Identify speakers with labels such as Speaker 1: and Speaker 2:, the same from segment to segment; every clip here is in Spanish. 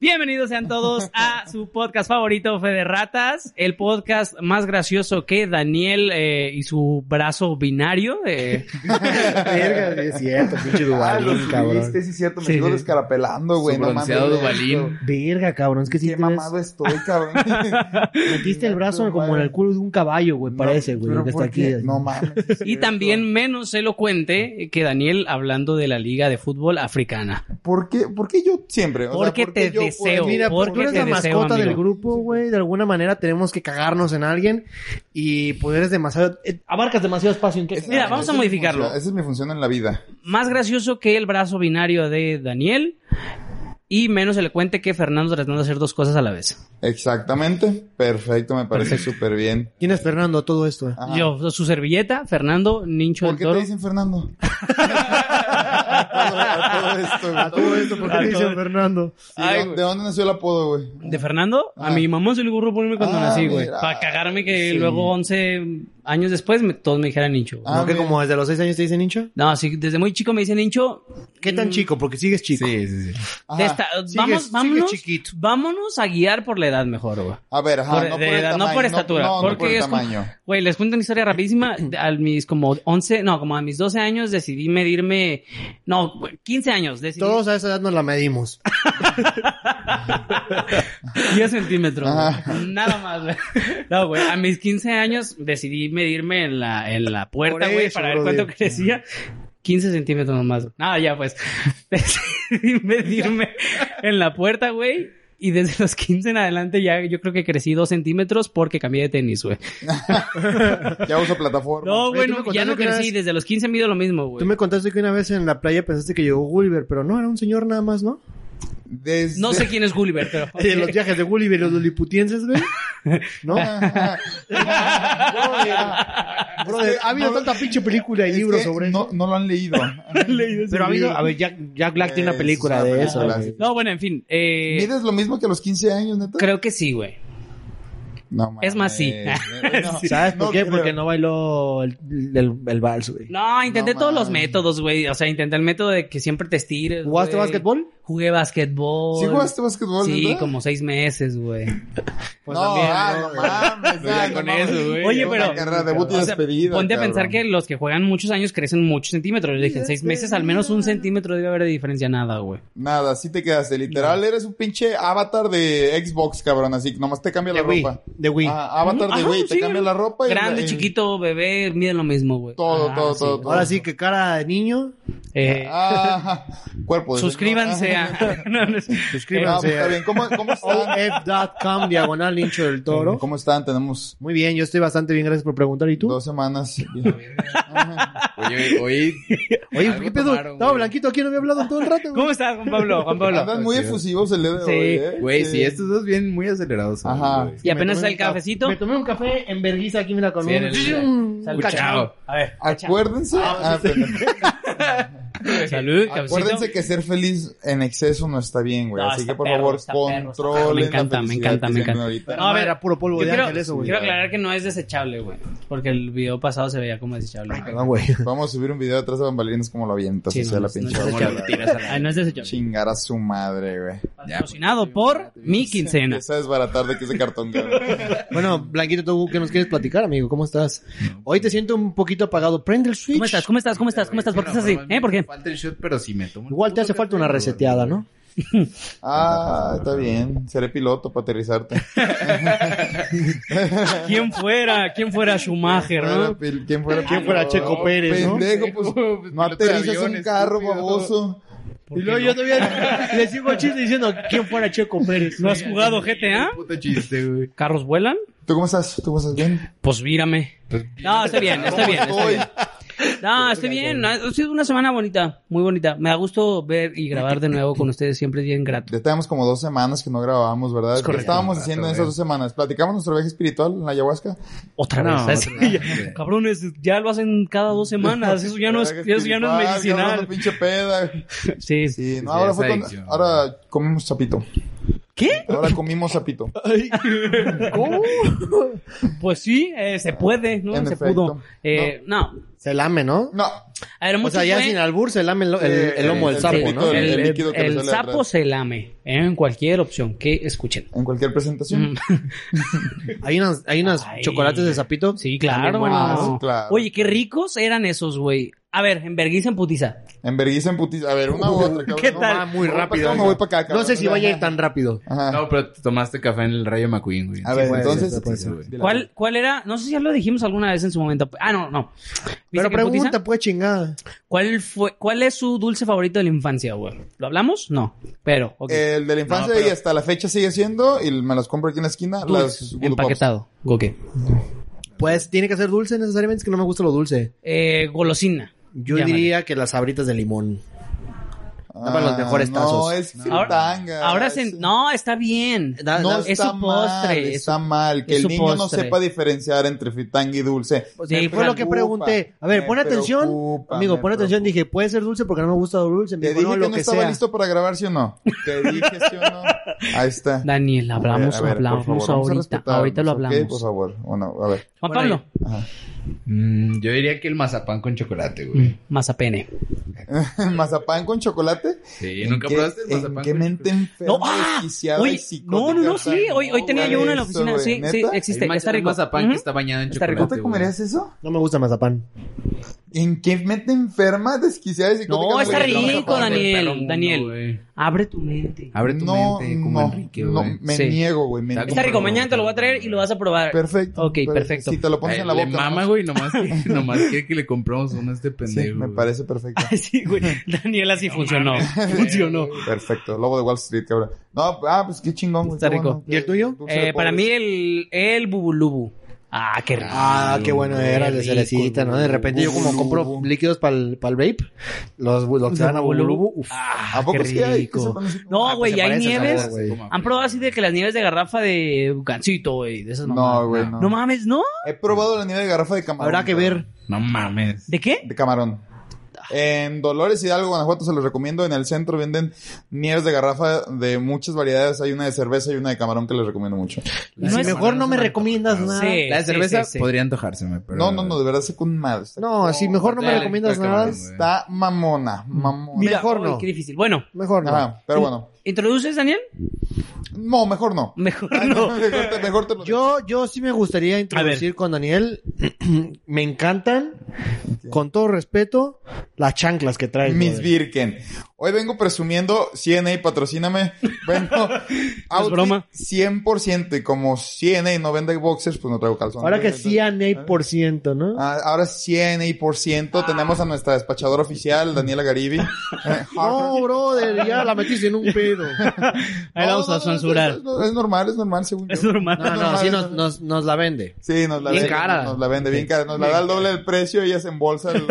Speaker 1: Bienvenidos sean todos a su podcast favorito, Fede Ratas, el podcast más gracioso que Daniel eh, y su brazo binario. eh.
Speaker 2: Verga, sí es cierto, pinche
Speaker 3: Ah, lo
Speaker 2: Dubalín, cabrón.
Speaker 3: subiste, sí es cierto, me
Speaker 1: Sí,
Speaker 3: sigo
Speaker 1: sí.
Speaker 3: descarapelando, güey.
Speaker 4: Su
Speaker 3: no
Speaker 4: bronceado
Speaker 3: mames,
Speaker 4: Dubalín.
Speaker 2: Verga, cabrón, es que sí
Speaker 3: Qué
Speaker 2: te
Speaker 3: mamado estoy, cabrón.
Speaker 2: ves- metiste el brazo como en el culo de un caballo, güey, parece, güey,
Speaker 3: Pero
Speaker 2: lo que está
Speaker 3: ¿por
Speaker 2: aquí.
Speaker 3: qué? No mames.
Speaker 1: Y también menos elocuente que Daniel hablando de la Liga de Fútbol Africana.
Speaker 3: ¿Por qué, por qué yo siempre? O sea,
Speaker 1: Porque
Speaker 3: ¿por
Speaker 1: te
Speaker 3: qué yo-
Speaker 1: deseo.
Speaker 2: Mira,
Speaker 1: Pues ¿Por
Speaker 2: tú
Speaker 1: qué
Speaker 2: eres
Speaker 1: te
Speaker 2: la
Speaker 1: deseo,
Speaker 2: mascota del
Speaker 1: amigo?
Speaker 2: grupo, güey. De alguna manera tenemos que cagarnos en alguien y pues eres demasiado. eh, abarcas demasiado espacio en que.
Speaker 3: Esa-
Speaker 1: Mira, vamos a
Speaker 3: esa es mi
Speaker 1: modificarlo.
Speaker 3: función, Esa es mi función en la vida.
Speaker 1: Más gracioso que el brazo binario de Daniel y menos elocuente que Fernando tratando de hacer dos cosas a la vez.
Speaker 3: Exactamente. Perfecto, me parece súper bien.
Speaker 2: ¿Quién es Fernando a todo esto?
Speaker 3: Ajá.
Speaker 1: Yo, su servilleta, Fernando, Nincho
Speaker 3: ¿Por
Speaker 1: del
Speaker 3: qué te
Speaker 1: Toro.
Speaker 3: dicen Fernando? A todo esto, güey.
Speaker 2: esto, ¿por qué te dicen Fernando?
Speaker 3: Sí, ¿de- ¿De dónde nació el apodo, güey?
Speaker 1: ¿De Fernando? A
Speaker 3: Ah.
Speaker 1: mi mamá se le ocurrió ponerme cuando
Speaker 3: Ah,
Speaker 1: nací, güey.
Speaker 3: mira.
Speaker 1: Para cagarme que
Speaker 3: Sí.
Speaker 1: luego 11 años después me- todos me dijeran Nincho. güey.
Speaker 3: Ah,
Speaker 2: ¿No que
Speaker 3: mira.
Speaker 2: como desde los seis años te dicen hincho?
Speaker 1: No, sí, desde muy chico me dicen Nincho.
Speaker 2: ¿Qué
Speaker 3: Mm.
Speaker 2: tan chico? Porque sigues chico.
Speaker 4: Sí, sí, sí.
Speaker 3: Ajá.
Speaker 1: de esta-
Speaker 2: Sigues-
Speaker 1: eh, vamos,
Speaker 2: sigues
Speaker 1: vámonos,
Speaker 2: chiquito.
Speaker 1: vámonos a guiar por la edad mejor, güey.
Speaker 3: A ver, ajá,
Speaker 1: Por-
Speaker 3: no, por
Speaker 1: de
Speaker 3: el
Speaker 1: edad, no
Speaker 3: tamaño,
Speaker 1: por estatura,
Speaker 3: No, no
Speaker 1: porque
Speaker 3: por el
Speaker 1: es como-
Speaker 3: tamaño.
Speaker 1: Güey, les cuento una historia rapidísima. De- A mis como 11, no, como a mis 12 años decidí medirme, no, güey, 15 años, decidí
Speaker 2: Todos a esa edad nos la medimos.
Speaker 1: 10 centímetros. güey.
Speaker 3: Ajá.
Speaker 1: Nada más, güey. No, güey, a mis 15 años decidí medirme en la, en la puerta,
Speaker 2: Por
Speaker 1: güey,
Speaker 2: eso,
Speaker 1: para ver
Speaker 2: brother.
Speaker 1: cuánto crecía. 15 centímetros nomás. Nada, ya pues. Decidí medirme en la puerta, güey. Y desde los 15 en adelante ya yo creo que crecí 2 centímetros porque cambié de tenis, güey.
Speaker 3: Ya uso plataforma.
Speaker 1: No,
Speaker 2: Oye,
Speaker 1: güey,
Speaker 2: tú
Speaker 1: no,
Speaker 2: me
Speaker 1: ya
Speaker 2: contaste
Speaker 1: no
Speaker 2: que una
Speaker 1: crecí.
Speaker 2: vez-
Speaker 1: Desde los 15 mido lo mismo,
Speaker 2: Tú
Speaker 1: güey.
Speaker 2: me contaste que una vez en la playa pensaste que llegó Gulliver, pero no, era un señor nada más, ¿no?
Speaker 3: Desde-
Speaker 1: No sé quién es Gulliver, pero...
Speaker 2: De los viajes de Gulliver y los liliputienses, güey. ¿No?
Speaker 3: Ajá.
Speaker 2: Brother, brother, ha habido tanta pinche película y
Speaker 3: ah, Es
Speaker 2: libros
Speaker 3: que
Speaker 2: sobre
Speaker 3: no, no lo han leído.
Speaker 2: Pero ha habido, a ver,
Speaker 4: Jack, Jack
Speaker 3: Black tiene una película de eso, güey.
Speaker 1: No, bueno, en fin. eh,
Speaker 3: ¿Mides lo mismo que a los 15 años, neta?
Speaker 1: creo que sí, güey.
Speaker 3: No, mames.
Speaker 1: Es más, sí.
Speaker 3: No,
Speaker 4: ¿Sabes por
Speaker 3: no
Speaker 4: qué?
Speaker 3: creo.
Speaker 4: Porque no bailó el, el, el vals, güey.
Speaker 1: No, intenté
Speaker 3: No
Speaker 1: todos los
Speaker 3: mames.
Speaker 1: métodos, güey. O sea, intenté el método de que siempre te estires.
Speaker 2: ¿Jugaste
Speaker 1: güey.
Speaker 2: básquetbol?
Speaker 1: Jugué básquetbol.
Speaker 3: ¿Sí jugaste básquetbol,
Speaker 1: Sí,
Speaker 3: neta?
Speaker 1: como seis meses, güey.
Speaker 2: Pues
Speaker 3: no,
Speaker 2: también,
Speaker 3: ah,
Speaker 2: ¿no?
Speaker 3: no
Speaker 1: Pues
Speaker 3: mames.
Speaker 4: Ya
Speaker 3: ah,
Speaker 4: con
Speaker 3: no mames.
Speaker 4: eso, güey.
Speaker 1: Oye, pero-
Speaker 3: Una carrera de debut y
Speaker 1: O sea,
Speaker 3: despedida,
Speaker 1: Ponte a
Speaker 3: cabrón.
Speaker 1: pensar que los que juegan muchos años crecen muchos centímetros. Yo dije, en seis meses al menos un centímetro debe haber de diferencia nada, güey.
Speaker 3: Nada, sí te quedaste. Literal, eres un pinche avatar de Xbox, cabrón. Así que nomás te cambia la
Speaker 2: De Wii.
Speaker 3: ropa.
Speaker 2: De Wii.
Speaker 3: Ah, avatar de
Speaker 1: Ajá,
Speaker 3: güey.
Speaker 1: sí,
Speaker 3: Te cambia la ropa y...
Speaker 1: Grande,
Speaker 3: y-
Speaker 1: chiquito, bebé, miden lo mismo, güey.
Speaker 3: Todo,
Speaker 1: Ah,
Speaker 3: todo,
Speaker 1: sí.
Speaker 3: todo, todo.
Speaker 2: Ahora sí que cara de niño.
Speaker 1: Eh,
Speaker 3: Ah, cuerpo de señor.
Speaker 1: suscríbanse a... no, no es-
Speaker 3: Ah,
Speaker 2: Suscríbanse
Speaker 3: está
Speaker 2: a
Speaker 3: bien. ¿Cómo, cómo están?
Speaker 2: of.com diagonal hincho del toro.
Speaker 3: ¿Cómo están? Tenemos
Speaker 2: Muy bien, yo estoy bastante bien, gracias por preguntar. ¿Y tú?
Speaker 3: dos semanas.
Speaker 4: Oye, oye.
Speaker 2: Oye,
Speaker 1: Ah,
Speaker 4: Algo
Speaker 2: ¿qué pedo?
Speaker 4: tomaron,
Speaker 2: Estaba
Speaker 4: güey.
Speaker 2: blanquito aquí, no había hablado en todo el rato, güey.
Speaker 1: ¿Cómo estás, Juan Pablo? Juan Pablo.
Speaker 3: Andan muy efusivos el día de
Speaker 1: Sí.
Speaker 3: hoy, ¿eh?
Speaker 4: Güey, sí,
Speaker 3: Eh,
Speaker 4: estos dos vienen muy acelerados. hoy,
Speaker 3: Ajá.
Speaker 4: güey.
Speaker 1: Y apenas
Speaker 2: Me
Speaker 1: está
Speaker 2: tomé
Speaker 1: el
Speaker 2: un ca-
Speaker 1: cafecito.
Speaker 2: Me tomé un café en vergüenza aquí, mira, con
Speaker 4: Sí, en el-
Speaker 2: un...
Speaker 4: Cuchao.
Speaker 1: A ver,
Speaker 3: Acuérdense, ah, perdón.
Speaker 1: salud, cafecito.
Speaker 3: acuérdense que ser feliz en exceso no está bien, güey.
Speaker 1: No,
Speaker 3: Así
Speaker 1: está
Speaker 3: que por
Speaker 1: perro,
Speaker 3: favor,
Speaker 1: está perro, está perro.
Speaker 3: controlen.
Speaker 1: Me encanta,
Speaker 3: la
Speaker 1: me
Speaker 3: felicidad
Speaker 1: encanta,
Speaker 3: que
Speaker 1: me
Speaker 3: tienen
Speaker 1: encanta.
Speaker 3: ahorita.
Speaker 1: No, a ver,
Speaker 2: era puro polvo
Speaker 1: Yo
Speaker 2: de
Speaker 1: quiero,
Speaker 2: ángel eso, güey.
Speaker 1: quiero aclarar que no es desechable, güey. Porque el video pasado se veía como desechable.
Speaker 2: Perdón, güey.
Speaker 3: Vamos a subir un video atrás de bambalinas como lo avientas.
Speaker 1: Sí,
Speaker 3: o sea,
Speaker 1: no,
Speaker 3: la
Speaker 1: no,
Speaker 3: pinche
Speaker 1: no, no,
Speaker 3: bola,
Speaker 1: no,
Speaker 3: güey.
Speaker 1: Ah, no es desechable.
Speaker 3: Chingar a su madre, güey.
Speaker 4: pues,
Speaker 1: Patrocinado por mi quincena.
Speaker 3: Empieza a desbaratar de que ese cartón, güey.
Speaker 2: Bueno, Blanquito, ¿tú qué nos quieres platicar, amigo? ¿Cómo estás? Hoy te siento un poquito apagado. Prende el switch.
Speaker 1: ¿Cómo estás? ¿Cómo estás? ¿Cómo estás? ¿Cómo estás? ¿Por qué estás así? ¿Eh? ¿Por qué?
Speaker 4: Falta el shot, pero sí me tomo. un
Speaker 2: Igual te hace
Speaker 4: puto
Speaker 2: falta una
Speaker 4: café,
Speaker 2: reseteada,
Speaker 4: güey.
Speaker 2: ¿no?
Speaker 3: Ah, está bien. Seré piloto para aterrizarte.
Speaker 1: ¿Quién fuera? ¿Quién fuera Schumacher, no?
Speaker 3: Pil- ¿Quién fuera,
Speaker 2: ¿Quién fuera Checo Pérez, no?
Speaker 3: Pendejo,
Speaker 4: Pendejo,
Speaker 3: pues,
Speaker 4: pues,
Speaker 3: no
Speaker 4: piloto de
Speaker 3: aterrizas
Speaker 4: avión,
Speaker 3: un carro,
Speaker 4: estúpido.
Speaker 3: baboso.
Speaker 2: Y luego yo todavía le sigo el chiste diciendo quién fuera Checo Pérez.
Speaker 1: ¿No has jugado GTA?
Speaker 4: Puto chiste, güey.
Speaker 1: ¿Carros vuelan?
Speaker 3: ¿Tú cómo estás? ¿Tú cómo estás bien?
Speaker 1: Pues mírame. No, está bien, está bien. está bien. No, estoy bien. Ha sido una semana bonita, muy bonita. Me da gusto ver y grabar de nuevo con ustedes. Siempre es bien grato.
Speaker 3: Ya tenemos como dos semanas que no grabábamos, ¿verdad? ¿Qué
Speaker 4: correcto.
Speaker 3: estábamos
Speaker 4: Un rato,
Speaker 3: haciendo en
Speaker 4: güey.
Speaker 3: esas dos semanas? ¿Platicamos nuestra viaje espiritual en la ayahuasca?
Speaker 1: Otra vez.
Speaker 4: No,
Speaker 1: así,
Speaker 4: otra vez.
Speaker 1: ya. Cabrones, ya lo hacen cada dos semanas. Eso ya no es,
Speaker 3: Viaje
Speaker 1: eso ya no es
Speaker 3: espiritual, cabrón,
Speaker 1: medicinal.
Speaker 3: una pinche peda.
Speaker 1: Sí, sí.
Speaker 3: Sí, no,
Speaker 4: Sí,
Speaker 3: ahora
Speaker 4: es
Speaker 3: fue con-
Speaker 4: adicción.
Speaker 3: Ahora comimos sapito.
Speaker 1: ¿Qué?
Speaker 3: Ahora comimos sapito.
Speaker 1: Pues sí, eh, se puede, ¿no?
Speaker 3: En
Speaker 1: se
Speaker 3: efecto.
Speaker 1: pudo. Eh, no.
Speaker 2: Se lame, ¿no?
Speaker 3: No.
Speaker 1: A ver,
Speaker 2: O
Speaker 1: mucho
Speaker 2: sea, ya
Speaker 1: fue-
Speaker 2: sin albur se lame el, el- el lomo del
Speaker 3: el
Speaker 2: sapo,
Speaker 3: sapito,
Speaker 2: ¿no?
Speaker 1: El,
Speaker 3: el- el líquido que le
Speaker 1: el
Speaker 3: sale
Speaker 1: sapo
Speaker 3: atrás.
Speaker 1: se lame ¿eh? en cualquier opción que escuchen.
Speaker 3: En cualquier presentación.
Speaker 2: Hay unas, hay unas
Speaker 1: Ay.
Speaker 2: chocolates de sapito.
Speaker 1: Sí, claro.
Speaker 3: Ah, sí, claro.
Speaker 1: Oye, qué ricos eran esos, güey. A ver, en vergüenza en putiza.
Speaker 3: En vergüenza, en putiza. A ver, una u otra, cabrón.
Speaker 1: ¿Qué
Speaker 3: No
Speaker 1: tal?
Speaker 3: mames,
Speaker 2: muy
Speaker 3: voy pa'
Speaker 2: rápido.
Speaker 3: acá, me voy pa' acá,
Speaker 2: no
Speaker 3: cabrón.
Speaker 2: sé si vaya a ir tan rápido.
Speaker 3: Ajá.
Speaker 4: No, pero te tomaste café en el Rayo McQueen, güey.
Speaker 3: A ver,
Speaker 4: güey,
Speaker 3: entonces-
Speaker 4: sí, sí, güey.
Speaker 1: ¿Cuál, ¿Cuál era? No sé si ya lo dijimos alguna vez en su momento. Ah, no, no. Dice
Speaker 2: Pero
Speaker 1: que en putiza,
Speaker 2: pregunta, pues chingada.
Speaker 1: ¿cuál, fue, ¿Cuál es su dulce favorito de la infancia, güey? ¿Lo hablamos? No. Pero, ok.
Speaker 3: El de la infancia
Speaker 4: No, pero-
Speaker 3: y hasta la fecha sigue siendo, y me las compro aquí en la esquina,
Speaker 1: Dulce,
Speaker 3: las Gulu Pops.
Speaker 1: empaquetado. Ok.
Speaker 2: Pues tiene que ser dulce necesariamente, es que no me gusta lo dulce.
Speaker 1: Eh, golosina.
Speaker 2: Yo
Speaker 1: Llámale.
Speaker 2: diría que las sabritas de limón.
Speaker 3: Ah,
Speaker 2: Para los mejores tazos.
Speaker 3: No, es
Speaker 1: Ahora,
Speaker 3: fritanga.
Speaker 1: ahora se-
Speaker 3: es-
Speaker 1: No, está bien.
Speaker 2: Da-
Speaker 3: No
Speaker 2: da-
Speaker 1: es
Speaker 3: está
Speaker 1: su
Speaker 3: mal,
Speaker 1: postre, es
Speaker 3: está
Speaker 1: su-
Speaker 3: mal. Que
Speaker 1: es
Speaker 3: el
Speaker 1: su
Speaker 3: niño no
Speaker 1: postre.
Speaker 3: sepa diferenciar entre fritanga y dulce.
Speaker 1: Sí,
Speaker 3: Me
Speaker 1: fue lo
Speaker 2: Fue lo que pregunté. A ver,
Speaker 3: me
Speaker 2: pon atención.
Speaker 3: preocupa,
Speaker 2: Amigo,
Speaker 3: me
Speaker 2: pon atención.
Speaker 3: preocupa.
Speaker 2: Dije, ¿puede ser dulce porque no me gusta lo dulce? Me
Speaker 3: Te
Speaker 2: dijo,
Speaker 3: dije
Speaker 2: no,
Speaker 3: que
Speaker 2: lo
Speaker 3: no
Speaker 2: que
Speaker 3: estaba
Speaker 2: sea.
Speaker 3: listo para grabar, ¿sí o no? Te dije, ¿sí o no? Ahí está.
Speaker 1: Daniel, hablamos,
Speaker 3: A ver, a ver,
Speaker 1: hablamos
Speaker 3: por favor, vamos a
Speaker 1: ahorita.
Speaker 3: respetarnos,
Speaker 1: Ahorita lo
Speaker 3: ¿ok?
Speaker 1: hablamos.
Speaker 3: Por favor. Bueno, a ver.
Speaker 1: Juan
Speaker 2: Bueno,
Speaker 1: Pablo.
Speaker 3: Ajá.
Speaker 4: Mm, yo diría que el mazapán con chocolate,
Speaker 1: mm,
Speaker 4: güey.
Speaker 1: Mazapene.
Speaker 3: ¿Mazapán con chocolate?
Speaker 4: Sí,
Speaker 3: ¿En
Speaker 4: ¿nunca
Speaker 3: qué-
Speaker 4: probaste el mazapán
Speaker 3: ¿En
Speaker 4: con
Speaker 3: qué mente enferma,
Speaker 1: No, ah,
Speaker 3: desquiciada
Speaker 1: oye,
Speaker 3: y
Speaker 1: no, no, no,
Speaker 3: psicótica
Speaker 1: sí.
Speaker 3: está?
Speaker 1: Hoy, hoy tenía yo uno en la
Speaker 3: Eso,
Speaker 1: oficina.
Speaker 3: güey,
Speaker 1: Sí,
Speaker 3: ¿neta?
Speaker 1: sí, existe.
Speaker 4: Hay ma-
Speaker 1: Está
Speaker 4: hay
Speaker 1: rico.
Speaker 4: mazapán que
Speaker 1: Ujú.
Speaker 4: está bañado en
Speaker 1: Está rico.
Speaker 3: ¿No
Speaker 4: chocolate.
Speaker 3: te
Speaker 4: güey.
Speaker 3: comerías eso?
Speaker 2: No me gusta mazapán.
Speaker 3: ¿En qué mente enferma, desquiciada y psicótica?
Speaker 1: No,
Speaker 3: me
Speaker 1: está
Speaker 3: voy a
Speaker 4: El
Speaker 3: tomar
Speaker 1: rico,
Speaker 3: mazapán,
Speaker 4: mazapán del
Speaker 3: güey?
Speaker 1: Daniel,
Speaker 4: perro mundo,
Speaker 1: Daniel.
Speaker 4: güey.
Speaker 1: Abre tu mente.
Speaker 2: Ah,
Speaker 4: Abre tu
Speaker 3: No,
Speaker 4: mente como
Speaker 3: no,
Speaker 4: Enrique,
Speaker 3: no,
Speaker 4: güey.
Speaker 3: me
Speaker 1: Sí.
Speaker 3: niego, güey. me
Speaker 4: Está
Speaker 3: niego.
Speaker 1: Está rico. Mañana te lo voy a traer y lo vas a probar.
Speaker 3: Perfecto.
Speaker 1: Ok,
Speaker 3: Pero
Speaker 1: perfecto.
Speaker 3: Si te lo pones
Speaker 4: Ay,
Speaker 3: en la boca.
Speaker 4: Le mama,
Speaker 3: ¿no?
Speaker 4: güey, nomás, que- nomás quiere que le compramos uno a este
Speaker 3: Sí,
Speaker 4: pendejo.
Speaker 3: me
Speaker 4: güey.
Speaker 3: parece perfecto.
Speaker 1: Ay, sí, güey. Daniel así funcionó. Funcionó.
Speaker 3: Perfecto. Lobo de Wall Street, cabrón. No, ah, pues qué chingón, güey.
Speaker 1: Está
Speaker 3: qué
Speaker 1: rico.
Speaker 3: bueno.
Speaker 2: ¿Y el tuyo?
Speaker 3: Dulce de
Speaker 1: Eh, para
Speaker 3: pobres.
Speaker 1: mí el, el bubulubu. Ah, qué rico.
Speaker 2: Ah, qué bueno era el de
Speaker 1: rico,
Speaker 2: cerecita, ¿no? De repente yo como compro líquidos para el vape, los, los que dan a bululubu, uf.
Speaker 1: Ah,
Speaker 3: ¿A poco
Speaker 1: qué
Speaker 3: sí hay? ¿Qué se
Speaker 1: rico.
Speaker 3: conoce como-
Speaker 1: No,
Speaker 2: Ah,
Speaker 1: güey,
Speaker 2: pues se
Speaker 1: hay
Speaker 2: parece el
Speaker 1: nieves.
Speaker 2: sabor, güey.
Speaker 4: Como-
Speaker 1: ¿Han probado así de que las nieves de garrafa de gancito, güey? De esas mamadas.
Speaker 3: No, güey,
Speaker 4: no.
Speaker 3: no.
Speaker 1: No mames, ¿no?
Speaker 3: He probado la nieve de garrafa de camarón.
Speaker 2: Habrá que ver.
Speaker 4: No mames.
Speaker 1: ¿De qué?
Speaker 3: cabrón, De camarón. En Dolores Hidalgo, Guanajuato, se los recomiendo. En el centro venden nieves de garrafa de muchas variedades. Hay una de cerveza y una de camarón que les recomiendo mucho.
Speaker 4: La
Speaker 2: Si
Speaker 4: de
Speaker 2: mejor
Speaker 4: camarón
Speaker 2: no me
Speaker 4: se me
Speaker 2: recomiendas
Speaker 4: antoja,
Speaker 2: nada.
Speaker 1: Sí.
Speaker 4: La de cerveza
Speaker 1: sí, sí.
Speaker 4: podría antojárseme, pero...
Speaker 3: No, no, no, de verdad sé con madre. Está-
Speaker 2: No, así mejor no me
Speaker 4: Dale,
Speaker 2: recomiendas
Speaker 4: está
Speaker 2: nada.
Speaker 4: cabrón, güey.
Speaker 3: Está mamona, mamona.
Speaker 2: Mira, Mejor
Speaker 1: uy,
Speaker 2: no.
Speaker 1: Qué difícil. Bueno,
Speaker 2: Mejor no.
Speaker 3: Ajá, pero bueno.
Speaker 1: ¿introduces, Daniel?
Speaker 3: No, mejor no.
Speaker 1: Mejor
Speaker 3: Ay,
Speaker 1: no.
Speaker 3: mejor, te, mejor te lo
Speaker 2: Yo, yo sí me gustaría introducir con Daniel. me encantan, con todo respeto, las chanclas que traes.
Speaker 3: Miss
Speaker 2: brother.
Speaker 3: Birken. Hoy vengo presumiendo CNA, patrocíname. Vengo outfit
Speaker 1: broma.
Speaker 3: 100% y como CNA no vende boxers, pues no traigo calzones.
Speaker 2: Ahora que
Speaker 3: Entonces,
Speaker 2: sí a Ney por ciento, ¿no?
Speaker 3: ah, ahora CNA por ciento. Tenemos a nuestra despachadora oficial, Daniela Garibi. Eh,
Speaker 2: No,
Speaker 3: Harvard.
Speaker 2: brother, ya la metiste en un pedo.
Speaker 1: Ahí la vamos
Speaker 3: No,
Speaker 1: a
Speaker 3: no, no, no,
Speaker 1: censurar.
Speaker 3: Es, es normal, es normal, según
Speaker 1: Es
Speaker 3: yo.
Speaker 1: normal.
Speaker 2: No, no, sí nos, nos, nos la vende.
Speaker 3: Sí, nos la
Speaker 2: Bien
Speaker 3: vende.
Speaker 2: cara.
Speaker 3: Nos la vende bien cara. Nos la da el doble del precio y ella se embolsa. el-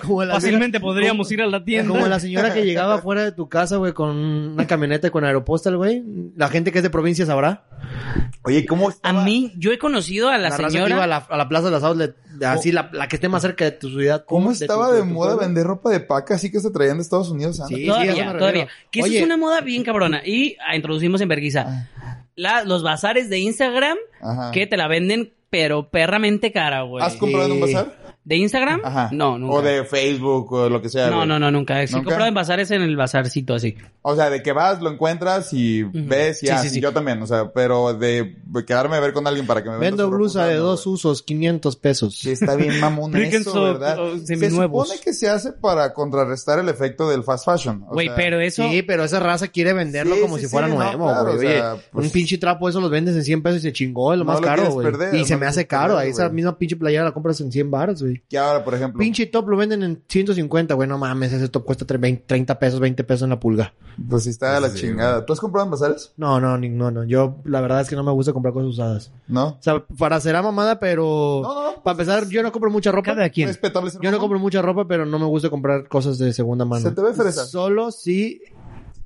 Speaker 2: Como la,
Speaker 1: Fácilmente podríamos ir a la tienda.
Speaker 2: como la señora que llegaba fuera de tu casa, güey, con una camioneta y con aeropostal, güey. La gente que es de provincia sabrá.
Speaker 3: Oye, ¿cómo
Speaker 1: A
Speaker 3: estaba?
Speaker 1: mí, yo he conocido a la,
Speaker 2: raza que iba a
Speaker 1: señora.
Speaker 2: la, a la plaza de las outlet, así la, la que esté más cerca de tu ciudad.
Speaker 3: ¿Cómo
Speaker 2: tu-
Speaker 3: estaba
Speaker 2: tu-
Speaker 3: de
Speaker 2: tu
Speaker 3: moda
Speaker 2: pueblo.
Speaker 3: vender ropa de paca así que se traían de Estados Unidos? Ana?
Speaker 2: Sí, sí,
Speaker 1: Todavía,
Speaker 2: a eso me
Speaker 1: todavía.
Speaker 2: refiero.
Speaker 1: Que eso
Speaker 2: Oye,
Speaker 1: es una moda bien cabrona. Y ah, introducimos en Berguisa.
Speaker 3: Ah.
Speaker 1: La- los bazares de Instagram
Speaker 3: Ajá.
Speaker 1: que te la venden, pero perramente cara, güey.
Speaker 3: Ah. ¿Has comprado en un
Speaker 2: Sí.
Speaker 3: bazar?
Speaker 1: ¿De Instagram?
Speaker 3: Ajá.
Speaker 1: No, nunca.
Speaker 3: O de Facebook o lo que sea.
Speaker 1: No,
Speaker 3: güey.
Speaker 1: no, no, nunca. Si he
Speaker 3: ¿Nunca?
Speaker 1: comprado en bazares, en el bazarcito así.
Speaker 3: O sea, de que vas, lo encuentras y ves y
Speaker 1: Sí,
Speaker 3: ah,
Speaker 1: sí, sí.
Speaker 3: yo también. O sea, pero de quedarme a ver con alguien para que me venda
Speaker 2: Vendo
Speaker 3: su ropa
Speaker 2: blusa de
Speaker 3: usada,
Speaker 2: dos
Speaker 3: güey.
Speaker 2: usos, 500 pesos.
Speaker 3: Sí, está bien mamón
Speaker 1: Brickens
Speaker 3: eso,
Speaker 1: o-
Speaker 3: ¿verdad?
Speaker 1: o
Speaker 3: se
Speaker 1: oh, seminuevos.
Speaker 3: supone que se hace para contrarrestar el efecto del fast fashion. o
Speaker 1: Güey,
Speaker 3: sea,
Speaker 1: pero eso.
Speaker 2: Sí, pero esa raza quiere venderlo
Speaker 3: Sí,
Speaker 2: como
Speaker 3: sí,
Speaker 2: si fuera
Speaker 3: sí, no,
Speaker 2: nuevo,
Speaker 3: claro,
Speaker 2: güey.
Speaker 3: o sea,
Speaker 2: Oye,
Speaker 3: pues-
Speaker 2: un pinche trapo, eso los vendes en 100 pesos y se chingó, es lo
Speaker 3: No
Speaker 2: más
Speaker 3: lo
Speaker 2: caro,
Speaker 3: quieres
Speaker 2: güey.
Speaker 3: perder,
Speaker 2: Y
Speaker 3: no
Speaker 2: se
Speaker 3: lo
Speaker 2: me hace
Speaker 3: quieres
Speaker 2: caro,
Speaker 3: perder,
Speaker 2: ahí esa
Speaker 3: güey.
Speaker 2: misma pinche playera la compras en 100 baros, güey.
Speaker 3: Que ahora, por ejemplo,
Speaker 2: Pinche top lo venden en 150, güey. No mames, ese top cuesta tre- 20, 30 pesos, 20 pesos en la pulga.
Speaker 3: pues sí está de la
Speaker 4: Sí,
Speaker 3: chingada. ¿Tú has comprado en bazares?
Speaker 2: No, no, ni- no, no. Yo, la verdad es que no me gusta comprar cosas usadas.
Speaker 3: No.
Speaker 2: O sea, para será mamada, pero.
Speaker 3: No, no, no.
Speaker 2: Para empezar, yo no compro mucha ropa.
Speaker 1: Cada quien.
Speaker 3: Respetable ser
Speaker 2: Yo no
Speaker 3: humano.
Speaker 2: compro mucha ropa, pero no me gusta comprar cosas de segunda mano.
Speaker 3: Se te ve fresa.
Speaker 2: Solo si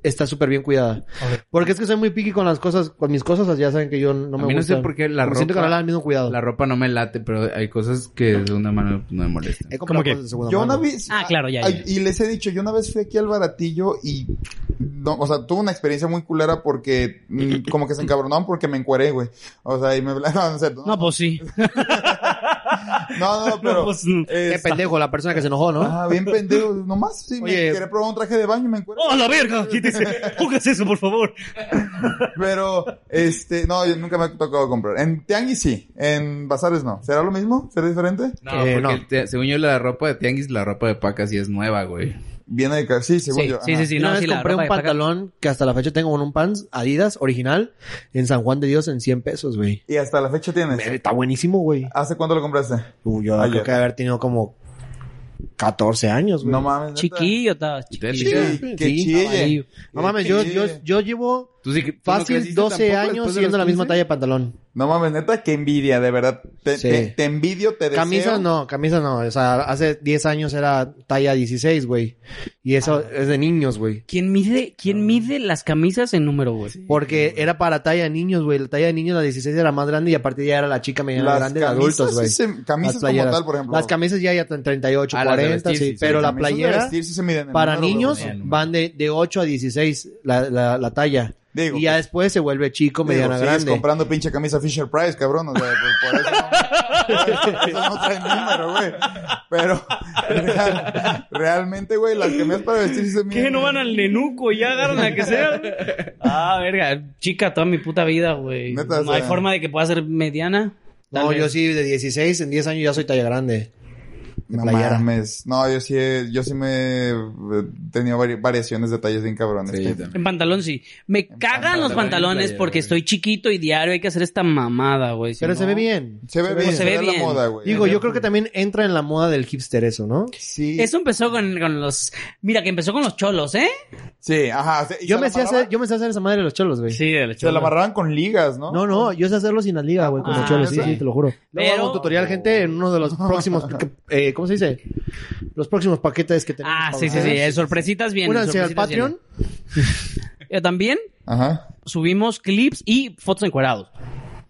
Speaker 2: está súper bien cuidada. Porque es que soy muy picky con las cosas, con mis cosas, ya saben que yo no me
Speaker 4: a mí no sé
Speaker 2: gustan.
Speaker 4: por qué la
Speaker 2: Como siento que
Speaker 4: ropa...
Speaker 2: no le dan el mismo cuidado.
Speaker 4: La ropa no me late, pero hay cosas que de una mano no me molestan.
Speaker 2: He
Speaker 1: ¿Cómo
Speaker 2: comprado
Speaker 1: que?
Speaker 2: cosas de segunda
Speaker 3: Yo
Speaker 2: mano.
Speaker 3: una vez.
Speaker 1: Ah, claro, ya,
Speaker 3: ah,
Speaker 1: ya, ya.
Speaker 3: Y les he dicho, yo una vez fui aquí al baratillo y. No, o sea, tuve una experiencia muy culera porque. mm, como que se encabronaron porque me encueré, güey. O sea, y me. No, no, es cierto, no,
Speaker 1: No, pues sí.
Speaker 3: no, no, pero.
Speaker 1: No, pues, mm.
Speaker 3: eh,
Speaker 2: Qué pendejo, la persona que se enojó, ¿no?
Speaker 3: Ah, bien pendejo. Nomás, sí,
Speaker 2: Oye.
Speaker 3: me quería probar un traje de baño y me encueré.
Speaker 1: ¡Oh, la verga! Quítese. Póngase eso, por favor.
Speaker 3: Pero, este, no, yo nunca me ha tocado comprar. En Tianguis sí, en bazares no. ¿Será lo mismo? ¿Será diferente?
Speaker 4: No,
Speaker 2: Eh,
Speaker 4: porque
Speaker 2: no.
Speaker 4: te- según yo la ropa de tianguis, la ropa de paca sí es nueva, güey.
Speaker 3: Viene de ca- sí, según
Speaker 1: Sí,
Speaker 3: yo.
Speaker 1: sí,
Speaker 3: ajá.
Speaker 1: sí, sí.
Speaker 2: Una
Speaker 1: No,
Speaker 2: vez
Speaker 1: sí, la
Speaker 2: compré
Speaker 1: ropa
Speaker 2: un
Speaker 1: de paca-
Speaker 2: pantalón que hasta la fecha tengo en un pants Adidas original en San Juan de Dios en 100 pesos, güey.
Speaker 3: Y hasta la fecha tienes.
Speaker 2: Está buenísimo, güey.
Speaker 3: ¿Hace cuánto lo compraste?
Speaker 2: Uh, yo
Speaker 3: Ayer.
Speaker 2: creo que haber tenido como 14 años, güey.
Speaker 3: No mames. neta.
Speaker 1: Chiquillo, estaba chiquillo.
Speaker 4: Sí,
Speaker 3: Sí, que
Speaker 2: sí,
Speaker 3: chille.
Speaker 1: ahí.
Speaker 2: No mames, yo,
Speaker 3: Sí.
Speaker 2: yo, yo llevo
Speaker 4: Tú sí Pues que- tú no
Speaker 2: fácil
Speaker 4: creciste
Speaker 2: 12
Speaker 4: tampoco
Speaker 2: años
Speaker 4: después de
Speaker 2: siendo
Speaker 4: los
Speaker 2: la misma
Speaker 4: 15.
Speaker 2: talla de pantalón.
Speaker 3: No mames, neta, que envidia, de verdad. Te,
Speaker 2: Sí.
Speaker 3: te- te envidio, te deseo.
Speaker 2: Camisas no, camisas no. O sea, hace 10 años era talla 16, güey. Y eso
Speaker 3: Ah.
Speaker 2: es de niños, güey.
Speaker 1: ¿Quién mide, quién mide las camisas en número, güey?
Speaker 2: Porque era para talla de niños, güey. La talla de niños, la 16 era más grande y a partir de ahí era la chica mediana grande de adultos,
Speaker 3: sí
Speaker 2: güey.
Speaker 3: se-
Speaker 2: Las
Speaker 3: camisas como
Speaker 2: playeras.
Speaker 3: tal, por ejemplo.
Speaker 2: Las camisas ya ya están 38,
Speaker 4: Ah, las de
Speaker 2: 40,
Speaker 4: vestir,
Speaker 2: sí,
Speaker 4: sí, sí,
Speaker 2: pero
Speaker 4: las
Speaker 2: la
Speaker 3: Camisas de
Speaker 2: playera
Speaker 3: vestir sí se miden en
Speaker 2: para
Speaker 3: número, güey,
Speaker 2: niños
Speaker 3: güey.
Speaker 4: bueno.
Speaker 2: van de, de 8 a 16 la, la, la talla.
Speaker 3: Digo,
Speaker 2: y ya
Speaker 3: pues,
Speaker 2: después se vuelve chico,
Speaker 3: digo,
Speaker 2: mediana
Speaker 3: sigues
Speaker 2: grande.
Speaker 3: comprando pinche camisa Fisher Price, cabrón. O sea, pues, por, por eso no, por eso no trae número, güey. Pero real- realmente, güey, las camisas para vestir sí se miden.
Speaker 1: ¿Qué? ¿No van al nenuco? ¿Ya agarran la que sea? güey? Ah, verga. Chica toda mi puta vida, güey.
Speaker 3: Neta, o
Speaker 1: ¿No hay
Speaker 3: sea-
Speaker 1: forma de que pueda ser mediana? Tal
Speaker 2: No,
Speaker 1: vez.
Speaker 2: yo sí, de 16 en 10 años ya soy talla grande.
Speaker 3: No
Speaker 2: playera.
Speaker 3: mames. No, yo sí, he- yo sí me he tenido vari- variaciones de talles bien cabrones.
Speaker 4: Sí,
Speaker 3: Que-
Speaker 4: también.
Speaker 1: En pantalón sí. Me cagan los
Speaker 4: pantalón y
Speaker 1: pantalones
Speaker 4: playera,
Speaker 1: porque
Speaker 4: güey.
Speaker 1: estoy chiquito y diario hay que hacer esta mamada, güey. Si
Speaker 2: Pero se
Speaker 1: no-
Speaker 2: ve bien.
Speaker 3: se ve bien,
Speaker 1: se
Speaker 3: se
Speaker 1: ve
Speaker 3: ve la
Speaker 1: bien.
Speaker 3: moda, güey.
Speaker 2: Digo, yo creo que también entra en la moda del hipster eso, ¿no?
Speaker 3: Sí.
Speaker 1: Eso empezó con, con los... Mira, que empezó con los cholos, ¿eh?
Speaker 3: Sí, ajá. sí, y
Speaker 2: Yo
Speaker 3: se
Speaker 2: me,
Speaker 3: la
Speaker 2: sé
Speaker 3: amarraban-
Speaker 2: hacer, yo me sé hacer esa madre de los cholos, güey.
Speaker 1: de los
Speaker 3: Se la amarraban con ligas, ¿no?
Speaker 2: No, no, yo sé hacerlo sin la liga, güey, con
Speaker 1: Ah,
Speaker 2: los cholos, sí,
Speaker 3: ¿neta?
Speaker 2: sí, te lo juro. Luego hago
Speaker 1: Pero-
Speaker 2: un tutorial, gente, en uno de los próximos, eh, ¿cómo se dice? Los próximos paquetes que tenemos.
Speaker 1: Ah,
Speaker 2: para
Speaker 1: sí, sí, sí.
Speaker 2: ustedes.
Speaker 1: eh, Sorpresitas bien.
Speaker 2: Únanse al
Speaker 1: sorpresitas
Speaker 2: Patreon.
Speaker 1: vienen. Eh, También
Speaker 3: Ajá.
Speaker 1: subimos clips y fotos encuadrados.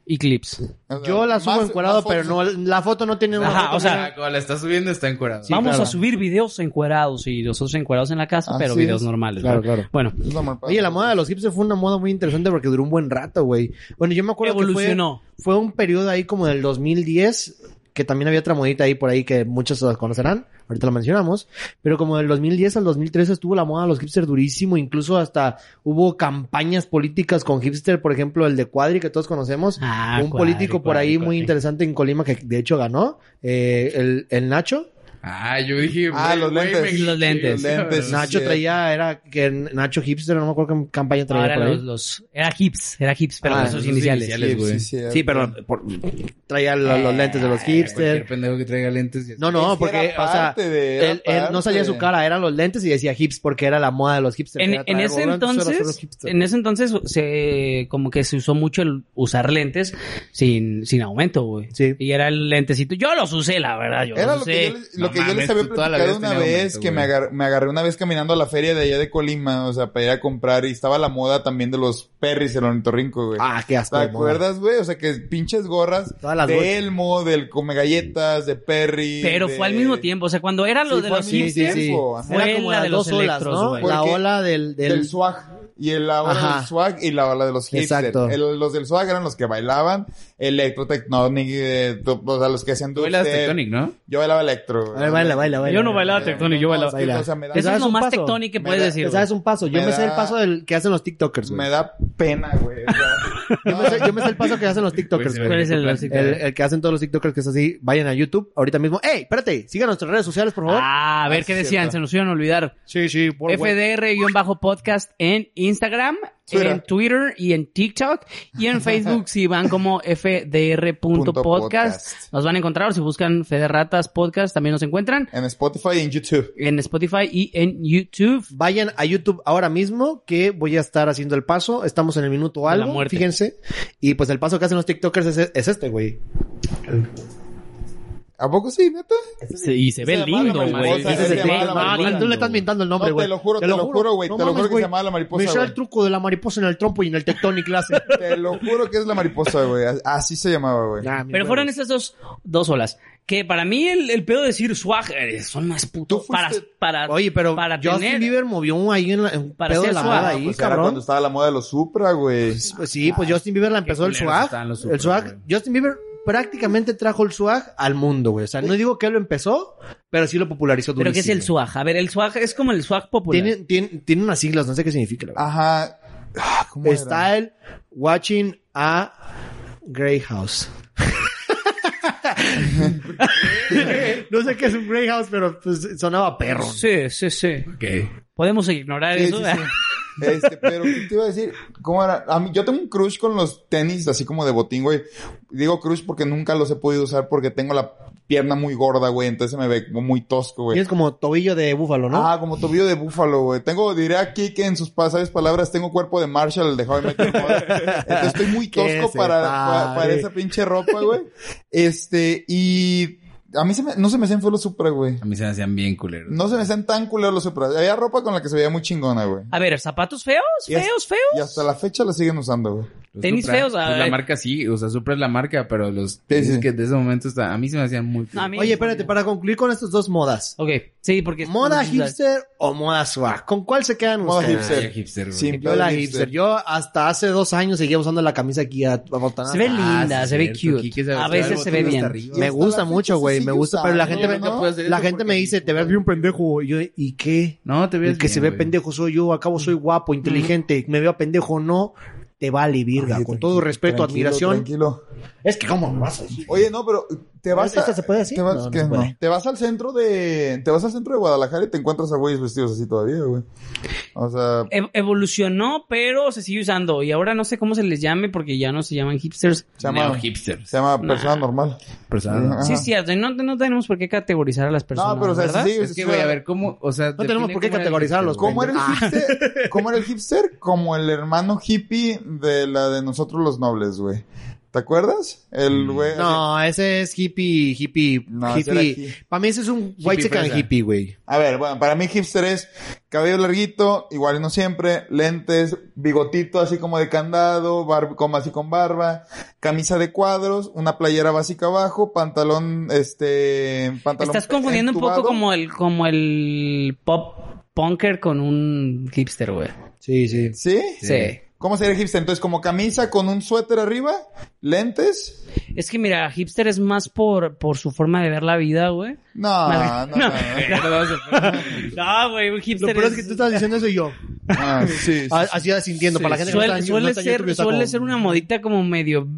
Speaker 1: Y clips.
Speaker 3: O sea,
Speaker 2: Yo la subo
Speaker 3: más-
Speaker 2: encuerado,
Speaker 3: más
Speaker 2: pero no,
Speaker 3: fotos-
Speaker 2: la foto no tiene una
Speaker 1: Ajá,
Speaker 2: foto
Speaker 1: o sea-
Speaker 4: Ah, cuando la está subiendo está encuerada.
Speaker 2: Sí,
Speaker 1: Vamos
Speaker 2: claro.
Speaker 1: a subir videos encuerados y nosotros encuerados en la casa,
Speaker 3: Así
Speaker 1: pero videos
Speaker 3: es.
Speaker 1: normales.
Speaker 2: Claro,
Speaker 1: ¿verdad?
Speaker 2: claro.
Speaker 1: Bueno,
Speaker 3: Es la malpata.
Speaker 2: Oye, la moda de los hipsters fue una moda muy interesante porque duró un buen rato, güey. Bueno, yo me acuerdo
Speaker 1: Evolucionó.
Speaker 2: que fue, fue un periodo ahí como del 2010, que también había otra modita ahí por ahí que muchos las conocerán, ahorita la mencionamos, pero como del 2010 al 2013 estuvo la moda de los hipsters durísimo, incluso hasta hubo campañas políticas con hipster, por ejemplo, el de Cuadri que todos conocemos,
Speaker 1: Ah,
Speaker 2: un
Speaker 1: Cuadri,
Speaker 2: político por
Speaker 1: Cuadri,
Speaker 2: ahí muy
Speaker 1: Cuadri.
Speaker 2: interesante en Colima que de hecho ganó, eh, el, el Nacho.
Speaker 4: Ah, yo dije...
Speaker 3: Ah, los
Speaker 4: güey,
Speaker 3: lentes.
Speaker 4: me-
Speaker 1: Los lentes.
Speaker 3: lentes. sí.
Speaker 2: Nacho
Speaker 3: eh.
Speaker 2: traía, era que Nacho hipster, no me acuerdo qué campaña traía
Speaker 1: ahora
Speaker 2: por ahí.
Speaker 1: los, los- Era hips, era hips, pero
Speaker 2: Ah,
Speaker 1: con esos
Speaker 4: esos
Speaker 1: iniciales.
Speaker 4: iniciales.
Speaker 3: Sí,
Speaker 4: güey.
Speaker 3: sí, sí,
Speaker 2: Sí, pero por- traía lo- los lentes de
Speaker 1: Eh,
Speaker 2: los
Speaker 4: Cualquier
Speaker 2: hipster.
Speaker 4: pendejo que traiga lentes. y-
Speaker 2: No,
Speaker 3: Es
Speaker 2: no,
Speaker 3: que
Speaker 2: porque,
Speaker 3: era
Speaker 2: o sea,
Speaker 3: parte de- era
Speaker 2: él, él no salía
Speaker 3: parte
Speaker 2: su cara, eran los lentes y decía hips porque era la moda de los hipsters.
Speaker 1: En,
Speaker 2: Era
Speaker 1: en
Speaker 2: traer
Speaker 1: ese
Speaker 2: bolas, entonces eran solo
Speaker 1: entonces,
Speaker 2: hipsters.
Speaker 1: en ese entonces se como que se usó mucho el usar lentes sin, sin aumento, güey.
Speaker 2: Sí.
Speaker 1: Y era el lentecito. Yo los usé, la verdad, yo los
Speaker 3: Era lo
Speaker 1: usé.
Speaker 3: que, yo les, lo
Speaker 4: No
Speaker 3: que yo
Speaker 4: mames,
Speaker 3: les había
Speaker 4: tú toda la
Speaker 3: platicado
Speaker 4: vida
Speaker 3: una
Speaker 4: has tenido
Speaker 3: vez,
Speaker 4: aumento,
Speaker 3: que me,
Speaker 4: güey.
Speaker 3: agar- me agarré una vez caminando a la feria de allá de Colima, o sea, para ir a comprar, y estaba la moda también de los perris, el ornitorrinco, güey.
Speaker 2: Ah, qué
Speaker 3: ¿Te
Speaker 2: asco. de moda.
Speaker 3: acuerdas, güey? O sea, que pinches gorras
Speaker 2: Todas las gorras.
Speaker 3: de Elmo, del Come Galletas, de Perry.
Speaker 1: Pero
Speaker 3: de-
Speaker 1: fue al mismo tiempo. O sea, cuando era lo
Speaker 3: Sí,
Speaker 1: de
Speaker 3: fue
Speaker 1: los
Speaker 3: al mismo
Speaker 1: hipsters,
Speaker 2: Sí, sí.
Speaker 3: tiempo, ajá.
Speaker 1: Fue
Speaker 2: Era como
Speaker 1: la
Speaker 2: las
Speaker 1: de los
Speaker 2: dos olas,
Speaker 1: electros,
Speaker 2: ¿no?
Speaker 1: güey.
Speaker 2: La
Speaker 3: Porque
Speaker 2: ola del... del-
Speaker 3: del swag. Y la ola
Speaker 2: Ajá.
Speaker 3: del swag y la ola de los hipsters.
Speaker 2: Exacto.
Speaker 3: los del swag eran los que bailaban electro, tectonic, eh, to- o sea, los que hacían
Speaker 4: Tú bailas
Speaker 3: dubstep.
Speaker 4: Tectonic, ¿no?
Speaker 3: Yo bailaba electro.
Speaker 2: A ver, baila, baila, baila.
Speaker 1: Yo no bailaba tectonic, yo bailaba.
Speaker 3: No, es que, o sea, me da,
Speaker 2: ¿Te
Speaker 1: Eso es
Speaker 2: sabes
Speaker 1: lo
Speaker 2: un
Speaker 1: más
Speaker 2: paso?
Speaker 1: tectónico que
Speaker 3: Me
Speaker 1: puedes
Speaker 3: da-
Speaker 1: decir.
Speaker 2: Te
Speaker 1: güey.
Speaker 2: sabes un paso. Yo
Speaker 3: Me
Speaker 2: me sé el
Speaker 3: da-
Speaker 2: paso del que hacen los tiktokers,
Speaker 3: me
Speaker 2: Pues, güey.
Speaker 3: da pena, güey. o sea,
Speaker 2: Yo me sé- yo me sé el paso que hacen los
Speaker 3: Pues
Speaker 2: tiktokers,
Speaker 4: Güey,
Speaker 2: güey.
Speaker 1: ¿Cuál es el-
Speaker 2: El, el que hacen todos los TikTokers que es así, vayan a YouTube ahorita mismo. ¡Ey! Espérate, sigan nuestras redes sociales, por favor.
Speaker 1: Ah, a ver
Speaker 3: Ah,
Speaker 1: qué
Speaker 3: sí,
Speaker 1: decían,
Speaker 3: cierto.
Speaker 1: se nos iban a olvidar.
Speaker 2: sí, sí, por
Speaker 1: FDR-podcast en Instagram
Speaker 3: Twitter.
Speaker 1: en Twitter y en TikTok. Y en Facebook, si van como fdr.podcast,
Speaker 3: podcast.
Speaker 1: nos van a encontrar. O si buscan Federratas Podcast, también nos encuentran.
Speaker 3: En Spotify y en YouTube.
Speaker 1: En Spotify y en YouTube.
Speaker 2: Vayan a YouTube ahora mismo que voy a estar haciendo el paso. Estamos en el minuto
Speaker 1: la
Speaker 2: algo,
Speaker 1: muerte.
Speaker 2: fíjense. Y pues el paso que hacen los TikTokers es, es este, güey.
Speaker 3: ¿A poco sí, neta?
Speaker 1: Se- y se ve
Speaker 3: Se llama
Speaker 1: lindo,
Speaker 3: la
Speaker 1: güey.
Speaker 3: mariposa,
Speaker 1: Ese
Speaker 3: se
Speaker 1: es
Speaker 3: llama
Speaker 1: el
Speaker 3: la
Speaker 1: tema,
Speaker 3: mariposa.
Speaker 1: lindo.
Speaker 2: Ah, tú le estás mintiendo el nombre,
Speaker 3: No,
Speaker 2: güey.
Speaker 3: te lo juro, te lo juro, güey, te lo juro que se llamaba la mariposa,
Speaker 2: Me echó
Speaker 3: güey.
Speaker 2: el truco de la mariposa en el trompo y en el tectonic clase.
Speaker 3: Te lo juro que es la mariposa, güey. Así se llamaba, güey.
Speaker 2: Nah, mi
Speaker 1: Pero
Speaker 2: huevo.
Speaker 1: fueron esas dos, dos olas. Que para mí el, el pedo de decir swag eh, son más putos
Speaker 3: Tú
Speaker 1: para,
Speaker 3: fuiste-
Speaker 1: para,
Speaker 2: Oye, pero
Speaker 1: para
Speaker 2: Justin
Speaker 1: tener.
Speaker 2: Bieber movió un ahí en la, en un
Speaker 1: Para
Speaker 2: pedo
Speaker 1: ser
Speaker 2: de la
Speaker 1: suave.
Speaker 2: moda
Speaker 1: Ah,
Speaker 2: ahí,
Speaker 3: pues era
Speaker 2: cabrón.
Speaker 3: cuando estaba la moda de los Supra, güey.
Speaker 2: Pues sí, pues Justin Bieber la empezó el
Speaker 4: culeros
Speaker 2: swag.
Speaker 4: estaban los
Speaker 2: el
Speaker 4: Supra,
Speaker 2: swag.
Speaker 4: güey.
Speaker 2: Justin Bieber prácticamente trajo el swag al mundo, güey. O sea, no digo que él lo empezó, pero sí lo popularizó
Speaker 1: Pero ¿qué es el
Speaker 2: durísimo.
Speaker 1: swag? A ver, el swag es como el swag popular.
Speaker 2: Tiene, tiene, tiene unas siglas, no sé qué significa. la verdad.
Speaker 3: Ajá. Ah, ¿Cómo era?
Speaker 2: Style watching a Grey House. no sé qué es un Grey House, pero pues, sonaba perro.
Speaker 1: Sí, sí, sí.
Speaker 4: Ok.
Speaker 1: Podemos ignorar
Speaker 3: Sí,
Speaker 1: eso.
Speaker 3: sí, sí. Este, pero ¿qué te iba a decir? ¿Cómo era? A mí, yo tengo un crush con los tenis así como de botín, güey. Digo crush porque nunca los he podido usar porque tengo la pierna muy gorda, güey. Entonces se me ve como muy tosco, güey.
Speaker 2: Tienes como tobillo de búfalo, ¿no?
Speaker 3: Ah, como tobillo de búfalo, güey. Tengo, diré aquí que en sus pasadas palabras tengo cuerpo de Marshall de How I Met Your Mother. Entonces estoy muy
Speaker 2: Que
Speaker 3: tosco
Speaker 2: se
Speaker 3: para,
Speaker 2: pare.
Speaker 3: pa- para esa pinche ropa, güey. Este, y a mí se me, no se me hacen feos los Supra, güey.
Speaker 4: A mí se me hacían bien culeros.
Speaker 3: No se me hacen tan culeros los Supra. Había ropa con la que se veía muy chingona, güey.
Speaker 1: A ver, ¿zapatos feos?
Speaker 3: Y hasta-
Speaker 1: ¿Feos,
Speaker 3: Y
Speaker 1: feos?
Speaker 3: hasta la fecha la siguen usando, güey.
Speaker 4: Los
Speaker 1: Tenis feos,
Speaker 4: pues
Speaker 1: ah,
Speaker 4: la
Speaker 1: eh.
Speaker 4: marca sí, o sea, Supra es la marca, pero los
Speaker 3: Sí,
Speaker 4: tenis
Speaker 3: sí.
Speaker 4: que de ese momento está, a mí se me hacían muy
Speaker 1: No, a mí-
Speaker 2: Oye, espérate, para concluir con estas dos modas.
Speaker 1: Ok, sí, porque...
Speaker 2: ¿Moda hipster o moda swag? ¿Con cuál se quedan
Speaker 3: Moda
Speaker 2: ustedes?
Speaker 3: hipster.
Speaker 4: Ay, hipster, güey.
Speaker 3: Sí.
Speaker 2: Yo la
Speaker 3: Hipster.
Speaker 2: hipster. Yo hasta hace dos años seguía usando la camisa aquí a abotonada.
Speaker 1: Se ve
Speaker 2: Ah,
Speaker 1: linda,
Speaker 4: sí,
Speaker 1: se ve
Speaker 4: cierto, Quique
Speaker 1: cute.
Speaker 4: se-
Speaker 1: A veces se ve
Speaker 4: hasta
Speaker 1: bien.
Speaker 4: arriba.
Speaker 2: Me
Speaker 3: hasta
Speaker 2: gusta
Speaker 3: la
Speaker 2: mucho,
Speaker 3: fecha
Speaker 2: güey.
Speaker 3: se
Speaker 2: Me
Speaker 3: sigue
Speaker 2: gusta, pero la gente me,
Speaker 3: usando, ¿no?
Speaker 2: la gente me dice, te ves bien pendejo. Y yo, ¿y qué?
Speaker 4: No, te ves
Speaker 2: El que se ve
Speaker 4: bien, güey.
Speaker 2: pendejo soy yo, acabo soy guapo, inteligente, me veo pendejo o no, te vale virga,
Speaker 3: Oye,
Speaker 2: con
Speaker 3: tranquilo,
Speaker 2: todo respeto,
Speaker 3: tranquilo,
Speaker 2: admiración.
Speaker 3: Tranquilo.
Speaker 2: Es que cómo me vas a decir?
Speaker 3: Oye, no, pero te vas
Speaker 2: ¿Esta
Speaker 3: a,
Speaker 2: se puede decir?
Speaker 3: Te vas,
Speaker 2: No, no
Speaker 3: ¿qué?
Speaker 2: se puede.
Speaker 3: No. Te vas al centro de te vas al centro de Guadalajara y te encuentras a güeyes vestidos así todavía, güey. O sea,
Speaker 1: Ev- Evolucionó, pero se sigue usando. Y ahora no sé cómo se les llame porque ya no se llaman hipsters.
Speaker 3: se llama
Speaker 4: Neo hipsters.
Speaker 3: se llama persona normal.
Speaker 4: Persona.
Speaker 3: Ajá.
Speaker 1: Sí, sí, no, no tenemos por qué categorizar a las personas,
Speaker 3: no, pero o sea,
Speaker 1: ¿verdad?
Speaker 3: sí,
Speaker 4: Es que, güey, a ver, ¿cómo? O sea,
Speaker 2: No
Speaker 4: define
Speaker 2: tenemos por qué
Speaker 4: cómo era el
Speaker 2: categorizar a
Speaker 4: hipster,
Speaker 2: los
Speaker 4: güey.
Speaker 3: ¿Cómo era el hipster? ¿Cómo era el hipster? Como el hermano hippie de la de nosotros los nobles, güey. ¿Te acuerdas? El güey así-
Speaker 2: No, ese es hippie, hippie,
Speaker 3: No, ese era
Speaker 2: hippie.
Speaker 3: hi-
Speaker 2: Para mí ese es un white chicken
Speaker 4: fresa.
Speaker 2: hippie, güey.
Speaker 3: A ver, bueno, para mí hipster es cabello larguito, igual y no siempre, lentes, bigotito así como de candado, bar como así con barba, camisa de cuadros, una playera básica abajo, pantalón, este, pantalón.
Speaker 1: Estás confundiendo un poco
Speaker 3: entubado.
Speaker 1: como el, como el pop punker con un hipster, güey.
Speaker 2: Sí, sí.
Speaker 3: ¿Sí?
Speaker 1: Sí.
Speaker 3: ¿Cómo sería hipster? Entonces, como camisa con un suéter arriba, lentes.
Speaker 1: Es que mira, hipster es más por, por su forma de ver la vida, güey.
Speaker 3: No, no, no. no,
Speaker 1: No, güey, un
Speaker 2: Lo
Speaker 1: hipster
Speaker 2: peor es
Speaker 1: es-
Speaker 2: que tú estás diciendo eso y yo.
Speaker 3: Ah, sí, sí.
Speaker 2: a- Así sintiendo, para la gente que no
Speaker 1: Suele,
Speaker 2: está en-
Speaker 1: suele
Speaker 2: no está en
Speaker 1: ser,
Speaker 2: YouTube, está
Speaker 1: suele
Speaker 2: como-
Speaker 1: ser una modita como medio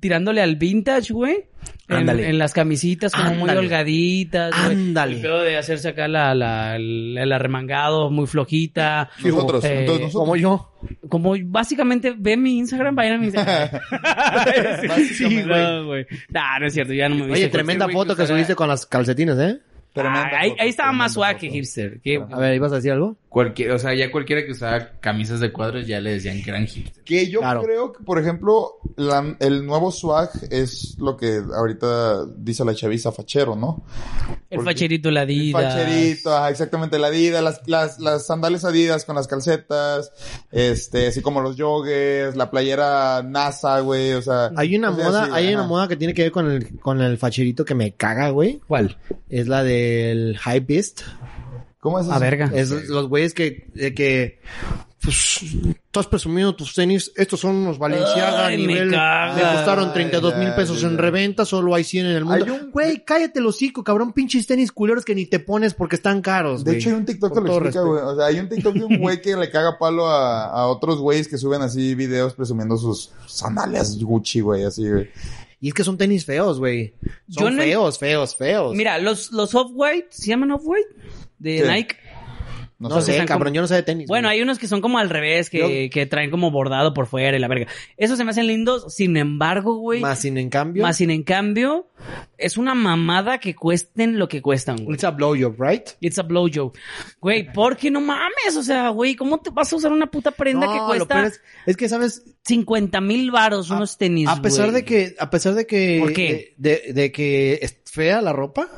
Speaker 1: tirándole al vintage, güey. En,
Speaker 2: Ándale.
Speaker 1: en las camisitas como muy
Speaker 2: Ándale.
Speaker 1: holgaditas, güey.
Speaker 2: Ándale.
Speaker 1: El pedo de hacerse acá la, la, la- el arremangado muy flojita.
Speaker 3: Nosotros,
Speaker 1: Eh,
Speaker 3: entonces nosotros.
Speaker 2: Como yo.
Speaker 1: Como básicamente ve mi Instagram, vayan a mi Instagram.
Speaker 3: Básicamente.
Speaker 1: sí, no, güey. Nah, no es cierto, ya no me
Speaker 2: Oye,
Speaker 1: viste.
Speaker 2: tremenda
Speaker 4: güey
Speaker 2: foto
Speaker 4: que
Speaker 2: que
Speaker 4: usara-
Speaker 2: subiste con las calcetines, ¿eh?
Speaker 1: Ah,
Speaker 3: Tremenda
Speaker 1: ahí,
Speaker 3: foto,
Speaker 1: ahí estaba más
Speaker 3: tremenda
Speaker 1: suave que
Speaker 3: foto.
Speaker 1: hipster. que-
Speaker 2: A ver, ¿ibas a decir algo?
Speaker 4: Cualquier, o sea, ya cualquiera que usaba camisas de cuadros ya le decían que eran hipster.
Speaker 3: Que yo
Speaker 2: Claro.
Speaker 3: creo que, por ejemplo, la- el nuevo swag es lo que ahorita dice la chaviza fachero, ¿no?
Speaker 1: el
Speaker 3: porque-
Speaker 1: facherito, la Adidas.
Speaker 3: Facherito, ajá, exactamente, la Adidas, las, las, las sandales Adidas con las calcetas, este, así como los joggers, la playera NASA, güey, o sea.
Speaker 2: Hay una
Speaker 3: o sea,
Speaker 2: moda,
Speaker 3: sí,
Speaker 2: hay una
Speaker 3: ajá.
Speaker 2: moda que tiene que ver con el, con el facherito que me caga, güey.
Speaker 1: ¿Cuál?
Speaker 2: Es la del High Beast.
Speaker 3: ¿Cómo es eso?
Speaker 1: A verga.
Speaker 2: Es los güeyes que, de que pues, estás presumiendo tus tenis. Estos son unos Valenciaga a
Speaker 1: Ay, me
Speaker 2: nivel.
Speaker 1: caga.
Speaker 2: Me costaron 32 mil
Speaker 3: Ay,
Speaker 2: pesos
Speaker 3: ya,
Speaker 2: en
Speaker 3: ya.
Speaker 2: reventa, solo hay 100 en el mundo.
Speaker 3: Hay un-
Speaker 2: Güey, cállate el hocico, cabrón. Pinches tenis culeros que ni te pones porque están caros.
Speaker 3: De
Speaker 2: Pues, güey.
Speaker 3: hecho, hay un TikTok que
Speaker 2: Con
Speaker 3: lo
Speaker 2: todo
Speaker 3: explica,
Speaker 2: respeto.
Speaker 3: güey. O sea, hay un TikTok de un güey que le caga palo a, a otros güeyes que suben así videos presumiendo sus sandalias Gucci, güey, así, güey.
Speaker 2: Y es que son tenis feos, güey.
Speaker 1: Yo
Speaker 2: Son
Speaker 1: no-
Speaker 2: feos, feos, feos.
Speaker 1: Mira, los, los off-white, ¿se llaman off-white? De
Speaker 3: Sí.
Speaker 1: Nike.
Speaker 2: No,
Speaker 3: sabía.
Speaker 2: sé,
Speaker 1: están
Speaker 2: cabrón,
Speaker 1: como-
Speaker 2: yo no sé de tenis.
Speaker 1: Bueno,
Speaker 2: güey.
Speaker 1: hay unos que son como al revés, que, que traen como bordado por fuera y la verga. Esos se me hacen lindos, sin embargo, güey.
Speaker 2: Más
Speaker 1: Más,
Speaker 2: sin en cambio.
Speaker 1: sin en cambio, es una mamada que cuesten lo que cuestan, güey.
Speaker 2: It's a blowjob, right?
Speaker 1: It's a blowjob. Güey, porque no mames, o sea, güey, ¿cómo te vas a usar una puta prenda
Speaker 2: No,
Speaker 1: que
Speaker 2: lo
Speaker 1: cuesta
Speaker 2: peor es, es que, ¿sabes?
Speaker 1: 50 mil varos unos tenis,
Speaker 2: A pesar
Speaker 1: güey?
Speaker 2: de que, a pesar de que, eh,
Speaker 1: ¿Por qué?
Speaker 2: De, de- de que es fea la ropa,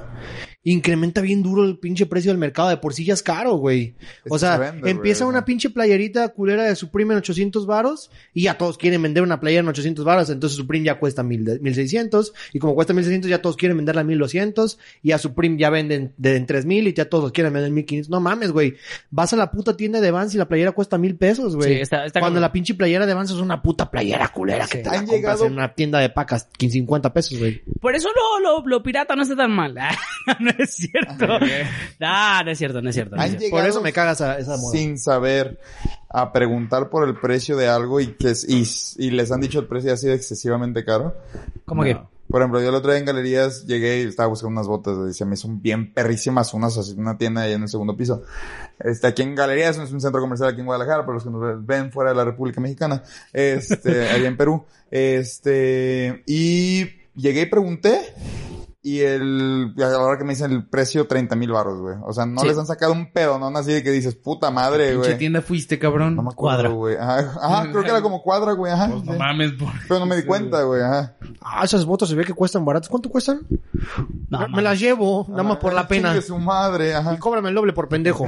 Speaker 2: incrementa bien duro el pinche precio del mercado. De por sí ya es caro, güey.
Speaker 3: Es
Speaker 2: O
Speaker 3: que
Speaker 2: sea,
Speaker 3: se vende, güey, o
Speaker 2: empieza
Speaker 3: sea.
Speaker 2: una pinche playerita culera de Supreme en 800 varos y ya todos quieren vender una playera en 800 varos. Entonces Supreme ya cuesta 1000 de- 1600 y como cuesta 1600 ya todos quieren venderla en 1200 y a Supreme ya venden de, en 3000 y ya todos quieren vender en 1500. No mames, güey. Vas a la puta tienda de Vans y la playera cuesta 1000 pesos, güey.
Speaker 1: Sí, está- está
Speaker 2: Cuando
Speaker 1: cabrón.
Speaker 2: la pinche playera de Vans es una puta playera culera que
Speaker 1: Sí.
Speaker 2: te la
Speaker 3: Han
Speaker 2: compras
Speaker 3: llegado-
Speaker 2: en una tienda de pacas 15, 50 pesos, güey.
Speaker 1: Por eso lo, lo, lo pirata no está tan mal. Ah, no es cierto. Ah, no es cierto, no es cierto. no es
Speaker 3: Han
Speaker 1: cierto.
Speaker 3: llegado
Speaker 2: Por eso me cagas a esa moda.
Speaker 3: sin saber a preguntar por el precio de algo y, que, es- y, y les han dicho el precio y ha sido excesivamente caro.
Speaker 1: ¿Cómo que?
Speaker 3: Por ejemplo, yo la otra vez en galerías llegué y estaba buscando unas botas y se me son bien perrísimas unas así en una tienda ahí en el segundo piso. Este, aquí en galerías es un centro comercial aquí en Guadalajara, para los que nos ven fuera de la República Mexicana, este, allá en Perú. Este, y llegué y pregunté y el, a la hora que me dicen el precio 30 mil baros, güey. O sea, no
Speaker 1: Sí.
Speaker 3: les han sacado un pedo, ¿no? Así de que dices, puta madre,
Speaker 4: Pinche
Speaker 3: güey.
Speaker 4: tienda fuiste, cabrón.
Speaker 3: No me
Speaker 4: No,
Speaker 3: acuerdo,
Speaker 1: Cuadra.
Speaker 3: güey. Ajá, ajá, creo que era como cuadra, güey. Ajá. sí.
Speaker 4: Pues mames, por...
Speaker 3: Pero no me di cuenta, güey. Ajá.
Speaker 2: Ah, esas botas se ve que cuestan baratas. ¿Cuánto cuestan?
Speaker 1: No,
Speaker 2: me
Speaker 1: mames.
Speaker 2: las llevo, nada más por la pena.
Speaker 3: Chingue su madre, ajá.
Speaker 2: Y cóbrame el doble por pendejo.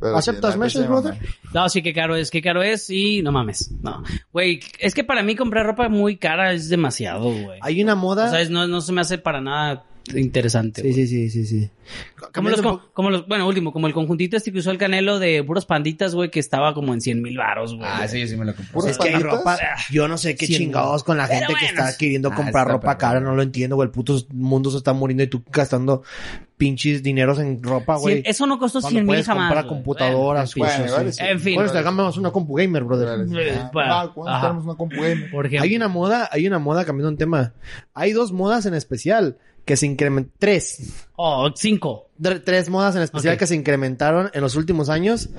Speaker 3: Pero
Speaker 2: ¿Aceptas
Speaker 3: la neta
Speaker 2: meses,
Speaker 3: sí,
Speaker 2: brother?
Speaker 3: mamá.
Speaker 1: No, sí, qué caro es, qué caro es y no mames. No. Güey, es que para mí comprar ropa muy cara es demasiado, güey.
Speaker 2: Hay una moda.
Speaker 1: ¿Sabes? No, no se me hace para nada interesante.
Speaker 2: Sí,
Speaker 1: güey.
Speaker 2: sí, sí, sí, sí.
Speaker 1: Como los,
Speaker 2: Cambiando un
Speaker 1: co- como los, bueno, último, como el conjuntito este que usó el canelo de puros panditas, güey, que estaba como en 100 mil varos, güey.
Speaker 4: Ah, eso yo sí me lo compré.
Speaker 3: Puras
Speaker 2: Es que hay
Speaker 3: panditas.
Speaker 2: ropa, yo no sé qué
Speaker 1: Sí,
Speaker 2: chingados con la
Speaker 1: pero
Speaker 2: gente que
Speaker 1: bueno.
Speaker 2: está queriendo
Speaker 4: Ah,
Speaker 2: comprar
Speaker 4: está
Speaker 2: ropa cara,
Speaker 4: perro.
Speaker 2: no lo entiendo, güey. El puto mundo se está muriendo y tú gastando pinches dineros en ropa,
Speaker 1: Cien-
Speaker 2: güey.
Speaker 1: eso no costó
Speaker 2: Cuando
Speaker 1: 100 mil
Speaker 2: puedes
Speaker 1: jamás.
Speaker 2: comprar
Speaker 1: güey.
Speaker 2: computadoras,
Speaker 1: Bueno,
Speaker 2: cosas
Speaker 3: Bueno, igual
Speaker 2: así.
Speaker 3: sí.
Speaker 1: en fin.
Speaker 2: Bueno, sacamos una compu gamer, brother. Eh,
Speaker 3: Órale, sí.
Speaker 1: Bueno,
Speaker 3: Ah, ¿cuándo
Speaker 1: ajá.
Speaker 3: tenemos una compu gamer?
Speaker 1: por ejemplo.
Speaker 2: Hay una moda, hay una moda cambiando un tema. Hay dos modas en especial que se incrementan, tres,
Speaker 1: Oh, cinco.
Speaker 2: Tre- tres modas en especial
Speaker 1: Ok.
Speaker 2: que se incrementaron en los últimos años.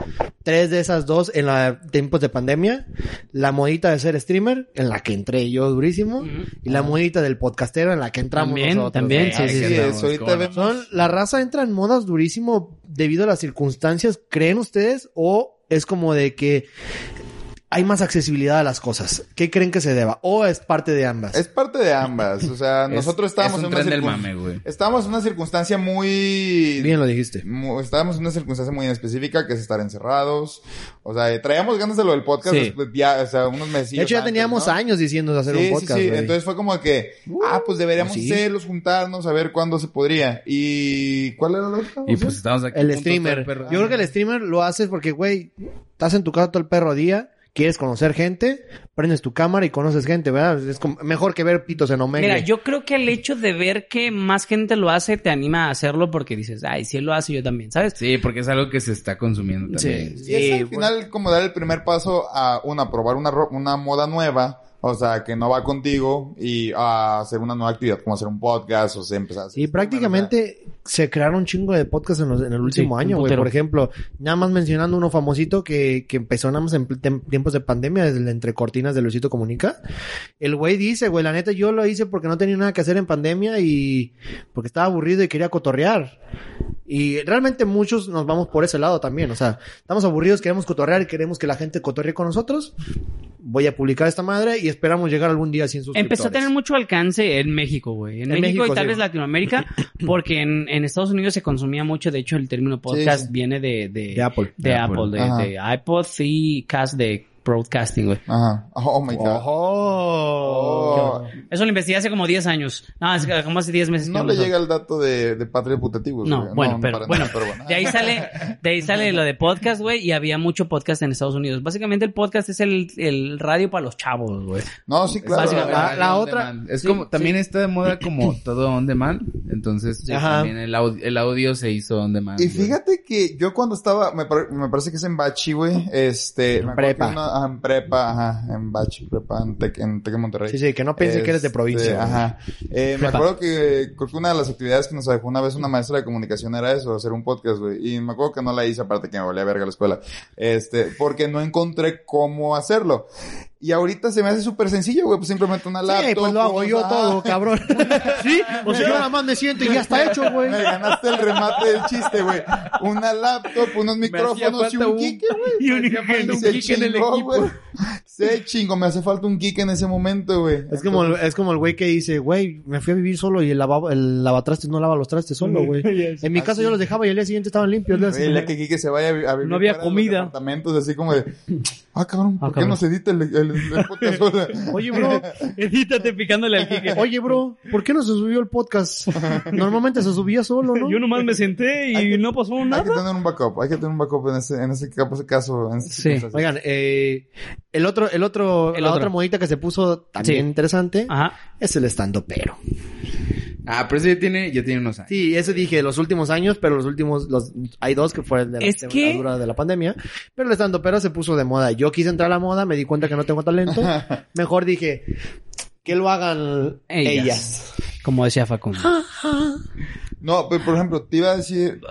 Speaker 2: Tres de esas dos en la tiempos de pandemia. La modita de ser streamer, en la que entré yo durísimo. Y la modita del podcastero, en la que entramos
Speaker 1: Mm. También,
Speaker 2: nosotros.
Speaker 1: también, sí,
Speaker 4: Ay,
Speaker 1: sí,
Speaker 4: qué
Speaker 1: sí.
Speaker 4: andamos,
Speaker 3: ahorita
Speaker 4: cómo no.
Speaker 3: vemos.
Speaker 2: Son, la raza entra en modas durísimo debido a las circunstancias, ¿creen ustedes? ¿O es como de que hay más accesibilidad a las cosas? ¿Qué creen que se deba? ¿O es parte de ambas?
Speaker 3: Es parte de ambas. O sea,
Speaker 4: Es-
Speaker 3: nosotros estábamos
Speaker 4: es un
Speaker 3: en una
Speaker 4: tren del
Speaker 3: circun-
Speaker 4: mame, güey.
Speaker 3: Estábamos en una circunstancia muy...
Speaker 2: Bien lo dijiste.
Speaker 3: mu- Estábamos en una circunstancia muy específica, que es estar encerrados. O sea, eh, traíamos ganas de lo del podcast.
Speaker 1: Sí.
Speaker 3: pues, ya, o sea, unos meses.
Speaker 2: De hecho, ya teníamos años diciendo de hacer
Speaker 3: sí,
Speaker 2: un podcast.
Speaker 3: Sí, sí,
Speaker 2: güey.
Speaker 3: entonces fue como que, ah, pues deberíamos
Speaker 2: pues sí.
Speaker 3: hacerlos, juntarnos, a ver cuándo se podría. ¿Y cuál era la otra?
Speaker 4: Y
Speaker 3: opción?
Speaker 4: pues estamos aquí.
Speaker 2: el
Speaker 4: juntos todo
Speaker 2: streamer.
Speaker 4: el perro-
Speaker 2: Yo creo que el streamer lo haces porque, güey, estás en tu casa todo el perro día, quieres conocer gente, prendes tu cámara y conoces gente, ¿verdad? Es como- mejor que ver pitos en Omega.
Speaker 1: Mira, yo creo que el hecho de ver que más gente lo hace te anima a hacerlo porque dices, ay, si él lo hace, yo también, ¿sabes?
Speaker 4: Sí, porque es algo que se está consumiendo también.
Speaker 1: Sí.
Speaker 3: Y es al
Speaker 2: bueno.
Speaker 3: final como dar el primer paso a una, probar una, ro- una moda nueva, o sea, que no va contigo y a hacer una nueva actividad, como hacer un podcast o sea, empezar a hacer
Speaker 2: Y
Speaker 3: streamer, o
Speaker 2: prácticamente se crearon un chingo de podcasts en, los- en el último
Speaker 1: un
Speaker 2: año, güey.
Speaker 1: putero.
Speaker 2: Por ejemplo, nada más mencionando uno famosito que, que empezó nada más en pl- tem- tiempos de pandemia, desde el entre cortinas de Luisito Comunica. El güey dice, güey, la neta yo lo hice porque no tenía nada que hacer en pandemia y porque estaba aburrido y quería cotorrear. Y realmente muchos nos vamos por ese lado también. O sea, estamos aburridos, queremos cotorrear y queremos que la gente cotorree con nosotros. Voy a publicar esta madre y esperamos llegar algún día sin suscriptores.
Speaker 1: Empezó a tener mucho alcance en México, güey. En,
Speaker 2: En
Speaker 1: México,
Speaker 2: México,
Speaker 1: y tal
Speaker 2: sí.
Speaker 1: vez Latinoamérica, porque en, en Estados Unidos se consumía mucho. De hecho, el término podcast
Speaker 3: Sí, sí.
Speaker 1: viene de, de,
Speaker 2: De Apple.
Speaker 1: de
Speaker 4: De
Speaker 1: Apple,
Speaker 4: Apple.
Speaker 1: de-
Speaker 3: Ajá.
Speaker 1: de iPod y cast de broadcasting, güey.
Speaker 3: sea. Ajá. Oh, my God.
Speaker 2: ¡Ojo!
Speaker 3: Oh.
Speaker 1: Eso lo investigué hace como 10 años. No, es que como hace 10 meses.
Speaker 3: No
Speaker 1: que
Speaker 3: le
Speaker 1: empezó.
Speaker 3: llega el dato de, de patria putativos.
Speaker 1: No,
Speaker 3: güey.
Speaker 1: bueno, pero,
Speaker 3: para
Speaker 1: bueno,
Speaker 3: nada, pero bueno.
Speaker 1: De ahí sale, de ahí sale lo de podcast, güey, y había mucho podcast en Estados Unidos. Básicamente el podcast es el, el radio para los chavos, güey.
Speaker 3: No, sí, claro.
Speaker 1: básicamente-
Speaker 3: Ah,
Speaker 2: la- la
Speaker 4: on
Speaker 2: otra-
Speaker 4: demand. Es
Speaker 1: sí,
Speaker 4: como,
Speaker 1: sí.
Speaker 4: también está de moda como todo on demand. Entonces, sí,
Speaker 2: Ajá.
Speaker 4: también el, au- el audio se hizo on demand.
Speaker 3: Y
Speaker 4: güey.
Speaker 3: fíjate que yo cuando estaba, me, par- me parece que es en Bachi, güey, este, me acuerdo que
Speaker 2: Prepa.
Speaker 3: una- ajá, en prepa, ajá, en bachi, prepa, en Tec, en Tec de Monterrey.
Speaker 2: Sí, sí, que no piense que eres de provincia,
Speaker 3: Este,
Speaker 2: güey.
Speaker 3: Ajá. Eh, me
Speaker 1: Prepa.
Speaker 3: acuerdo que creo que una de las actividades que nos dejó una vez una maestra de comunicación era eso, hacer un podcast, güey. Y me acuerdo que no la hice, aparte que me valía verga la escuela. Este, porque no encontré cómo hacerlo. Y ahorita se me hace súper sencillo, güey, pues simplemente una laptop.
Speaker 2: Sí, pues lo hago yo
Speaker 3: una-
Speaker 2: todo, cabrón. sí, o sea, yo nada más me siento y ya está hecho, güey.
Speaker 3: Me ganaste el remate del chiste, güey. Una laptop, unos micrófonos y
Speaker 1: falta
Speaker 3: un
Speaker 1: un-
Speaker 3: kick, güey.
Speaker 1: Y un
Speaker 4: Ya falta
Speaker 1: ingenio.
Speaker 4: un
Speaker 3: Se
Speaker 4: geek en el
Speaker 3: chingó,
Speaker 4: equipo.
Speaker 3: güey. Se chingó, me hace falta un geek en ese momento, güey.
Speaker 2: Es como, el- es como el güey que dice, güey, me fui a vivir solo y el, lava, el lavatrastes no lava los trastes solo, güey. En mi casa yo los dejaba y al día siguiente estaban limpios. al día
Speaker 3: Güey, la
Speaker 2: siguiente-
Speaker 3: que Quique se vaya a vi- a vivir
Speaker 1: No había
Speaker 3: fuera de los
Speaker 1: comida.
Speaker 3: departamentos, así como de, ah, cabrón, ¿por
Speaker 1: Ah,
Speaker 3: qué
Speaker 1: cabrón.
Speaker 3: no se edita el, el- el podcast sola?
Speaker 2: Oye, bro,
Speaker 1: Edítate picándole al Kike.
Speaker 2: oye, bro, ¿por qué no se subió el podcast? Normalmente se subía solo, ¿no?
Speaker 1: Yo nomás me senté
Speaker 3: Hay
Speaker 1: y
Speaker 3: que-
Speaker 1: no pasó
Speaker 3: Hay que
Speaker 1: nada.
Speaker 3: tener un backup, hay que tener un backup en ese, en ese capo- caso. en ese
Speaker 1: Sí.
Speaker 3: circunstancia.
Speaker 2: Oigan, eh, el otro, el otro, Ah.
Speaker 1: El
Speaker 2: la
Speaker 1: otro.
Speaker 2: otra modita que se puso también
Speaker 1: Sí.
Speaker 2: interesante
Speaker 1: Ajá.
Speaker 2: es el estando pero.
Speaker 4: Ah, pero ese ya tiene, ya tiene unos años.
Speaker 2: Sí, eso dije los últimos años, pero los últimos, los, hay dos que fueron de la
Speaker 1: Es que-
Speaker 2: dura de la pandemia, pero el estando pero se puso de moda. Yo quise entrar a la moda, me di cuenta que no tengo talento. Mejor dije que lo hagan ellas.
Speaker 1: Ellas. Como decía Facundo.
Speaker 3: No, pero por ejemplo, te iba a decir,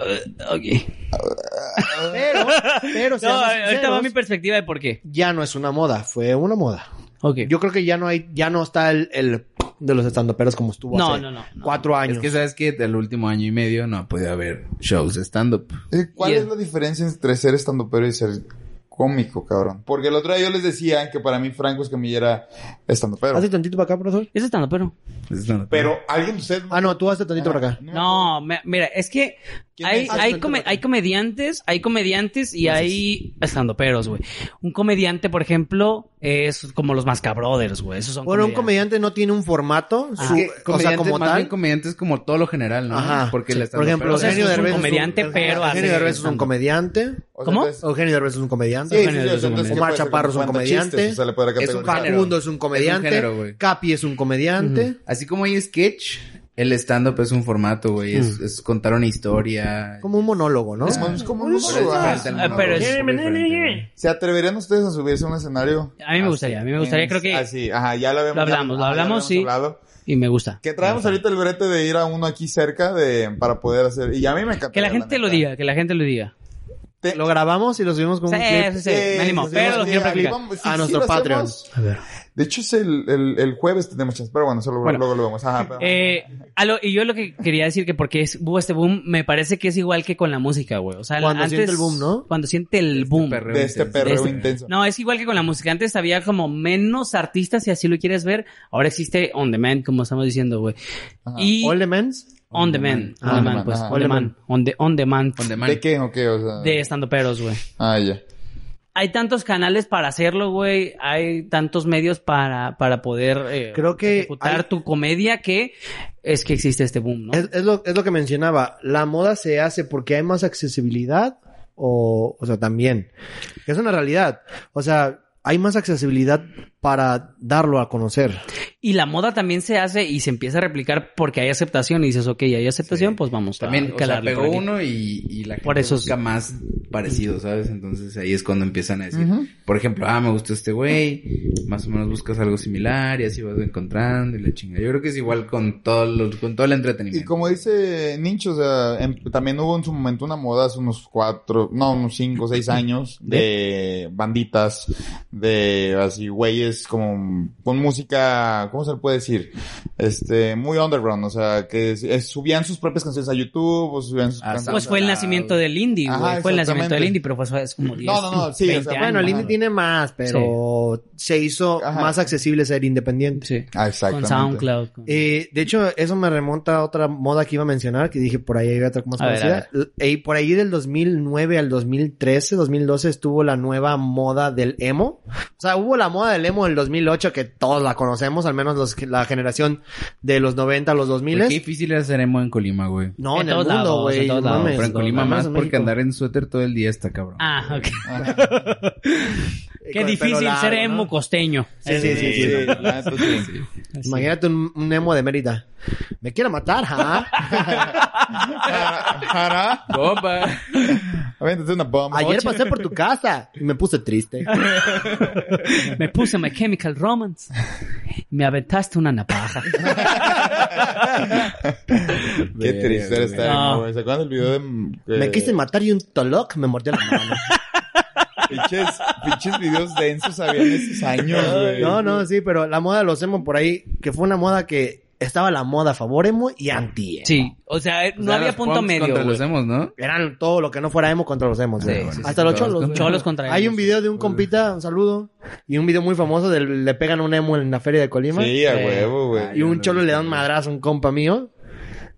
Speaker 2: Pero, pero
Speaker 1: Ah, No,
Speaker 2: seamos
Speaker 1: ahorita va
Speaker 2: sinceros,
Speaker 1: mi perspectiva de por qué.
Speaker 2: ya no es una moda, fue una moda.
Speaker 1: Ok.
Speaker 2: Yo creo que ya no hay, ya no está el, el de los estandoperos como estuvo
Speaker 1: No,
Speaker 2: hace
Speaker 1: no, no, no.
Speaker 2: cuatro años.
Speaker 4: Es que sabes que el último año y medio no ha podido haber shows de stand-up.
Speaker 3: Eh, ¿Cuál
Speaker 1: Y el-
Speaker 3: es la diferencia entre ser estando pero y ser cómico, cabrón? Porque el otro día yo les decía que para mí Franco Escamilla era estando pero.
Speaker 2: Hace tantito para acá, profesor.
Speaker 1: Es estando, pero.
Speaker 4: Es stand-up.
Speaker 3: Pero alguien de ustedes
Speaker 2: Ah, no, tú hace tantito para acá.
Speaker 1: No, me- mira, es que
Speaker 3: ¿Quién
Speaker 1: hay,
Speaker 3: es?
Speaker 1: hay,
Speaker 2: Ah,
Speaker 1: come-
Speaker 2: espérate.
Speaker 1: hay comediantes, hay comediantes y
Speaker 2: Gracias.
Speaker 1: hay estando peros, güey. Un comediante, por ejemplo, es como los Mascabrothers, güey. Esos son
Speaker 2: Bueno, un
Speaker 1: comediantes. Ah.
Speaker 2: comediante no tiene un formato,
Speaker 4: Es
Speaker 2: su- o
Speaker 4: que
Speaker 2: sea,
Speaker 4: comediante-
Speaker 2: como
Speaker 4: más bien
Speaker 2: tal.
Speaker 4: comediante es como todo lo general, ¿no?
Speaker 2: Ajá.
Speaker 4: Porque
Speaker 2: Sí.
Speaker 4: el
Speaker 2: Por ejemplo,
Speaker 4: stand-upero-
Speaker 1: o sea,
Speaker 2: Eugenio
Speaker 1: es un
Speaker 2: Derbez es un-
Speaker 1: comediante,
Speaker 2: es un-
Speaker 1: pero hace
Speaker 2: Eugenio Derbez es un
Speaker 1: stand-up.
Speaker 2: comediante.
Speaker 3: O sea,
Speaker 1: ¿Cómo?
Speaker 3: entonces-
Speaker 2: Eugenio Derbez Oh, es un comediante.
Speaker 3: Sí, sí, sí,
Speaker 1: Eugenio Derbez es un
Speaker 3: entonces, ¿qué
Speaker 2: comediante.
Speaker 3: puede ser?
Speaker 2: Chaparro es un
Speaker 3: Cuenta
Speaker 2: comediante.
Speaker 3: chistes, o sea, le puede
Speaker 4: Es un
Speaker 3: categorizar.
Speaker 4: género.
Speaker 2: Facundo es un comediante.
Speaker 4: género, güey.
Speaker 2: Capi es un comediante.
Speaker 4: Así como hay sketch, el stand-up es un formato, güey. Es,
Speaker 3: Hmm.
Speaker 4: es contar una historia.
Speaker 2: Como un monólogo, ¿no?
Speaker 3: Es como- es como un
Speaker 4: Pero es
Speaker 3: monólogo, ajá.
Speaker 4: diferente al
Speaker 1: Ah,
Speaker 4: monólogo,
Speaker 1: pero es-
Speaker 4: es muy diferente, güey.
Speaker 3: ¿Se atreverían ustedes a subirse a un escenario?
Speaker 1: A mí me gustaría, a mí me gustaría, creo que-
Speaker 3: Así, ajá, ya lo habíamos
Speaker 1: Lo hablamos, lo
Speaker 3: ajá, ya
Speaker 1: hablamos, sí.
Speaker 3: hablado.
Speaker 1: Y me gusta.
Speaker 3: Que traemos ahorita el brete de ir a uno aquí cerca de para poder hacer. Y a mí me encanta.
Speaker 1: Que la gente lo diga, que la gente lo diga.
Speaker 2: Lo grabamos y lo subimos como
Speaker 1: Sí,
Speaker 2: un clip.
Speaker 1: sí, sí, me animo, pero lo quiero practicar.
Speaker 2: A nuestro Patreon.
Speaker 1: A ver.
Speaker 3: De hecho, es el, el, el jueves tenemos chance, pero bueno, eso luego,
Speaker 1: Bueno.
Speaker 3: luego lo vemos. Ajá, pero-
Speaker 1: Eh, a lo- y yo lo que quería decir que porque es, hubo este boom, me parece que es igual que con la música, güey. O sea,
Speaker 2: Cuando
Speaker 1: antes,
Speaker 2: siente el boom, ¿no?
Speaker 1: Cuando siente el boom.
Speaker 4: perreo
Speaker 3: de este
Speaker 4: intenso.
Speaker 3: perreo
Speaker 1: este-
Speaker 3: intenso.
Speaker 1: No, es igual que con la música. Antes había como menos artistas, si así lo quieres ver. Ahora existe on demand, como estamos diciendo, güey.
Speaker 3: Ajá.
Speaker 1: Y
Speaker 2: All
Speaker 1: on,
Speaker 2: the men's.
Speaker 1: demand.
Speaker 3: Ah,
Speaker 1: On
Speaker 3: on
Speaker 1: demand,
Speaker 3: demand,
Speaker 1: pues.
Speaker 3: ajá.
Speaker 1: On demand. On, de- on demand.
Speaker 4: On demand.
Speaker 3: ¿De qué o qué? O sea,
Speaker 1: De este. estando peros, güey.
Speaker 3: Ah, ya.
Speaker 1: Hay tantos canales para hacerlo, güey. Hay tantos medios para, para poder eh,
Speaker 2: Creo que
Speaker 1: ejecutar
Speaker 2: hay-
Speaker 1: tu comedia que es que existe este boom, ¿no?
Speaker 2: Es, es lo, es lo que mencionaba. La moda se hace porque hay más accesibilidad o, o sea, también. Es una realidad. O sea, hay más accesibilidad para darlo a conocer.
Speaker 1: Y la moda también se hace y se empieza a replicar porque hay aceptación y dices, ok, hay aceptación,
Speaker 4: Sí.
Speaker 1: pues vamos. a
Speaker 4: También, o sea,
Speaker 1: calarle
Speaker 4: pegó
Speaker 1: por aquí".
Speaker 4: uno y, y la gente
Speaker 1: Por eso es-
Speaker 4: busca más parecido, ¿sabes? Entonces ahí es cuando empiezan a decir,
Speaker 3: Ujú.
Speaker 4: por ejemplo, ah, me gustó este güey, más o menos buscas algo similar y así vas encontrando y la chinga. Yo creo que es igual con todo, los- con todo el entretenimiento.
Speaker 3: Y como dice Nincho, o sea, em- también hubo en su momento una moda hace unos cuatro, no, unos cinco, seis años de banditas, de así güeyes como con música, ¿cómo se le puede decir? Este, muy underground, o sea, que es- es- subían sus propias canciones a YouTube o subían sus
Speaker 4: Ah,
Speaker 3: canciones.
Speaker 1: Pues fue el nacimiento del indie, güey.
Speaker 3: Ajá,
Speaker 1: fue el nacimiento del
Speaker 3: exactamente.
Speaker 1: indie, pero fue hace como 10,
Speaker 3: No, no, no, sí, o
Speaker 1: 20
Speaker 3: sea,
Speaker 1: años.
Speaker 2: Bueno, el
Speaker 3: Ajá.
Speaker 2: indie tiene más, pero se hizo
Speaker 3: Ajá.
Speaker 2: más accesible ser independiente.
Speaker 1: Sí.
Speaker 3: Ah,
Speaker 1: Con
Speaker 3: exactamente.
Speaker 1: SoundCloud. con-
Speaker 2: Eh, de hecho, eso me remonta a otra moda que iba a mencionar, que dije por ahí hay otra más
Speaker 1: A ver,
Speaker 2: conocida. Eh, por ahí del 2009 al 2013, 2012 estuvo la nueva moda del emo. O sea, hubo la moda del emo del 2008 que todos la conocemos, al menos los que- la generación de los 90 a los
Speaker 4: Güey,
Speaker 2: 2000.
Speaker 4: Qué difícil era hacer emo en Colima, güey.
Speaker 2: No,
Speaker 1: Pues En
Speaker 2: en,
Speaker 1: todos
Speaker 2: el mundo,
Speaker 1: lados,
Speaker 2: güey.
Speaker 1: en todos
Speaker 2: no
Speaker 1: lados.
Speaker 2: mames,
Speaker 4: Pero en Colima
Speaker 2: no
Speaker 4: más
Speaker 2: mames, en
Speaker 4: porque
Speaker 2: México.
Speaker 4: andar en suéter todo el día está cabrón.
Speaker 1: Ah, ok.
Speaker 2: Eh,
Speaker 1: Qué
Speaker 2: con el pelo
Speaker 1: difícil
Speaker 2: largo,
Speaker 1: ser
Speaker 2: ¿no?
Speaker 1: emo costeño.
Speaker 2: Sí, sí, sí, sí.
Speaker 3: Sí, la neta, sí.
Speaker 2: Imagínate un, un emo de Mérida. Me quiere matar, ¿ah?
Speaker 3: Jara.
Speaker 4: Compa.
Speaker 3: Aviéntate una bomba.
Speaker 2: Ayer
Speaker 3: Oye,
Speaker 2: pasé por tu casa y me puse triste.
Speaker 1: Me puse My Chemical Romance. Me aventaste una navaja.
Speaker 3: Qué triste eres estar
Speaker 1: No.
Speaker 3: güey. ¿Se acuerdan del video de... mm, que-
Speaker 2: Me quise matar y un toloc me mordió la mano.
Speaker 3: Pinches, pinches videos densos habían esos años, güey.
Speaker 2: No, no, sí, pero la moda de los emo por ahí, que fue una moda que estaba la moda a favor emo y anti emo.
Speaker 1: Sí, o sea, eh, no
Speaker 4: sea,
Speaker 1: había
Speaker 4: Pues los
Speaker 1: punto
Speaker 4: punks
Speaker 1: medio.
Speaker 4: Contra
Speaker 1: güey.
Speaker 4: los emos, ¿no?
Speaker 2: Eran todo lo que no fuera emo contra los emos.
Speaker 4: Sí,
Speaker 2: güey.
Speaker 4: sí, sí,
Speaker 2: Hasta los
Speaker 4: todos
Speaker 2: cholos.
Speaker 4: contra-
Speaker 2: güey.
Speaker 1: Cholos contra
Speaker 2: Hay
Speaker 1: emos.
Speaker 2: un video de un compita, un saludo, y un video muy famoso de le pegan a un emo en la feria de Colima.
Speaker 3: Sí, a huevo, güey.
Speaker 4: Ay.
Speaker 2: Y un cholo le da un madrazo a un compa mío.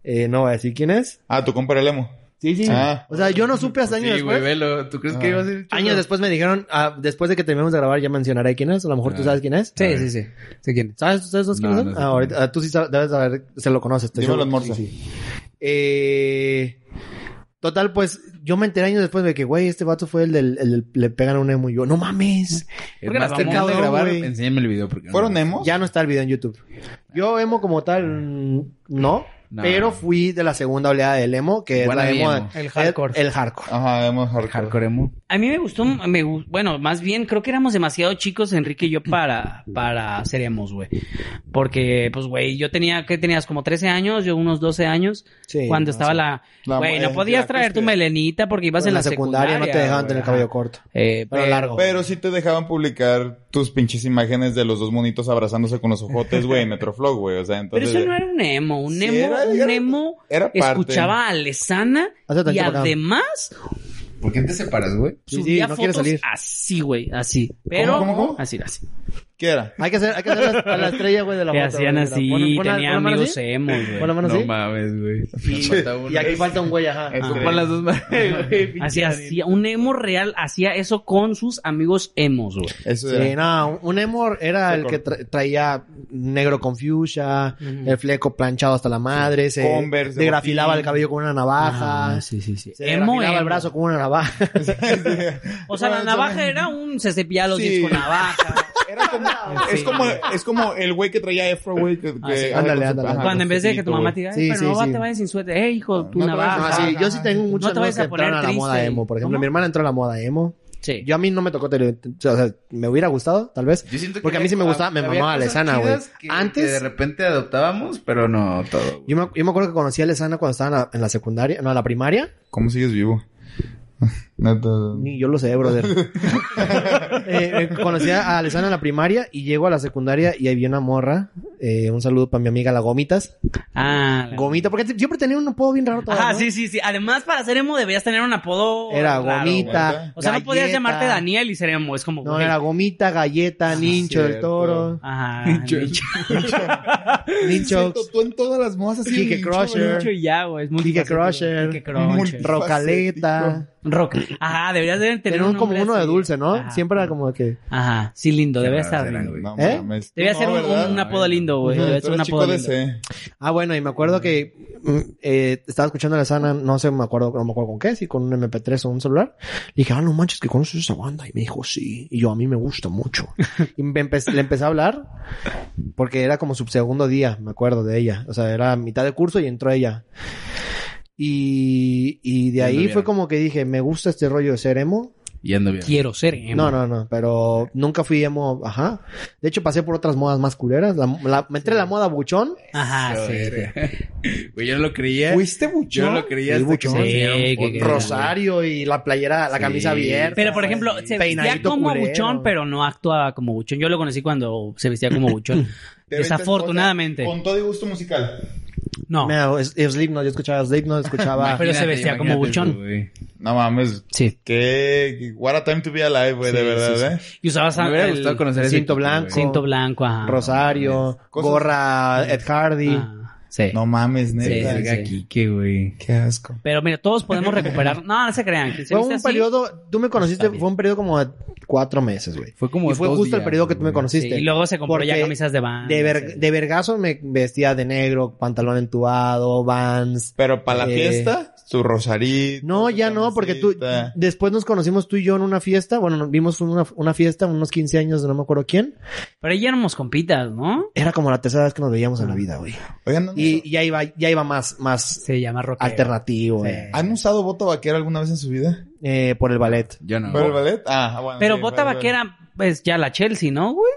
Speaker 2: Eh, no voy a decir quién es.
Speaker 3: Ah, tu compa era el emo.
Speaker 2: Sí, sí.
Speaker 3: Ah.
Speaker 2: O sea, yo no supe hasta años
Speaker 4: Sí,
Speaker 2: después.
Speaker 4: güey, velo. ¿Tú crees que iba a ser el cholo?
Speaker 2: años después me dijeron, ah, después de que terminemos de grabar, ya mencionaré quién es. A lo mejor tú sabes quién es. Ah.
Speaker 1: Sí, sí, sí. Sé quién es.
Speaker 2: ¿Sabes, ¿sabes quién
Speaker 4: No,
Speaker 2: es?
Speaker 4: no sé
Speaker 2: Ah, ahorita, ah, tú sí sabes, debes saber, se lo conoces. estoy
Speaker 3: Dímelo en
Speaker 2: seguro.
Speaker 3: morse.
Speaker 2: Sí, sí. Eh, total, pues yo me enteré años después de que, güey, este vato fue el del, el del- le pegan a un emo. Y yo, no mames,
Speaker 4: Es
Speaker 1: Porque
Speaker 4: más,
Speaker 1: la
Speaker 4: terminando de
Speaker 2: mamó,
Speaker 4: grabar,
Speaker 2: güey.
Speaker 4: enséñame el video. Porque no
Speaker 3: ¿Fueron
Speaker 4: me acuerdo.
Speaker 3: emos?
Speaker 2: ya no está el video en YouTube. Yo emo como tal, mm, no.
Speaker 4: No.
Speaker 2: Pero fui de la segunda oleada del emo, que es
Speaker 4: Wanna
Speaker 2: la
Speaker 4: be
Speaker 2: emo.
Speaker 4: emo.
Speaker 1: El hardcore.
Speaker 2: El, el hardcore.
Speaker 3: Ajá, emo hardcore.
Speaker 4: Hardcore emo.
Speaker 1: A mí me gustó, me, gu- bueno, más bien creo que éramos demasiado chicos, Enrique y yo, para, para ser emos, güey. Porque, pues, güey, yo tenía, ¿qué tenías? Como 13 años, yo unos 12 años.
Speaker 2: Sí,
Speaker 1: cuando
Speaker 2: no,
Speaker 1: estaba la...
Speaker 3: La-
Speaker 1: Güey, no
Speaker 3: eh,
Speaker 1: podías
Speaker 3: la
Speaker 1: traer tu
Speaker 3: cúspide.
Speaker 1: melenita porque ibas en la, secundaria.
Speaker 2: no te dejaban
Speaker 1: güey,
Speaker 2: tener
Speaker 1: ajá.
Speaker 2: cabello corto.
Speaker 1: Eh,
Speaker 2: Pero
Speaker 1: pero-
Speaker 2: largo.
Speaker 3: Pero sí te dejaban publicar tus pinches imágenes de los dos monitos abrazándose con los ojotes, güey, en Metroflog, güey. O sea,
Speaker 1: Pero
Speaker 3: entonces...
Speaker 1: eso no era un emo. Un
Speaker 3: Sí,
Speaker 1: emo,
Speaker 3: era-
Speaker 1: un
Speaker 3: era-
Speaker 1: emo
Speaker 3: era parte.
Speaker 1: escuchaba a Lesana
Speaker 2: Hace tanto
Speaker 1: y
Speaker 2: para acá.
Speaker 1: además
Speaker 4: ¿Por qué te separas, güey?
Speaker 2: Sí, sí,
Speaker 1: subía
Speaker 2: no quiere
Speaker 1: fotos
Speaker 2: salir.
Speaker 1: así, güey, así. Pero
Speaker 3: cómo, cómo?
Speaker 1: así, así.
Speaker 3: ¿Qué era?
Speaker 2: Hay que hacer, hay que hacer la- a la estrella, güey, de la
Speaker 1: Que
Speaker 2: foto,
Speaker 1: hacían
Speaker 2: güey.
Speaker 1: así,
Speaker 2: Pon- pon la-
Speaker 1: tenía
Speaker 2: pon la mano
Speaker 1: amigos eh.
Speaker 2: así.
Speaker 1: emos, güey.
Speaker 2: Pon la mano
Speaker 4: Eh, no
Speaker 2: así.
Speaker 4: mames, güey.
Speaker 2: Y, y aquí falta un güey, ajá.
Speaker 3: Eso.
Speaker 4: Tú pon las dos manos, güey.
Speaker 1: Así hacía, un emo real hacía eso con sus amigos emos, güey.
Speaker 3: Eso
Speaker 2: Sí,
Speaker 3: era.
Speaker 2: no, un emo era el que tra- traía negro con fuchsia, el fleco planchado hasta la madre, se
Speaker 3: Converse,
Speaker 2: se grafilaba
Speaker 3: botín.
Speaker 2: el cabello con una navaja,
Speaker 1: Ah, sí, sí, sí.
Speaker 2: se
Speaker 1: Emo,
Speaker 2: grafilaba el
Speaker 1: emo.
Speaker 2: brazo Ah, con una navaja.
Speaker 1: O sea, la
Speaker 3: Bueno,
Speaker 1: navaja
Speaker 3: también-
Speaker 1: era un... Se cepillaba los
Speaker 3: Sí.
Speaker 1: dientes con navaja.
Speaker 3: Era como, es, como, es como el güey que traía Efro, güey. Que,
Speaker 1: Ah, sí.
Speaker 3: que-
Speaker 2: Ándale,
Speaker 3: con su-
Speaker 2: ándale.
Speaker 3: ajá,
Speaker 1: Cuando en vez de que tu
Speaker 3: güey.
Speaker 1: mamá te diga, "Ay,
Speaker 2: Sí,
Speaker 1: pero
Speaker 2: sí,
Speaker 1: no va-
Speaker 2: sí.
Speaker 1: te vayas sin suéter. Eh, hijo, tu
Speaker 3: No te vayas
Speaker 1: navaja.
Speaker 2: Ah, sí, yo sí tengo muchos
Speaker 1: No te
Speaker 2: amigos
Speaker 1: vayas
Speaker 2: que
Speaker 1: a poner
Speaker 2: entraron a la moda
Speaker 1: triste.
Speaker 2: emo. Por ejemplo,
Speaker 1: ¿Cómo?
Speaker 2: mi hermana entró a la moda emo.
Speaker 1: Sí.
Speaker 2: Yo a mí no me tocó, tele- o sea, me hubiera gustado, tal vez.
Speaker 4: Yo siento que
Speaker 2: Porque a mí sí me gustaba, me
Speaker 4: había
Speaker 2: mamaba
Speaker 4: cosas
Speaker 2: Lesana, güey.
Speaker 4: chidas que-
Speaker 2: Antes-
Speaker 4: que de repente adoptábamos, pero no todo. güey.
Speaker 2: Yo me, yo me acuerdo que conocí a Lesana cuando estaba en la, en la secundaria, no, en la primaria.
Speaker 3: ¿Cómo sigues vivo? Neta.
Speaker 2: Ni yo lo sé, brother. Eh, eh, conocí a Alessandra en la primaria y llego a la secundaria y había una morra. Eh, un saludo para mi amiga la Gomitas.
Speaker 1: Ah, la-
Speaker 2: Gomita, porque te- siempre tenía un apodo bien raro. todas,
Speaker 1: Ajá,
Speaker 2: ¿no?
Speaker 1: sí, sí, sí. Además, para ser emo debías tener un apodo.
Speaker 2: Era
Speaker 1: raro, güey.
Speaker 2: Gomita.
Speaker 3: güey.
Speaker 1: O sea, no podías
Speaker 2: Galleta.
Speaker 1: llamarte Daniel y ser emo. Es como.
Speaker 2: No,
Speaker 1: güey.
Speaker 2: era Gomita, Galleta, Nincho del
Speaker 3: cierto.
Speaker 2: Toro,
Speaker 1: Ajá.
Speaker 4: Nicho.
Speaker 1: Nicho. Ah,
Speaker 2: Nincho,
Speaker 3: Tú en todas las modas así.
Speaker 2: Kike Crusher.
Speaker 1: Nicho y ya, güey. Es
Speaker 2: Kike
Speaker 1: multifacético.
Speaker 2: Crusher.
Speaker 1: Kike Crusher.
Speaker 3: Multi-
Speaker 2: Rocaleta.
Speaker 1: Rock. Ajá, deberías de tener
Speaker 2: Tener un, como
Speaker 1: nombre
Speaker 2: uno de
Speaker 1: así.
Speaker 2: dulce, ¿no?
Speaker 1: Ajá.
Speaker 2: Siempre era como que...
Speaker 1: Ajá, sí, lindo. Debe estar
Speaker 4: Serán,
Speaker 1: lindo.
Speaker 4: güey.
Speaker 3: No,
Speaker 2: ¿Eh?
Speaker 3: mames.
Speaker 1: Debe
Speaker 3: No,
Speaker 1: ser un,
Speaker 3: ¿verdad?
Speaker 1: un apodo lindo, güey.
Speaker 3: No,
Speaker 1: Debe
Speaker 3: tú
Speaker 1: ser un
Speaker 3: eres chico
Speaker 1: apodo
Speaker 3: de
Speaker 1: lindo.
Speaker 3: ese.
Speaker 2: Ah, bueno, y me acuerdo que mm, eh, estaba escuchando a Alessandra, no sé, me acuerdo, no me acuerdo con qué, si con un MP3 o un celular. Le dije, ah, no manches, que conoces esa banda. Y me dijo, sí. Y yo, a mí me gusta mucho. y me empe- le empecé a hablar porque era como su segundo día, me acuerdo de ella. O sea, era mitad de curso y entró ella. Y, y de
Speaker 4: Ya
Speaker 2: ahí
Speaker 4: anduvieron.
Speaker 2: fue como que dije, me gusta este rollo de ser emo.
Speaker 4: Y ando bien.
Speaker 1: Quiero ser emo.
Speaker 2: No, no, no, pero nunca fui emo, ajá. De hecho, pasé por otras modas más culeras. La, la- me entré en la moda buchón.
Speaker 1: Ajá, sí.
Speaker 4: Güey, yo no lo creía.
Speaker 3: ¿Fuiste
Speaker 4: Yo
Speaker 3: buchón?
Speaker 4: no lo creía
Speaker 2: Sí,
Speaker 4: hasta que
Speaker 2: buchón.
Speaker 4: me enseñaron
Speaker 1: Sí,
Speaker 4: fotos,
Speaker 1: que-
Speaker 4: güey.
Speaker 2: rosario y la playera, la
Speaker 4: Sí.
Speaker 2: camisa abierta.
Speaker 1: Pero, por ejemplo, se vestía
Speaker 2: Peinadito
Speaker 1: como
Speaker 2: culero.
Speaker 1: buchón, pero no actuaba como buchón. Yo lo conocí cuando se vestía como buchón.
Speaker 3: Te aventas
Speaker 1: Desafortunadamente.
Speaker 3: cosas Con todo y gusto musical.
Speaker 1: No,
Speaker 2: Mira, es- es Slipknot, yo escuchaba Slipknot, escuchaba...
Speaker 1: Pero se vestía como
Speaker 4: imagínate,
Speaker 1: buchón.
Speaker 4: güey.
Speaker 3: No mames.
Speaker 1: sí.
Speaker 3: Qué. What a time to be alive, güey, de
Speaker 1: Sí,
Speaker 3: verdad, ¿eh?
Speaker 1: sí, sí. Y usabas
Speaker 4: Me hubiera
Speaker 1: el
Speaker 4: gustado conocer ese
Speaker 2: cinto
Speaker 4: equipo, güey.
Speaker 2: blanco.
Speaker 1: cinto blanco, ajá.
Speaker 2: Rosario,
Speaker 3: Cosas-
Speaker 2: gorra Ed Hardy.
Speaker 1: Ah, sí.
Speaker 3: ¿eh? No mames,
Speaker 1: Sí,
Speaker 3: neta.
Speaker 1: sí, sí.
Speaker 4: Verga, Kike, güey.
Speaker 3: Qué asco.
Speaker 1: Pero mira, todos podemos recuperar. No, no se crean. quien se
Speaker 2: Fue
Speaker 1: viste
Speaker 2: un
Speaker 1: así-
Speaker 2: periodo, tú me conociste,
Speaker 1: Está bien.
Speaker 2: fue un periodo como de cuatro meses, güey.
Speaker 4: Fue como
Speaker 2: Y fue
Speaker 4: dos
Speaker 2: justo el
Speaker 4: días,
Speaker 2: periodo que tú me
Speaker 4: güey.
Speaker 1: Sí, y
Speaker 2: conociste.
Speaker 1: luego se compró ya
Speaker 2: Porque
Speaker 1: camisas de banda.
Speaker 2: De, ver-
Speaker 1: sí.
Speaker 2: de vergazo me vestía de negro, pantalón entubado, vans.
Speaker 3: Pero para la
Speaker 2: eh,
Speaker 3: fiesta. su rosarito.
Speaker 2: No,
Speaker 3: su
Speaker 2: ya no, porque tú,
Speaker 3: camisita.
Speaker 2: después nos conocimos tú y yo en una fiesta, bueno, nos vimos una, una fiesta, unos 15 años, de no me acuerdo quién,
Speaker 1: Pero ahí ya éramos compitas, ¿no?
Speaker 2: era como la tercera vez que nos veíamos
Speaker 1: Ah.
Speaker 2: en la vida, güey.
Speaker 3: Oigan, ¿han,
Speaker 2: Y ya iba, ya iba más, más
Speaker 1: Se llama rock.
Speaker 2: alternativo,
Speaker 1: Sí.
Speaker 2: eh,
Speaker 3: ¿han usado bota vaquera alguna vez en su vida?
Speaker 2: eh, por el ballet.
Speaker 4: Yo no.
Speaker 3: ¿Por el ballet? Ah, bueno.
Speaker 1: Pero
Speaker 3: sí,
Speaker 1: bota
Speaker 3: vale, vale.
Speaker 1: vaquera, pues ya la Chelsea, ¿no, güey?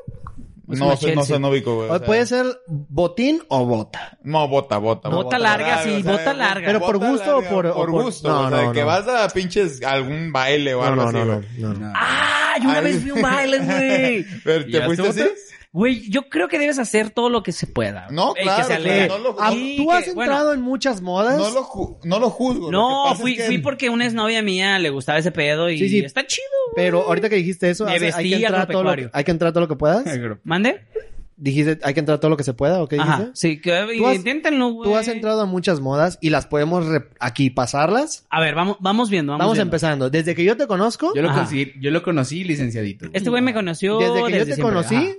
Speaker 1: Es
Speaker 3: No,
Speaker 1: una
Speaker 3: sé, no
Speaker 1: Chelsea.
Speaker 3: sé, no ubico, güey. o
Speaker 2: O
Speaker 3: sea,
Speaker 2: puede ser botín o bota.
Speaker 3: No, bota, bota.
Speaker 1: Bota larga, sí,
Speaker 3: o sea,
Speaker 1: bota larga.
Speaker 2: Pero por gusto o por- o
Speaker 3: Por
Speaker 2: por-
Speaker 3: gusto,
Speaker 2: no,
Speaker 3: o sea, de
Speaker 2: no,
Speaker 3: que
Speaker 2: no.
Speaker 3: vas a pinches algún baile o
Speaker 2: No,
Speaker 3: algo
Speaker 2: no,
Speaker 3: así,
Speaker 2: no, no,
Speaker 3: güey.
Speaker 2: no, no.
Speaker 4: No.
Speaker 1: Ah, yo una
Speaker 3: Ay.
Speaker 1: vez vi un baile, güey.
Speaker 3: Pero,
Speaker 4: ¿Y
Speaker 3: ¿Te
Speaker 4: hace
Speaker 3: fuiste así?
Speaker 4: otra?
Speaker 1: Güey, yo creo que debes hacer todo lo que se pueda.
Speaker 3: No,
Speaker 1: güey,
Speaker 3: claro,
Speaker 1: Que se
Speaker 3: claro,
Speaker 1: aleje.
Speaker 3: no lo-
Speaker 2: Ah,
Speaker 1: Sí,
Speaker 2: tú has
Speaker 1: que- bueno,
Speaker 2: entrado en muchas modas.
Speaker 3: No lo, ju- no lo juzgo. lo que
Speaker 1: No,
Speaker 3: pasa
Speaker 1: fui,
Speaker 3: es que-
Speaker 1: fui porque una exnovia mía le gustaba ese pedo y
Speaker 2: Sí, sí.
Speaker 1: está chido. güey.
Speaker 2: Pero ahorita que dijiste eso,
Speaker 1: Me
Speaker 2: hace- hay,
Speaker 1: vestí
Speaker 2: que entrar a todo lo,
Speaker 1: agropecuario.
Speaker 2: hay que entrar a todo lo que puedas.
Speaker 1: ¿Mande?
Speaker 2: Dijiste, hay que entrar a todo lo que se pueda, ¿o qué dijiste?
Speaker 1: Ajá. Sí, que
Speaker 2: Tú has-
Speaker 1: inténtenlo, güey.
Speaker 2: Tú has entrado a muchas modas y las podemos re- aquí pasarlas.
Speaker 1: A ver, vamos, vamos viendo. Vamos,
Speaker 2: Vamos
Speaker 1: viendo.
Speaker 2: empezando. Desde que yo te conozco,
Speaker 4: Yo lo,
Speaker 1: Ajá.
Speaker 4: conseguí, yo lo conocí licenciadito. güey.
Speaker 1: Este güey me conoció.
Speaker 2: desde que yo te
Speaker 1: siempre,
Speaker 2: conocí,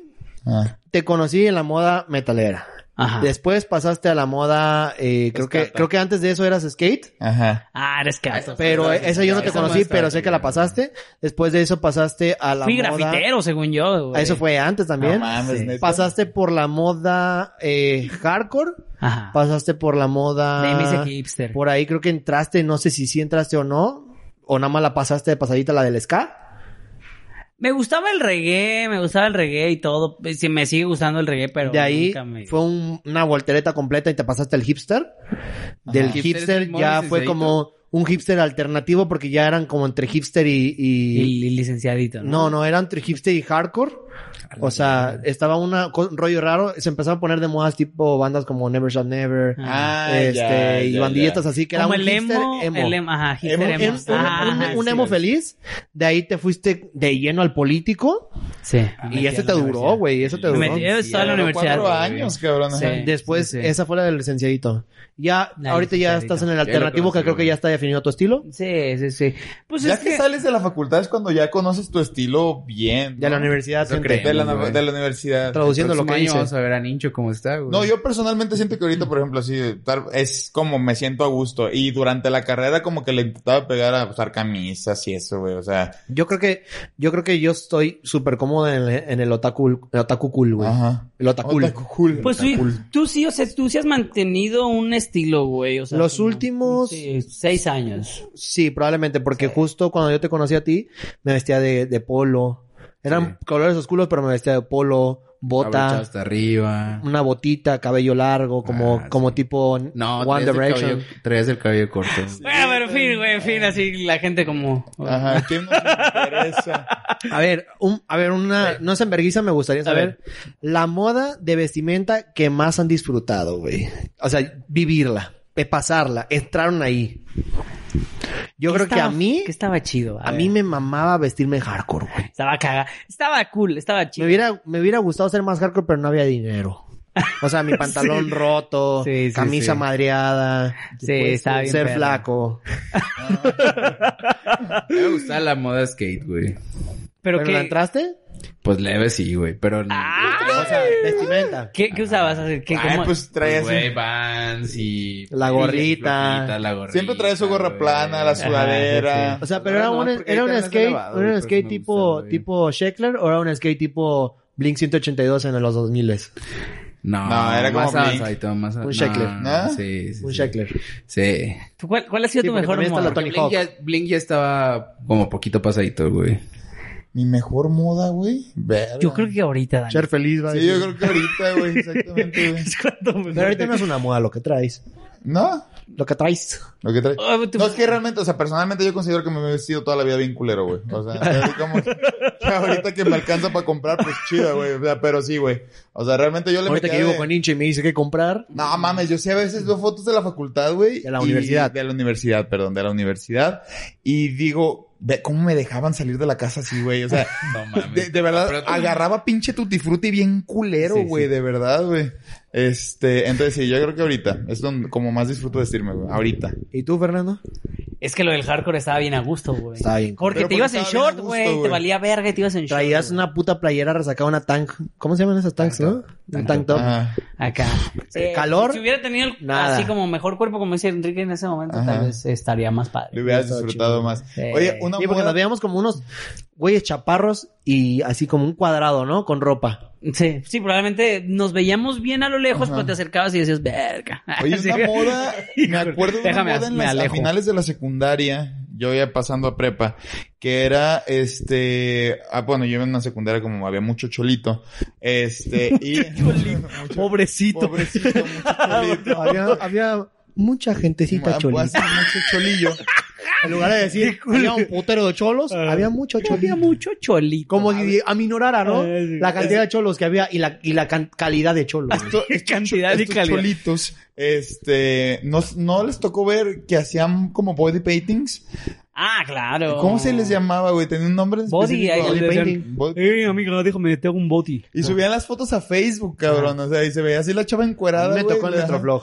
Speaker 3: Ah.
Speaker 2: te conocí en la moda metalera.
Speaker 1: Ajá. Ajá.
Speaker 2: Después pasaste a la moda, eh, creo que
Speaker 4: Escata.
Speaker 2: creo que antes de eso eras skate,
Speaker 3: Ajá.
Speaker 1: Ah, eres caso.
Speaker 2: pero
Speaker 4: Escata,
Speaker 2: esa yo no te
Speaker 4: esa
Speaker 2: conocí,
Speaker 4: más tarde,
Speaker 2: pero sé que la
Speaker 4: güey.
Speaker 2: pasaste. Después de eso pasaste a la
Speaker 1: Fui
Speaker 2: moda.
Speaker 1: grafitero, según yo, güey.
Speaker 2: Ah, Eso fue antes también.
Speaker 3: No mames,
Speaker 1: Sí.
Speaker 3: neta.
Speaker 2: pasaste por la moda eh, hardcore,
Speaker 1: Ajá.
Speaker 2: pasaste por la moda
Speaker 1: De mis hipster.
Speaker 2: Por ahí creo que entraste, no sé si sí entraste o no, o nada más la pasaste de pasadita la del ska.
Speaker 1: Me gustaba el reggae, me gustaba el reggae y todo. Sí, me sigue gustando el reggae, pero
Speaker 2: de ahí
Speaker 1: nunca me-
Speaker 2: fue un- una voltereta completa y te pasaste al hipster. Del
Speaker 4: Hipster es
Speaker 2: hipster
Speaker 4: Simón
Speaker 2: ya
Speaker 4: y
Speaker 2: fue
Speaker 4: Seisadito.
Speaker 2: como un hipster alternativo porque ya eran como entre hipster y...
Speaker 1: y,
Speaker 2: y-
Speaker 1: y licenciadito, ¿no?
Speaker 2: No, no, eran entre hipster y hardcore. O sea, estaba una, co- un rollo raro. Se empezaban a poner de modas tipo bandas como Never Shall Never.
Speaker 3: Ah,
Speaker 2: este,
Speaker 3: ya,
Speaker 2: y
Speaker 3: ya,
Speaker 2: bandilletas
Speaker 3: ya.
Speaker 2: así que era
Speaker 1: Como
Speaker 2: un
Speaker 1: el
Speaker 2: hipster
Speaker 1: emo,
Speaker 2: emo.
Speaker 1: el emo, ajá, hipster
Speaker 3: Emo,
Speaker 1: emo.
Speaker 2: Em-
Speaker 3: hipster,
Speaker 1: Ajá,
Speaker 2: un,
Speaker 1: ajá,
Speaker 2: un emo feliz, de ahí te fuiste de lleno al político
Speaker 1: Sí.
Speaker 2: y ese te duró, güey, eso te
Speaker 4: Me
Speaker 2: duró.
Speaker 1: metí- yo estaba en la universidad.
Speaker 3: Cuatro años, cabrón. ajá.
Speaker 1: Sí.
Speaker 2: Ah, Después,
Speaker 1: Sí, sí.
Speaker 2: esa fue la del licenciadito. Ya,
Speaker 1: La
Speaker 2: ahorita ya
Speaker 1: licenciadito.
Speaker 2: estás en el
Speaker 4: Ya lo
Speaker 2: alternativo que
Speaker 4: conocí,
Speaker 2: creo que
Speaker 4: güey.
Speaker 2: ya está definido tu estilo.
Speaker 1: Sí, sí, sí. Pues
Speaker 3: Ya
Speaker 1: es
Speaker 3: que
Speaker 1: que...
Speaker 3: sales de la facultad es cuando ya conoces tu estilo bien.
Speaker 2: De la
Speaker 3: ¿no?
Speaker 2: universidad,
Speaker 4: Eso
Speaker 2: gente.
Speaker 4: creo.
Speaker 3: De la,
Speaker 4: güey.
Speaker 3: de la universidad.
Speaker 2: traduciendo lo que
Speaker 4: Próximo año
Speaker 2: dice.
Speaker 4: vamos a ver a Nincho cómo está, güey.
Speaker 3: No, yo personalmente siento que ahorita, por ejemplo, así tar- es como me siento a gusto. Y durante la carrera como que le intentaba pegar a usar camisas y eso, güey. O sea,
Speaker 2: Yo creo que, yo creo que yo estoy súper cómodo en el, en el otaku, el otaku cool, güey.
Speaker 3: ajá.
Speaker 2: El otaku.
Speaker 3: Otaku cool.
Speaker 1: Pues sí, tú sí, o sea, tú sí has mantenido un estilo, güey. O sea,
Speaker 2: Los últimos-
Speaker 1: sí, seis años.
Speaker 2: Sí, probablemente, porque justo cuando yo te conocí a ti, me vestía de, de polo. Eran colores oscuros, pero me vestía de polo,
Speaker 4: Abrochado
Speaker 2: bota,
Speaker 4: hasta arriba.
Speaker 2: una botita, cabello largo, como,
Speaker 4: Ah,
Speaker 2: como tipo
Speaker 4: No,
Speaker 2: One
Speaker 4: traías el
Speaker 2: Direction.
Speaker 4: cabello- traías el cabello corto.
Speaker 1: Bueno, pero en fin, güey, en fin, así la gente como...
Speaker 3: Ajá, ¿quién nos interesa?
Speaker 2: A ver, un- a ver, una, no es enverguiza, me gustaría saber la moda de vestimenta que más han disfrutado, güey. O sea, vivirla, eh, pasarla, entraron ahí. Yo
Speaker 1: ¿Qué
Speaker 2: creo que a
Speaker 1: estaba-
Speaker 2: mí,
Speaker 1: Que estaba chido.
Speaker 2: a
Speaker 1: ver.
Speaker 2: mí me mamaba vestirme hardcore, güey.
Speaker 1: Estaba caga. Estaba cool, estaba
Speaker 2: Me
Speaker 1: chido.
Speaker 2: hubiera, me hubiera gustado ser más hardcore, pero no había dinero. O sea, mi pantalón roto,
Speaker 1: Sí, sí,
Speaker 2: camisa
Speaker 1: sí.
Speaker 2: madreada,
Speaker 1: Sí, estaba bien
Speaker 2: ser
Speaker 1: perro.
Speaker 2: flaco.
Speaker 4: Me gustaba la moda skate, güey.
Speaker 1: Pero,
Speaker 2: ¿Pero
Speaker 1: qué,
Speaker 2: la entraste?
Speaker 4: Pues leve sí, güey, pero...
Speaker 1: Ah,
Speaker 2: O sea, vestimenta.
Speaker 1: ¿qué, qué usabas? O sea, ¿Qué,
Speaker 3: Ay,
Speaker 1: cómo-
Speaker 3: pues
Speaker 4: Pues,
Speaker 3: traes...
Speaker 4: güey, Vans y...
Speaker 2: La gorrita.
Speaker 4: flojita, la gorrita,
Speaker 3: Siempre traes su gorra
Speaker 4: güey.
Speaker 3: plana, la
Speaker 4: Ajá,
Speaker 3: sudadera.
Speaker 2: O sea, pero
Speaker 4: No,
Speaker 2: era
Speaker 4: no,
Speaker 2: un, era
Speaker 4: porque ahí
Speaker 2: un
Speaker 4: te andas
Speaker 2: skate,
Speaker 4: elevado,
Speaker 2: era
Speaker 4: güey,
Speaker 2: un
Speaker 4: pues
Speaker 2: skate
Speaker 4: me
Speaker 2: tipo,
Speaker 4: gusta, güey.
Speaker 2: tipo Sheckler o era un skate tipo Blink 182 en los 2000
Speaker 4: No,
Speaker 3: No, era como
Speaker 4: más
Speaker 3: Blink.
Speaker 4: avanzadito, más
Speaker 2: Un Shackler.
Speaker 3: ¿No?
Speaker 4: Sí, sí,
Speaker 2: Un
Speaker 4: sí.
Speaker 2: Sheckler.
Speaker 4: Sí.
Speaker 1: ¿tú cuál, cuál ha sido
Speaker 2: Sí,
Speaker 1: tu
Speaker 2: porque
Speaker 1: mejor
Speaker 2: también está
Speaker 1: moda?
Speaker 2: la Tony
Speaker 4: Blink
Speaker 2: Hawk.
Speaker 4: ya, Blink ya estaba como poquito pasadito, güey.
Speaker 3: Mi mejor moda, güey. Verga.
Speaker 1: Yo creo que ahorita, Dani.
Speaker 2: Ser feliz, va a
Speaker 3: Sí,
Speaker 2: decir.
Speaker 3: yo creo que ahorita, güey, exactamente, güey.
Speaker 1: Es cuando me-
Speaker 2: Pero ahorita no es una moda lo que traes.
Speaker 3: ¿No?
Speaker 2: Lo que traes.
Speaker 3: Lo que trae.
Speaker 1: Ah,
Speaker 2: pues,
Speaker 1: tú-
Speaker 3: No, es que realmente, o sea, personalmente yo considero que me he vestido toda la vida bien culero, güey. O sea, así como que- que ahorita que me alcanza para comprar, pues chida, güey. O sea, pero sí, güey. O sea, realmente yo le
Speaker 2: Ahorita
Speaker 3: metía
Speaker 2: que vivo
Speaker 3: de-
Speaker 2: con hincha y me dice que comprar.
Speaker 3: No mames, yo sí a veces veo fotos de la facultad, güey.
Speaker 2: De la
Speaker 3: y-
Speaker 2: universidad.
Speaker 3: De la universidad, perdón, de la universidad. Y digo, ve cómo me dejaban salir de la casa así, güey. O sea,
Speaker 4: No mames.
Speaker 3: de, de verdad,
Speaker 4: Pero tú-
Speaker 3: agarraba pinche tutti frutti bien culero,
Speaker 4: Sí,
Speaker 3: güey,
Speaker 4: sí.
Speaker 3: de verdad, güey. Este, entonces sí, yo creo que ahorita. Es donde como más disfruto vestirme, güey. Ahorita.
Speaker 2: ¿Y tú, Fernando?
Speaker 1: Es que lo del hardcore estaba bien a gusto, güey.
Speaker 2: Estaba bien.
Speaker 1: Porque
Speaker 3: Pero
Speaker 1: te
Speaker 3: porque
Speaker 1: ibas en
Speaker 3: estaba bien a
Speaker 1: short,
Speaker 3: gusto,
Speaker 1: güey. Te
Speaker 3: güey.
Speaker 1: valía verga y te ibas en short.
Speaker 2: Traías
Speaker 1: güey.
Speaker 2: una puta playera resacada, una tank. ¿Cómo se llaman esas tanks, no? Un tank top.
Speaker 3: Ajá.
Speaker 1: Acá.
Speaker 2: Eh, calor,
Speaker 1: Si hubiera tenido el-
Speaker 2: nada.
Speaker 1: así como mejor cuerpo, como dice Enrique en ese momento,
Speaker 3: Ajá.
Speaker 1: tal vez estaría más
Speaker 3: Lo
Speaker 1: padre.
Speaker 3: hubieras
Speaker 2: Estaba
Speaker 3: disfrutado
Speaker 2: chido.
Speaker 3: más.
Speaker 1: Sí.
Speaker 3: Oye, una
Speaker 2: Sí, porque
Speaker 3: moda-
Speaker 2: nos veíamos como unos güeyes chaparros y así como un cuadrado, ¿no? Con ropa.
Speaker 1: Sí, sí, probablemente nos veíamos bien a lo lejos,
Speaker 3: Ajá.
Speaker 1: pero te acercabas y decías, verga.
Speaker 3: Oye,
Speaker 1: Sí.
Speaker 3: una moda, me acuerdo de una
Speaker 1: Déjame,
Speaker 3: moda en
Speaker 1: me
Speaker 3: las, a
Speaker 1: alejo.
Speaker 3: finales de la secundaria, yo ya pasando a prepa, que era este, ah, bueno, yo iba en una secundaria como había mucho cholito, este, y... mucho-
Speaker 1: Pobrecito. Ah,
Speaker 3: Pobrecito, mucho cholito.
Speaker 2: Había, había mucha gentecita
Speaker 3: Ah, pues,
Speaker 2: cholita.
Speaker 3: mucho cholillo.
Speaker 2: En lugar de decir, había un putero de cholos,
Speaker 1: Ah.
Speaker 2: había mucho
Speaker 1: Había
Speaker 2: cholillo.
Speaker 1: mucho cholito.
Speaker 2: Como si aminorara, ¿no?
Speaker 1: Ah, sí.
Speaker 2: La cantidad de cholos que había y la, y la can- calidad de cholos. güey.
Speaker 3: Esto- estos
Speaker 1: Cantidad y
Speaker 3: estos
Speaker 1: calidad.
Speaker 3: cholitos, este, no, no les tocó ver que hacían como body paintings.
Speaker 1: Ah, claro.
Speaker 3: ¿Cómo se les llamaba, güey? Tenía un nombre en
Speaker 1: Body. ahí
Speaker 3: específico.
Speaker 1: le decían,
Speaker 2: painting.
Speaker 3: Body-
Speaker 1: Eh, amigo, déjame, te hago un body.
Speaker 3: Y subían las fotos a Facebook, cabrón. O sea, y se veía así la chava
Speaker 2: A
Speaker 3: encuerada.
Speaker 2: mí me
Speaker 3: güey,
Speaker 2: tocó en
Speaker 3: le-
Speaker 2: nuestro blog.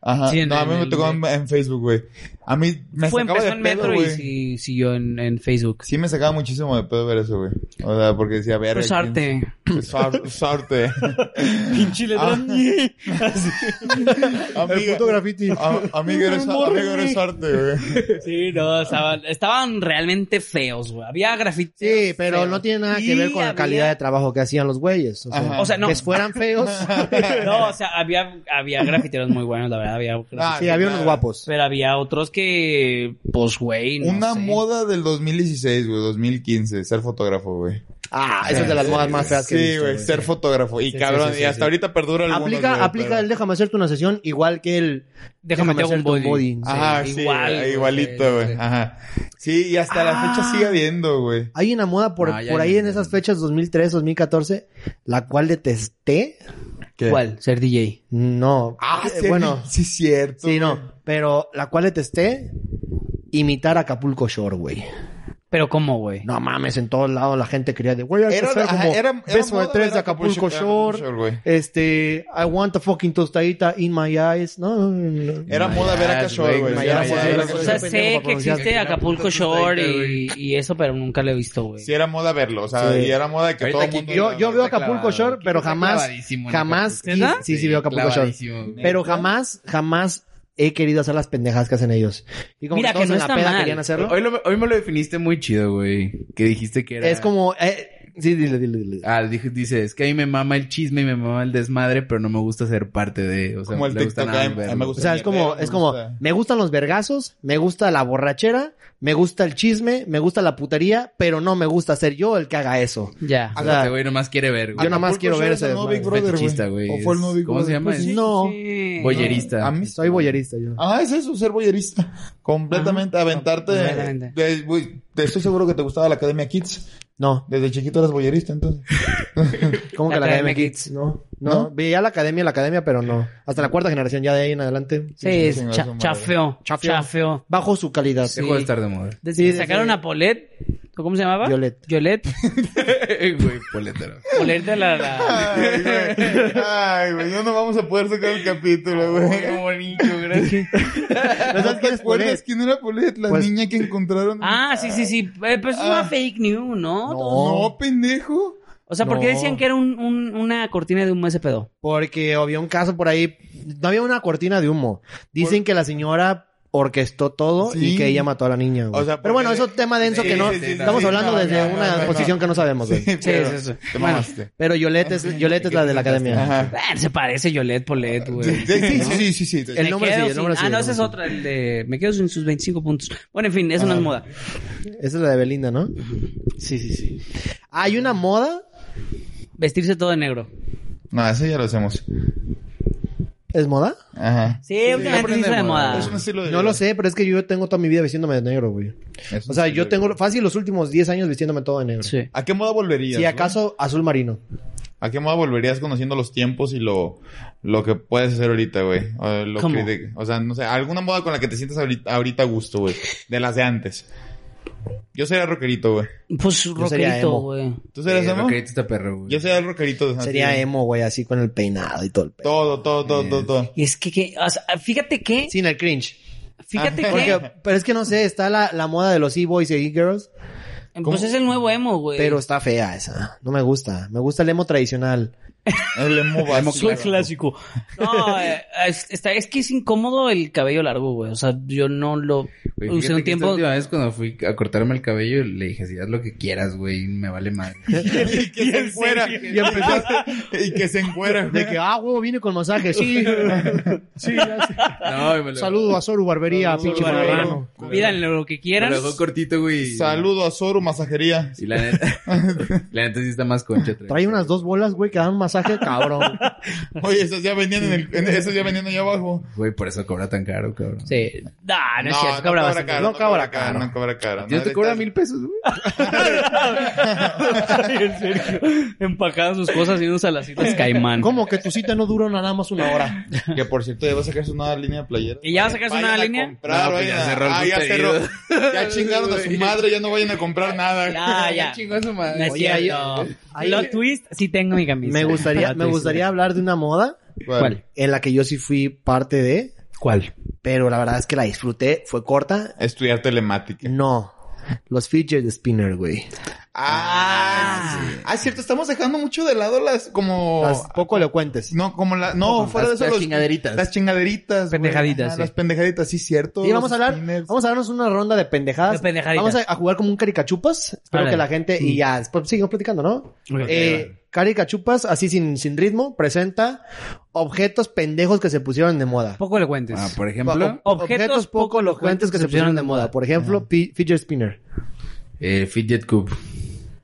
Speaker 3: Ajá.
Speaker 1: Sí, en
Speaker 3: no, a
Speaker 1: el-
Speaker 3: mí me
Speaker 1: el-
Speaker 3: tocó en, en Facebook, güey. A mí me
Speaker 1: Fue,
Speaker 3: sacaba
Speaker 1: empezó
Speaker 3: de
Speaker 1: en
Speaker 3: pedo,
Speaker 1: Metro y
Speaker 3: güey.
Speaker 1: sí- siguió en, en Facebook.
Speaker 3: Sí me sacaba muchísimo de pedo ver eso, güey. O sea, porque decía, ver...
Speaker 1: Pues arte.
Speaker 3: Es ar- es arte.
Speaker 1: Pinche
Speaker 2: Ah.
Speaker 1: letrón. Así.
Speaker 3: Amiga,
Speaker 2: graffiti.
Speaker 3: a- amiga, eres,
Speaker 1: Morre.
Speaker 3: amiga, eres arte, güey.
Speaker 1: Sí, no, estaban, estaban realmente feos, güey. Había grafiti.
Speaker 2: Sí, pero no tiene nada que ver con la calidad de trabajo que hacían los güeyes. O sea,
Speaker 3: Ajá.
Speaker 1: O sea, no.
Speaker 2: que fueran feos.
Speaker 1: No, o sea, había, había grafiteros muy buenos, la verdad.
Speaker 2: Ah.
Speaker 1: Había grafiteros.
Speaker 2: sí, había unos
Speaker 3: nada.
Speaker 2: guapos.
Speaker 1: Pero había otros que, pues, güey, no
Speaker 3: Una
Speaker 1: sé.
Speaker 3: moda del 2016, güey, 2015. Ser fotógrafo, güey.
Speaker 2: Ah, esa es de las modas más feas que he
Speaker 3: Sí,
Speaker 2: visto,
Speaker 3: güey, ser fotógrafo. Y
Speaker 2: Sí, sí,
Speaker 3: cabrón,
Speaker 2: sí, sí,
Speaker 3: y hasta
Speaker 2: sí.
Speaker 3: ahorita perdura algunos,
Speaker 2: Aplica,
Speaker 3: güey,
Speaker 2: aplica
Speaker 3: pero-
Speaker 2: el déjame hacerte una sesión igual que el
Speaker 1: Déjame, te hago un
Speaker 2: hacerte
Speaker 1: body.
Speaker 3: Ajá,
Speaker 1: Sí,
Speaker 3: sí,
Speaker 1: igual,
Speaker 3: eh,
Speaker 1: güey,
Speaker 4: sí,
Speaker 3: igualito, güey.
Speaker 4: sí.
Speaker 3: Ajá. Sí, y hasta la fecha sigue habiendo, güey.
Speaker 2: Hay una moda por,
Speaker 4: No, ya
Speaker 2: por
Speaker 4: hay
Speaker 2: ahí
Speaker 4: una
Speaker 2: en
Speaker 4: moda.
Speaker 2: esas fechas 2003, 2014, la cual detesté.
Speaker 1: ¿Cuál? Ser DJ.
Speaker 2: No.
Speaker 3: Ah,
Speaker 2: Eh,
Speaker 3: sí,
Speaker 2: bueno,
Speaker 3: sí es cierto.
Speaker 2: sí, no. Pero la cual detesté, imitar a Acapulco Shore, güey.
Speaker 1: Pero ¿cómo, güey?
Speaker 2: No mames, en todos lados la gente quería de, güey, hay
Speaker 3: Era-
Speaker 2: que ser
Speaker 3: ajá,
Speaker 2: como
Speaker 3: era- era
Speaker 2: beso de
Speaker 3: moda
Speaker 2: tres
Speaker 3: ver
Speaker 2: de
Speaker 3: Acapulco
Speaker 2: Acapulco
Speaker 3: Shore,
Speaker 2: Shore.
Speaker 3: güey.
Speaker 2: Este, I want a fucking tostadita in my eyes. No, no, no, no.
Speaker 3: Era moda ver a Cachorro, güey.
Speaker 4: güey,
Speaker 3: Era
Speaker 2: ya,
Speaker 3: moda
Speaker 2: ya,
Speaker 3: ver a
Speaker 2: ya,
Speaker 1: O
Speaker 2: Soy
Speaker 1: sea,
Speaker 2: un
Speaker 1: sé
Speaker 3: Cachorro.
Speaker 2: pendejo para
Speaker 1: que
Speaker 2: pronunciar.
Speaker 1: existe Acapulco Shore y, y eso, pero nunca lo he visto, güey.
Speaker 3: Sí, era moda verlo, o sea,
Speaker 2: Sí.
Speaker 3: y era moda que
Speaker 4: Ahorita
Speaker 3: todo el
Speaker 4: aquí-
Speaker 3: mundo...
Speaker 2: Yo,
Speaker 3: la-
Speaker 2: yo veo
Speaker 4: Está
Speaker 2: Acapulco
Speaker 4: clavado,
Speaker 2: Shore,
Speaker 4: aquí
Speaker 2: pero
Speaker 4: está
Speaker 2: jamás,
Speaker 4: clavadísimo en
Speaker 2: jamás,
Speaker 4: Acapulco.
Speaker 1: ¿Verdad?
Speaker 2: sí, sí veo Acapulco Shore.
Speaker 4: clavadísimo, güey.
Speaker 2: Pero jamás, jamás he querido hacer las pendejas que hacen ellos. Y como
Speaker 1: Mira,
Speaker 2: que todos
Speaker 1: que no
Speaker 2: en la
Speaker 1: está
Speaker 2: peda
Speaker 1: mal.
Speaker 2: querían hacerlo.
Speaker 4: Hoy, lo- hoy me lo definiste muy chido, güey. Que dijiste que era...
Speaker 2: Es como, eh, sí, dile, dile, dile.
Speaker 4: Ah, dije- dice, es que a mí me mama el chisme y me mama el desmadre, pero no me gusta ser parte de... O sea,
Speaker 3: Como el
Speaker 4: le gusta
Speaker 3: TikTok,
Speaker 4: nada
Speaker 3: a mí- a mí
Speaker 4: verlo.
Speaker 3: me
Speaker 2: O
Speaker 3: gusta.
Speaker 2: sea, es como,
Speaker 3: me
Speaker 2: es como,
Speaker 3: gusta.
Speaker 2: me gustan los vergazos, me gusta la borrachera, me gusta el chisme, me gusta la putería, pero no me gusta ser yo el que haga eso.
Speaker 1: Ya.
Speaker 4: Ah,
Speaker 2: o sea,
Speaker 4: ese güey nomás quiere ver, güey.
Speaker 2: yo nomás
Speaker 3: Acapulco
Speaker 2: quiero ver
Speaker 3: Shore
Speaker 2: ese
Speaker 3: es el nuevo
Speaker 2: desmadre.
Speaker 3: Big Brother,
Speaker 4: Fetichista,
Speaker 3: güey.
Speaker 4: güey.
Speaker 3: O fue el
Speaker 4: Es-
Speaker 3: nuevo Big
Speaker 4: ¿Cómo se
Speaker 3: Brother.
Speaker 4: llama?
Speaker 2: Pues
Speaker 4: eso?
Speaker 2: no,
Speaker 1: Sí.
Speaker 4: Boyerista.
Speaker 3: A mí
Speaker 2: soy boyerista yo.
Speaker 3: Ah, es eso, ser boyerista. Completamente, aventarte.
Speaker 1: Completamente.
Speaker 3: de- güey, te estoy seguro que te gustaba la Academia Kids.
Speaker 2: No,
Speaker 3: Desde chiquito eras boyerista, entonces.
Speaker 2: ¿cómo que la Academia Kids? No, no,
Speaker 3: ¿No?
Speaker 2: veía la Academia, la Academia, pero no. Hasta la cuarta generación, ya de ahí en adelante.
Speaker 1: Sí, es
Speaker 3: sí,
Speaker 1: cha-
Speaker 3: sí,
Speaker 1: chafeo.
Speaker 2: Chafeo.
Speaker 1: Chafeo.
Speaker 2: Bajo su calidad.
Speaker 1: Sí.
Speaker 4: Dejó de estar de moda.
Speaker 1: Desde que sacaron a Polet, ¿o ¿cómo se llamaba?
Speaker 2: Violet.
Speaker 1: Violet.
Speaker 4: Güey, poletero.
Speaker 1: Polet de la... la-
Speaker 3: Ay, güey. Ay, güey. No nos vamos a poder sacar el capítulo,
Speaker 4: Qué
Speaker 3: güey.
Speaker 4: bonito, gracias.
Speaker 3: ¿No
Speaker 2: sabes quién es
Speaker 3: acuerdas
Speaker 2: Polet?
Speaker 3: quién era Polet? La
Speaker 2: Pues-
Speaker 3: niña que encontraron.
Speaker 1: Ah, sí, sí, sí. Eh, pero eso es una fake news, ¿no?
Speaker 2: Ah. No.
Speaker 3: No, pendejo.
Speaker 1: O sea, porque
Speaker 2: No.
Speaker 1: decían que era un, un- una cortina de un mes pedo.
Speaker 2: Porque había un caso por ahí, no había una cortina de humo. Dicen que la señora orquestó todo
Speaker 3: Sí.
Speaker 2: y que ella mató a la niña. güey.
Speaker 3: O sea, porque-
Speaker 2: Pero bueno, eso es tema denso
Speaker 3: Sí,
Speaker 2: que no.
Speaker 3: sí, sí,
Speaker 2: estamos
Speaker 3: sí,
Speaker 2: hablando
Speaker 3: no,
Speaker 2: desde
Speaker 3: no,
Speaker 2: una
Speaker 3: no, no,
Speaker 2: posición
Speaker 3: no.
Speaker 2: que no sabemos. güey.
Speaker 3: Sí, pero
Speaker 1: sí, sí.
Speaker 3: Te
Speaker 1: Bueno.
Speaker 3: mamaste.
Speaker 2: Pero Yolette es, Yolette es la de la academia.
Speaker 3: Ajá.
Speaker 1: Ah, se parece Yolette Polet, güey.
Speaker 3: Sí, sí, sí, sí, sí, sí.
Speaker 2: El
Speaker 1: Me
Speaker 2: nombre
Speaker 1: quedo
Speaker 2: sí, el nombre
Speaker 1: sin-
Speaker 2: sí,
Speaker 1: Ah,
Speaker 2: el
Speaker 1: no,
Speaker 2: nombre
Speaker 1: ese es
Speaker 2: sí. Ah.
Speaker 1: otro, el de... Me quedo sin sus 25 puntos. Bueno, en fin, eso no es moda.
Speaker 2: Esa es la de Belinda, ¿no?
Speaker 1: Sí, sí, sí.
Speaker 2: Hay una moda.
Speaker 1: Vestirse todo de negro.
Speaker 3: No, eso ya lo hacemos.
Speaker 2: ¿Es moda?
Speaker 3: Ajá.
Speaker 1: Sí, últimamente sí está de moda.
Speaker 3: Es un estilo de
Speaker 2: No lo sé, pero es que yo tengo toda mi vida vistiéndome de negro, güey.
Speaker 3: Es un
Speaker 2: O sea,
Speaker 3: estilo
Speaker 2: yo
Speaker 3: de
Speaker 2: tengo
Speaker 3: vida.
Speaker 2: fácil los últimos 10 años vistiéndome todo de negro.
Speaker 1: Sí.
Speaker 3: ¿A qué moda volverías?
Speaker 2: Si
Speaker 3: no?
Speaker 2: acaso azul marino.
Speaker 3: ¿A qué moda volverías conociendo los tiempos y lo, lo que puedes hacer ahorita, güey? O, lo
Speaker 1: ¿Cómo?
Speaker 3: que de- o sea, no sé, alguna moda con la que te sientas ahorita, ahorita a gusto, güey. De las de antes. Yo sería el rockerito, güey.
Speaker 1: Pues
Speaker 2: sería
Speaker 1: rockerito,
Speaker 2: emo.
Speaker 1: güey.
Speaker 3: ¿Tú serías
Speaker 4: Eh,
Speaker 3: emo?
Speaker 4: Rockerito está perro, güey.
Speaker 3: Yo sería el rockerito de Santi,
Speaker 2: Sería
Speaker 3: güey.
Speaker 2: emo, güey, así con el peinado y todo el pe-
Speaker 3: Todo, todo, todo, todo, todo.
Speaker 1: Es que, que o sea, fíjate que,
Speaker 2: Sin el cringe.
Speaker 1: fíjate que,
Speaker 2: Porque, pero es que no sé, está la, la moda de los e-boys y e-girls,
Speaker 1: pues es el nuevo emo, güey.
Speaker 2: pero está fea esa. No me gusta. Me gusta el emo tradicional.
Speaker 3: El emo básico.
Speaker 1: Soy Pues, clásico. No, eh, es, está, es que es incómodo el cabello largo, güey. O sea, yo no lo usé
Speaker 4: Güey, fíjate
Speaker 1: un
Speaker 4: que esta
Speaker 1: tiempo.
Speaker 4: última vez cuando fui a cortarme el cabello le dije, si haz lo que quieras, güey, me vale madre.
Speaker 3: Y que se encuera. Y empezó- y que se encuera,
Speaker 2: De que, ah, huevo, viene con masaje. Sí. sí.
Speaker 4: No, y me lo,
Speaker 2: Saludo a Soru Barbería,
Speaker 3: Saludo,
Speaker 2: pinche
Speaker 3: Soru Barbería.
Speaker 2: marrano.
Speaker 1: Pídanle lo que
Speaker 4: me
Speaker 1: quieran.
Speaker 4: lo dejó cortito, güey.
Speaker 3: Saludo a Soru Masajería.
Speaker 4: Y la neta, la neta sí está más concha.
Speaker 2: Trae unas dos bolas, güey, que dan masaje cabrón.
Speaker 3: Oye, esas ya vendían en el, en- esas ya vendían allá abajo.
Speaker 4: Güey, por eso cobra tan caro, cabrón.
Speaker 1: Sí. Nah,
Speaker 3: Ah,
Speaker 1: no, es cierto, cobra bastante.
Speaker 3: caro, no cobra caro, no cobra caro.
Speaker 4: Yo te
Speaker 3: Madre,
Speaker 4: cobra
Speaker 3: estás-
Speaker 4: mil pesos, güey.
Speaker 1: Ay, en serio. Empacadas sus cosas y unos a las citas Caimán.
Speaker 2: ¿Cómo que tu cita no duró nada más una hora?
Speaker 3: Que por cierto, ya va a sacarse una nueva línea de playera.
Speaker 1: ¿Y ya va a sacarse una
Speaker 3: Vayan a
Speaker 1: línea?
Speaker 3: comprar,
Speaker 4: No, pues
Speaker 3: vayan
Speaker 4: ya
Speaker 3: a-
Speaker 4: cerró el
Speaker 3: ah, ya
Speaker 4: contenido.
Speaker 3: cerró. Ya chingaron a su madre, ya no vayan a comprar nada.
Speaker 1: Ya, Ah, ya.
Speaker 4: Chingó a su madre.
Speaker 1: No es
Speaker 2: Oye, ahí-
Speaker 1: cierto.
Speaker 2: ahí-
Speaker 1: Plot twist, sí tengo mi camisa.
Speaker 2: Me gustaría,
Speaker 1: Plot
Speaker 2: me
Speaker 1: twist.
Speaker 2: gustaría hablar de una moda
Speaker 3: ¿Cuál?
Speaker 2: en la que yo sí fui parte de,
Speaker 1: ¿Cuál?
Speaker 2: pero la verdad es que la disfruté, fue corta.
Speaker 3: Estudiar telemática.
Speaker 2: No. Los fidget spinner, güey.
Speaker 3: Ah, sí. ah, es cierto, estamos dejando mucho de lado las como
Speaker 2: Las poco elocuentes.
Speaker 3: no como la no fuera
Speaker 4: las-
Speaker 3: de eso
Speaker 4: las
Speaker 3: los-
Speaker 4: chingaderitas.
Speaker 3: las chingaderitas, güey.
Speaker 1: Pendejaditas,
Speaker 3: Ajá,
Speaker 1: sí.
Speaker 3: las pendejaditas, sí cierto.
Speaker 2: Y vamos
Speaker 3: los
Speaker 2: a hablar,
Speaker 3: spinners.
Speaker 2: vamos a darnos una ronda de pendejadas.
Speaker 1: De pendejaditas.
Speaker 2: Vamos a, a jugar como un caricachupas. Espero
Speaker 1: Órale.
Speaker 2: que la gente,
Speaker 3: Mm.
Speaker 2: y ya, después sigamos platicando, ¿no?
Speaker 1: Ok,
Speaker 2: eh, caricachupas, así sin, sin ritmo, presenta objetos pendejos que se pusieron de moda.
Speaker 1: Poco le cuentes.
Speaker 4: Ah, por ejemplo,
Speaker 2: O- objetos poco elocuentes que se pusieron de moda. Por ejemplo, pi- fidget spinner.
Speaker 4: eh, Fidget Cube.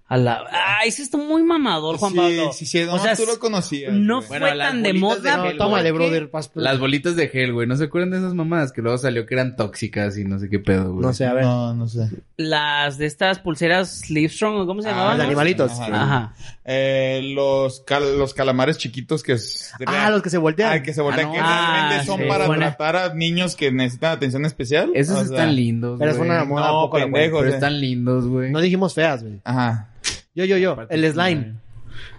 Speaker 1: A la... Ah, ese está muy mamador, Juan
Speaker 3: sí,
Speaker 1: Pablo.
Speaker 3: Sí, sí, no,
Speaker 1: o sea,
Speaker 3: tú lo conocías.
Speaker 1: no
Speaker 3: güey.
Speaker 1: fue
Speaker 4: Bueno, las
Speaker 1: tan de
Speaker 4: bolitas de
Speaker 1: moda.
Speaker 3: Ah,
Speaker 4: gel, güey.
Speaker 1: porque-
Speaker 2: Tómale, brother. pas-
Speaker 4: Las
Speaker 3: Pues,
Speaker 4: bolitas de gel, güey. ¿No se acuerdan de esas mamadas que luego salió que eran tóxicas y no sé qué pedo, güey?
Speaker 2: No sé, a ver.
Speaker 3: No, no sé.
Speaker 1: Las de estas pulseras Slipstrong, ¿cómo se
Speaker 3: Ah,
Speaker 1: llamaban?
Speaker 2: los
Speaker 1: no?
Speaker 2: animalitos.
Speaker 1: Ajá.
Speaker 3: Eh, los, cal- los calamares chiquitos que... s-
Speaker 2: Ah, los que se voltean.
Speaker 3: Ah, que se voltean,
Speaker 4: Ah, no.
Speaker 3: que realmente
Speaker 1: Ah,
Speaker 3: son
Speaker 1: sí.
Speaker 3: para
Speaker 1: Bueno.
Speaker 3: tratar a niños que necesitan atención especial.
Speaker 4: Esos
Speaker 3: O sea,
Speaker 4: están lindos,
Speaker 2: Pero es
Speaker 4: güey.
Speaker 2: una moda
Speaker 3: No,
Speaker 2: poco la
Speaker 3: pendejo.
Speaker 4: Pero
Speaker 3: güey.
Speaker 4: están lindos, güey.
Speaker 2: No dijimos feas, güey.
Speaker 3: Ajá.
Speaker 2: Yo, yo, yo. El slime.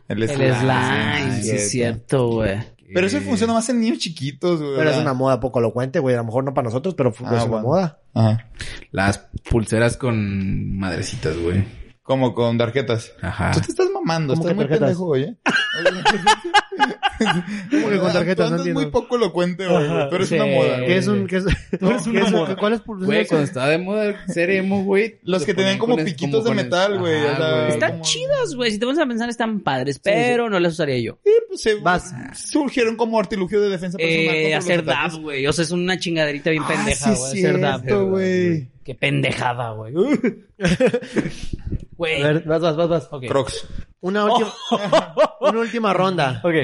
Speaker 3: El
Speaker 1: El
Speaker 3: slime.
Speaker 1: slime, sí es cierto, güey.
Speaker 3: Pero eso
Speaker 4: Eh,
Speaker 3: funciona más en niños chiquitos, güey.
Speaker 2: Pero es
Speaker 3: ¿verdad?
Speaker 2: una moda poco elocuente, güey. A lo mejor no para nosotros, pero fue-
Speaker 3: Ah,
Speaker 2: es una
Speaker 3: bueno.
Speaker 2: moda.
Speaker 3: Ajá.
Speaker 4: Las pulseras con madrecitas, güey.
Speaker 3: Como con tarjetas.
Speaker 4: Ajá.
Speaker 3: Tú te estás mamando,
Speaker 2: Ah.
Speaker 3: estás
Speaker 2: ¿Cómo que
Speaker 3: muy
Speaker 2: tarjetas?
Speaker 3: pendejo, oye.
Speaker 2: ¿Cómo que con tarjetas? No
Speaker 3: Tú andas
Speaker 2: entiendo.
Speaker 3: muy poco elocuente, güey. Pero es una
Speaker 1: sí.
Speaker 3: moda,
Speaker 2: ¿Qué
Speaker 3: güey.
Speaker 2: es un...? ¿Qué es, ¿qué es- ¿Cuál es pulsera?
Speaker 4: Güey, cuando estaba de moda ser emo, güey.
Speaker 3: Los
Speaker 4: se
Speaker 3: que tenían
Speaker 4: ponían
Speaker 3: como
Speaker 4: con es-
Speaker 3: piquitos de
Speaker 4: con el-
Speaker 3: metal, güey,
Speaker 4: Ajá,
Speaker 3: o sea,
Speaker 4: güey.
Speaker 3: Está-
Speaker 1: Están
Speaker 3: ¿Cómo?
Speaker 1: chidas, güey. Si te pones a pensar, están padres, pero no las usaría yo.
Speaker 3: Sí, pues se-
Speaker 2: Vas.
Speaker 3: surgieron como artilugio de defensa personal.
Speaker 1: Eh,
Speaker 3: contra los
Speaker 1: hacer
Speaker 3: ataques.
Speaker 1: dab, güey. O sea, es una chingaderita bien pendeja,
Speaker 3: Ah,
Speaker 1: güey.
Speaker 3: sí es
Speaker 1: hacer dab.
Speaker 3: cierto, güey.
Speaker 1: Qué pendejada, güey.
Speaker 2: A
Speaker 1: Güey.
Speaker 2: ver, vas, vas, vas, vas.
Speaker 1: Ok.
Speaker 3: Crocs.
Speaker 2: Una última, una última ronda.
Speaker 1: Ok.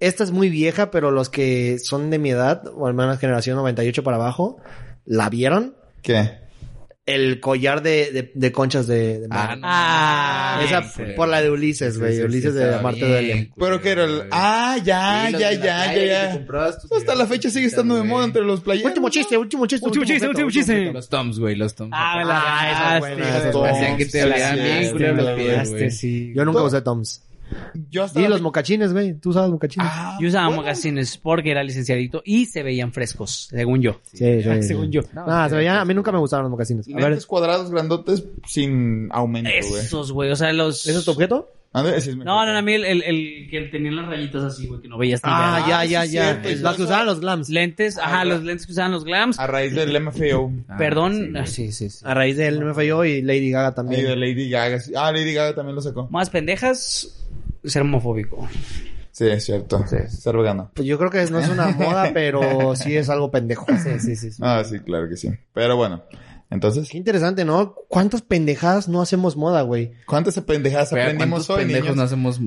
Speaker 2: Esta es muy vieja, pero los que son de mi edad, o al menos generación 98 para abajo, ¿la vieron?
Speaker 3: ¿Qué?
Speaker 2: El collar de, de, de conchas de, de mar.
Speaker 4: Ah, no.
Speaker 1: Ah,
Speaker 2: Esa
Speaker 4: sí,
Speaker 2: por la de Ulises, güey. Ulises de la Marte de
Speaker 3: Pero que era el... Ah, ya, ya, ya, ya, ya. Hasta la fecha sigue estando de moda entre los playeros.
Speaker 2: Último chiste, último chiste.
Speaker 1: Último chiste,
Speaker 2: objeto,
Speaker 1: último chiste.
Speaker 2: objeto.
Speaker 4: Los toms, güey, los toms.
Speaker 1: Ah, me la
Speaker 2: Ah, esa es
Speaker 1: cagaste,
Speaker 2: buena, esa es
Speaker 1: güey.
Speaker 2: buena.
Speaker 4: Hacían que te
Speaker 3: Toms,
Speaker 4: olieran bien,
Speaker 3: sí,
Speaker 4: culero los
Speaker 3: sí,
Speaker 4: pies, güey.
Speaker 1: sí.
Speaker 2: Yo nunca usé Toms.
Speaker 3: Yo hasta...
Speaker 2: Y
Speaker 3: la
Speaker 2: los
Speaker 3: fe-
Speaker 2: mocachines, güey. Tú usabas mocachines.
Speaker 3: Ah,
Speaker 1: Yo usaba magazines porque era licenciadito y se veían frescos, según yo.
Speaker 2: sí, sí, sí.
Speaker 1: según yo.
Speaker 2: Ah, se veía- a mí nunca me gustaron los mocachines. A ver,
Speaker 3: Lentes cuadrados grandotes sin aumento, güey.
Speaker 1: Esos, güey. O sea, los.
Speaker 2: ¿eso es tu objeto?
Speaker 3: Ande, ese es mi
Speaker 1: No,
Speaker 3: objeto.
Speaker 1: no, no, a mí el, el, el que tenía las rayitas así, güey, que no veías tan
Speaker 2: Ah,
Speaker 1: bien.
Speaker 2: ya,
Speaker 3: sí,
Speaker 2: ya,
Speaker 3: es
Speaker 2: ya.
Speaker 3: cierto,
Speaker 2: Es
Speaker 3: yo
Speaker 2: Las que
Speaker 3: usaba-
Speaker 2: usaban los glams.
Speaker 1: Lentes, ajá,
Speaker 3: Ah,
Speaker 1: los lentes que usaban los glams.
Speaker 3: A raíz del MFAO.
Speaker 4: Ah,
Speaker 1: Perdón.
Speaker 4: sí,
Speaker 1: ah,
Speaker 4: güey.
Speaker 1: Sí, sí, sí.
Speaker 2: A raíz del MFAO y Lady Gaga
Speaker 3: Y de
Speaker 2: también.
Speaker 3: Lady Gaga. sí. Ah, Lady Gaga también lo sacó.
Speaker 1: Más pendejas, ser homofóbico.
Speaker 3: Sí, es cierto. Ser vegano.
Speaker 2: Pues yo creo que no es una moda, pero sí es algo pendejo.
Speaker 1: Sí, sí, sí. sí.
Speaker 3: Ah, sí, claro que sí. Pero bueno. Entonces,
Speaker 2: Qué interesante, ¿no? ¿Cuántas pendejadas no hacemos moda, güey?
Speaker 3: ¿cuántas pendejadas
Speaker 4: Pero
Speaker 3: aprendimos
Speaker 4: ¿cuántos
Speaker 3: hoy,
Speaker 4: pendejos
Speaker 3: niños?
Speaker 4: no hacemos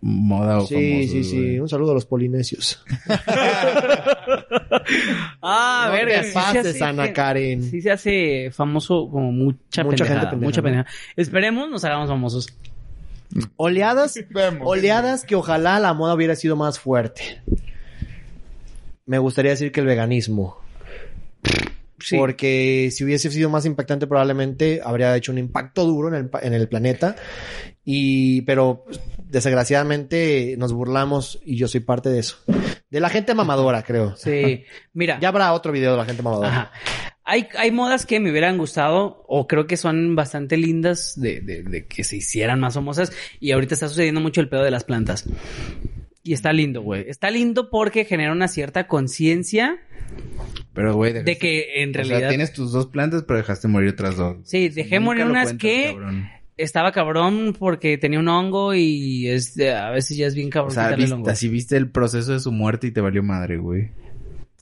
Speaker 4: moda o
Speaker 2: Sí,
Speaker 4: famosos,
Speaker 2: sí, sí.
Speaker 4: güey?
Speaker 2: Un saludo a los polinesios.
Speaker 1: Ah,
Speaker 2: No
Speaker 1: verga.
Speaker 2: te
Speaker 1: sí se
Speaker 2: pases,
Speaker 1: hace
Speaker 2: Ana
Speaker 1: que-
Speaker 2: Karen.
Speaker 1: Sí se hace famoso como mucha,
Speaker 2: Mucha gente
Speaker 1: pendejada,
Speaker 2: pendeja,
Speaker 1: Mucha
Speaker 2: ¿no?
Speaker 1: pendeja. Esperemos nos hagamos famosos.
Speaker 2: Oleadas,
Speaker 3: Vemos.
Speaker 2: oleadas que ojalá la moda hubiera sido más fuerte. Me gustaría decir que el veganismo.
Speaker 1: Sí.
Speaker 2: Porque si hubiese sido más impactante, probablemente habría hecho un impacto duro en el, pa- en el planeta. Y, pero pues, desgraciadamente nos burlamos y yo soy parte de eso. De la gente mamadora, creo.
Speaker 1: Sí. Mira.
Speaker 2: Ya habrá otro video de la gente mamadora.
Speaker 1: Ajá. Hay, hay modas que me hubieran gustado o creo que son bastante lindas de, de- de que se hicieran más famosas y ahorita está sucediendo mucho el pedo de las plantas. Y está lindo, güey. Está lindo porque genera una cierta conciencia
Speaker 4: Pero, güey,
Speaker 1: de que en
Speaker 4: O sea,
Speaker 1: realidad...
Speaker 4: tienes tus dos plantas, pero dejaste morir otras dos.
Speaker 1: Sí, dejé morir
Speaker 4: Nunca lo
Speaker 1: unas
Speaker 4: cuentas,
Speaker 1: que
Speaker 4: cabrón.
Speaker 1: estaba cabrón porque tenía un hongo y este, a veces ya es bien
Speaker 4: O
Speaker 1: cabrón
Speaker 4: sea,
Speaker 1: quitarle el
Speaker 4: viste-
Speaker 1: hongo.
Speaker 4: así viste el proceso de su muerte y te valió madre, güey.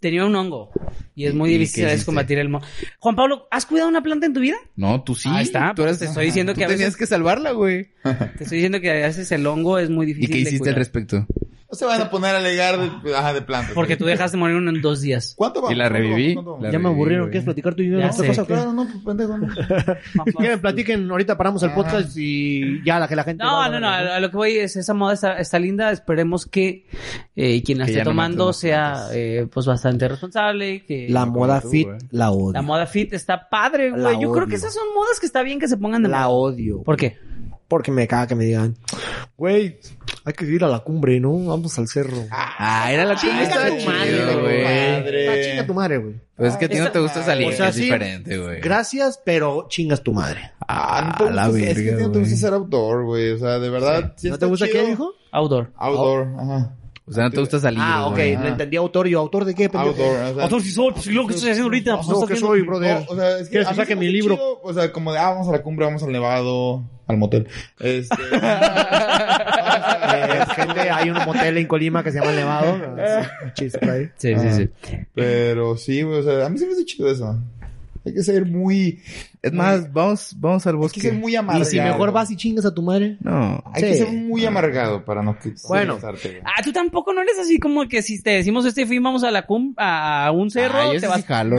Speaker 1: Tenía un hongo y es muy
Speaker 4: ¿Y- y
Speaker 1: difícil
Speaker 4: qué
Speaker 1: a veces
Speaker 4: hiciste?
Speaker 1: combatir el... mo- Juan Pablo, ¿has cuidado una planta en tu vida?
Speaker 4: No, tú sí.
Speaker 1: Ahí está,
Speaker 4: Tú eras-
Speaker 1: te estoy diciendo
Speaker 4: tú
Speaker 1: que a
Speaker 4: tenías
Speaker 1: veces-
Speaker 4: que salvarla, güey.
Speaker 1: Te estoy diciendo que a veces el hongo es muy
Speaker 4: ¿Y
Speaker 1: difícil
Speaker 4: qué
Speaker 1: de
Speaker 4: hiciste al
Speaker 1: curar.
Speaker 4: respecto?
Speaker 3: No se van a poner a alegar de, ajá, de plantas.
Speaker 1: Porque
Speaker 3: güey.
Speaker 1: tú dejaste morir uno en dos días.
Speaker 3: ¿Cuánto va?
Speaker 4: Y la
Speaker 3: ¿Cuánto va?
Speaker 4: reviví.
Speaker 3: ¿Cuánto va?
Speaker 4: La-
Speaker 2: Ya me aburrieron.
Speaker 4: güey.
Speaker 2: ¿Quieres platicar tú y yo
Speaker 1: Ya
Speaker 2: de otra
Speaker 1: sé.
Speaker 2: cosa? o qué?
Speaker 3: Claro, no, pues pendejo. no.
Speaker 2: Si quieren, platiquen. Ahorita paramos el
Speaker 3: Ah.
Speaker 2: podcast y ya la que la gente. va
Speaker 1: No,
Speaker 2: a-
Speaker 1: no, no, a a lo que voy es, esa moda está, está linda, esperemos que eh, quien la
Speaker 4: Que
Speaker 1: esté
Speaker 4: ya no maten
Speaker 1: tomando
Speaker 4: las
Speaker 1: sea
Speaker 4: plantas.
Speaker 1: eh, pues bastante responsable, que
Speaker 2: La
Speaker 4: como
Speaker 2: moda
Speaker 4: tú,
Speaker 2: fit
Speaker 4: güey.
Speaker 2: la odio.
Speaker 1: la moda fit está padre,
Speaker 2: La
Speaker 1: güey. Yo creo
Speaker 2: odio.
Speaker 1: que esas son modas que está bien que se pongan de
Speaker 2: La
Speaker 1: moda.
Speaker 2: odio.
Speaker 1: ¿Por qué?
Speaker 2: Porque me caga que me digan, güey, hay que ir a la cumbre, ¿no? Vamos al cerro.
Speaker 4: Ah, era la
Speaker 2: Chinga
Speaker 4: que estaba
Speaker 2: tu madre,
Speaker 4: chido,
Speaker 2: güey.
Speaker 4: güey.
Speaker 3: Madre.
Speaker 2: Ah, chinga tu madre, güey.
Speaker 4: Pues es que a ti no
Speaker 1: Esta-
Speaker 4: te gusta salir,
Speaker 2: O sea,
Speaker 4: que es
Speaker 2: sí.
Speaker 4: diferente, güey.
Speaker 2: Gracias, pero chingas tu madre.
Speaker 3: Ah,
Speaker 4: Ah,
Speaker 3: no te
Speaker 4: la
Speaker 3: gusta- Es que a ti
Speaker 4: verga,
Speaker 3: no te gusta
Speaker 4: güey.
Speaker 3: ser outdoor, güey. O sea, de verdad. sí
Speaker 2: ¿No
Speaker 3: está
Speaker 2: te gusta
Speaker 3: chido.
Speaker 2: qué dijo?
Speaker 1: Outdoor.
Speaker 3: Outdoor, ajá.
Speaker 4: O sea, no te gusta salir,
Speaker 2: Ah, ok,
Speaker 4: güey.
Speaker 2: le entendí autor y yo, autor de qué, pendejo?
Speaker 3: Outdoor, o sea.
Speaker 1: si soy, pues lo que estoy haciendo ahorita,
Speaker 2: No, que soy, brother.
Speaker 3: O, o sea, es que
Speaker 2: ¿Quieres
Speaker 3: a
Speaker 2: que
Speaker 3: mí
Speaker 2: saque
Speaker 3: se me
Speaker 2: mi
Speaker 3: hace
Speaker 2: libro?
Speaker 3: chido, o sea, como de, ah, vamos a la cumbre, vamos al nevado, al motel. Este,
Speaker 2: Eh, gente, hay un motel en Colima que se llama El Nevado. Ah, sí, un chiste por ahí.
Speaker 1: Sí,
Speaker 4: Ah.
Speaker 1: sí, sí.
Speaker 3: pero sí, güey, o sea, a mí se me hace chido eso. Hay que ser muy,
Speaker 4: Es más, vamos, vamos al
Speaker 3: hay que
Speaker 4: bosque.
Speaker 3: ser muy amargado.
Speaker 2: Y si mejor vas y chingas a tu madre.
Speaker 4: No.
Speaker 3: Hay que
Speaker 2: Sí.
Speaker 3: ser muy amargado para no que-
Speaker 2: Bueno.
Speaker 3: molestarte, güey.
Speaker 1: Ah, tú tampoco no eres así como que si te decimos este fin vamos a la cum a un cerro,
Speaker 4: Ah, yo
Speaker 1: te
Speaker 4: sí
Speaker 1: vas. Ah,
Speaker 4: jalo.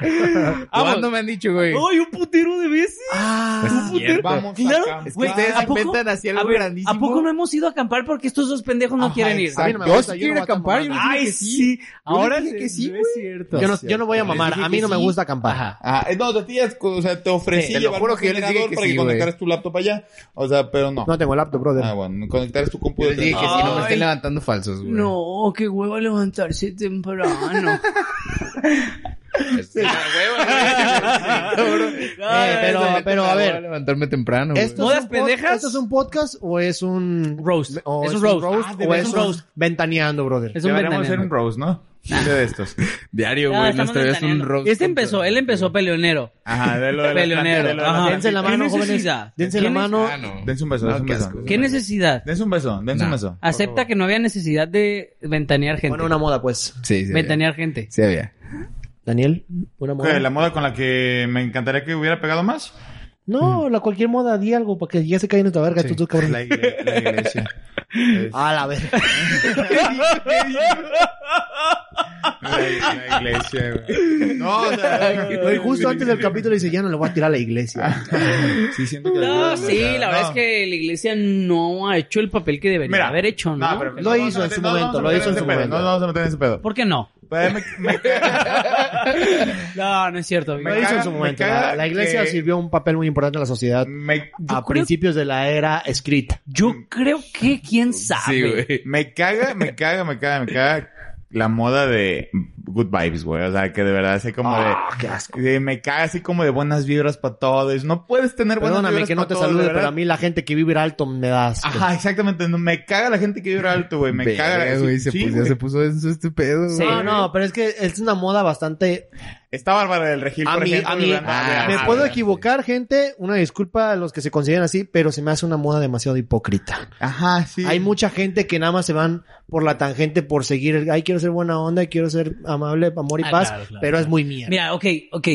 Speaker 1: Vamos.
Speaker 4: ¿Cuándo me han dicho, güey?
Speaker 1: ¡Ay, un putero de veces!
Speaker 2: Ah,
Speaker 1: Puta.
Speaker 3: Vamos
Speaker 1: Claro,
Speaker 3: acá.
Speaker 4: Es que
Speaker 1: Güey,
Speaker 4: ustedes
Speaker 1: ¿a poco?
Speaker 4: inventan así algo
Speaker 1: A ver,
Speaker 4: grandísimo.
Speaker 1: ¿A poco no hemos ido a acampar porque estos dos pendejos no
Speaker 3: Ajá,
Speaker 1: quieren ir?
Speaker 3: exacto.
Speaker 2: a mí no me
Speaker 4: Yo
Speaker 2: gusta,
Speaker 4: sí
Speaker 2: no
Speaker 4: quiero
Speaker 2: voy a
Speaker 4: acampar.
Speaker 2: tomar
Speaker 4: Yo
Speaker 2: nada.
Speaker 4: les
Speaker 1: Ay,
Speaker 4: dije que sí.
Speaker 1: sí. Ahora
Speaker 4: dije que sí,
Speaker 1: no
Speaker 4: güey.
Speaker 1: es cierto.
Speaker 2: yo, no, yo no voy a
Speaker 4: Les
Speaker 2: mamar.
Speaker 4: dije
Speaker 2: A mí
Speaker 4: que
Speaker 2: no me
Speaker 4: sí.
Speaker 2: gusta acampar.
Speaker 1: Ajá.
Speaker 3: Ah, eh, no, a ti ya, o sea, te ofrecí
Speaker 4: Sí, te lo
Speaker 3: llevar
Speaker 4: juro
Speaker 3: un
Speaker 4: que yo les dije
Speaker 3: generador
Speaker 4: que
Speaker 3: para
Speaker 4: sí,
Speaker 3: que
Speaker 4: güey.
Speaker 3: conectaras tu laptop allá. O sea, pero no.
Speaker 2: No tengo laptop, brother.
Speaker 3: Ah, bueno, conectaras tu compu
Speaker 4: Yo
Speaker 3: del
Speaker 4: les dije que sí, no me
Speaker 1: Ay.
Speaker 4: estén levantando falsos, güey.
Speaker 1: No, qué hueva levantarse temprano. Eh,
Speaker 4: Es- Ah, güey, güey. Sí,
Speaker 2: Eh,
Speaker 4: cabrón.
Speaker 2: pero-
Speaker 4: Eso me
Speaker 2: pero,
Speaker 4: toca,
Speaker 2: a ver.
Speaker 4: voy Levantarme temprano, güey.
Speaker 2: ¿Esto
Speaker 1: ¿Modas
Speaker 2: es un pod-
Speaker 1: pendejas?
Speaker 2: ¿Esto es un podcast o es un...
Speaker 1: Roast.
Speaker 2: o
Speaker 1: Es un roast. Ah, de veras,
Speaker 2: o Oh, es
Speaker 1: un
Speaker 2: un
Speaker 1: roast.
Speaker 2: Ventaneando, brother.
Speaker 1: Es un
Speaker 3: Deberíamos hacer
Speaker 1: ventanero.
Speaker 3: un rose, ¿no? Un día de estos.
Speaker 4: Diario,
Speaker 1: Ah,
Speaker 4: güey.
Speaker 1: estamos
Speaker 4: Nuestra vida es un
Speaker 1: ventaneando.
Speaker 4: rock.
Speaker 1: Este empezó, él empezó peleonero.
Speaker 3: Ajá, de lo de la
Speaker 1: Peleonero.
Speaker 3: de lo de la
Speaker 1: Ajá.
Speaker 3: planta.
Speaker 2: Dense la
Speaker 1: ¿Qué
Speaker 2: mano, jóvenes.
Speaker 1: necesidad?
Speaker 2: Dense la
Speaker 1: ¿Qué
Speaker 2: mano.
Speaker 4: Ah, no.
Speaker 3: Dense un beso,
Speaker 4: No,
Speaker 3: dense un
Speaker 4: qué
Speaker 3: beso.
Speaker 4: asco.
Speaker 1: ¿Qué necesidad?
Speaker 3: Dense un beso, dense un
Speaker 4: Nah.
Speaker 3: beso.
Speaker 1: Acepta que no había necesidad de ventanear gente.
Speaker 2: Bueno, una moda, pues.
Speaker 4: Sí, sí. había.
Speaker 1: ventanear gente.
Speaker 4: Sí había.
Speaker 2: Daniel, una moda.
Speaker 3: ¿La moda con la que me encantaría que hubiera pegado más?
Speaker 2: No, la cualquier moda, di algo para que ya se caiga en esta verga, tú, tú, cabrón.
Speaker 3: La, igle- la iglesia.
Speaker 2: A la verga.
Speaker 3: La, la iglesia, güey. No, o sea,
Speaker 2: No, y justo antes del capítulo dice, ya no le voy a tirar a la iglesia.
Speaker 3: Ah, Sí, siento que
Speaker 1: No, sí, la verdad
Speaker 3: No.
Speaker 1: es que la iglesia no ha hecho el papel que debería haber hecho, ¿no?
Speaker 3: pero-
Speaker 2: Lo hizo en
Speaker 3: vamos a
Speaker 2: su
Speaker 3: meter- no,
Speaker 2: momento,
Speaker 3: vamos a
Speaker 2: lo
Speaker 3: meter
Speaker 2: hizo en
Speaker 3: ese
Speaker 2: su
Speaker 3: pedo,
Speaker 2: momento.
Speaker 3: No, no vamos a meter en ese pedo.
Speaker 1: ¿Por qué no?
Speaker 3: Pero me- me caga-
Speaker 1: No, no es cierto.
Speaker 3: Me
Speaker 2: Lo hizo en
Speaker 3: caga-
Speaker 2: su
Speaker 3: me
Speaker 2: momento.
Speaker 3: caga
Speaker 2: La, la iglesia
Speaker 3: que-
Speaker 2: sirvió un papel muy importante en la sociedad
Speaker 3: me-
Speaker 2: a
Speaker 1: creo-
Speaker 2: principios de la era escrita.
Speaker 1: Yo creo que quién sabe.
Speaker 4: Sí, güey.
Speaker 3: Me caga, me caga, me caga, me caga la moda de good vibes, güey. O sea, que de verdad así como de...
Speaker 2: Ah, qué asco.
Speaker 3: de- me caga así como de buenas vibras para todos. No puedes tener buenas
Speaker 2: Perdóname
Speaker 3: vibras
Speaker 2: que no
Speaker 3: pa'
Speaker 2: te
Speaker 3: todos, de
Speaker 2: salude,
Speaker 3: verdad. Ah,
Speaker 2: pero a mí la gente que vive alto me da asco.
Speaker 3: Ajá, exactamente. No, me caga la gente que vibra alto, güey. Me
Speaker 4: Verga,
Speaker 3: caga. sí,
Speaker 4: güey. Se,
Speaker 3: sí,
Speaker 4: puso,
Speaker 3: güey.
Speaker 4: se puso eso este pedo,
Speaker 1: Sí.
Speaker 4: güey.
Speaker 2: No, no, pero es que es una moda bastante...
Speaker 3: Está Bárbara del Regil,
Speaker 2: A
Speaker 3: por
Speaker 2: mí-
Speaker 3: ejemplo.
Speaker 2: a mí-
Speaker 3: vibrando-
Speaker 4: ah,
Speaker 3: güey,
Speaker 2: Me
Speaker 3: ah,
Speaker 2: puedo
Speaker 3: güey.
Speaker 2: equivocar, gente. Una disculpa a los que se consideran así, pero se me hace una moda demasiado hipócrita.
Speaker 3: Ajá, sí.
Speaker 2: Hay mucha gente que nada más se van por la tangente por seguir el, ay, quiero ser buena onda, quiero ser amable, amor y
Speaker 1: Ah,
Speaker 2: paz,
Speaker 1: claro, claro,
Speaker 2: pero es muy mía.
Speaker 1: Mira, ok, ok.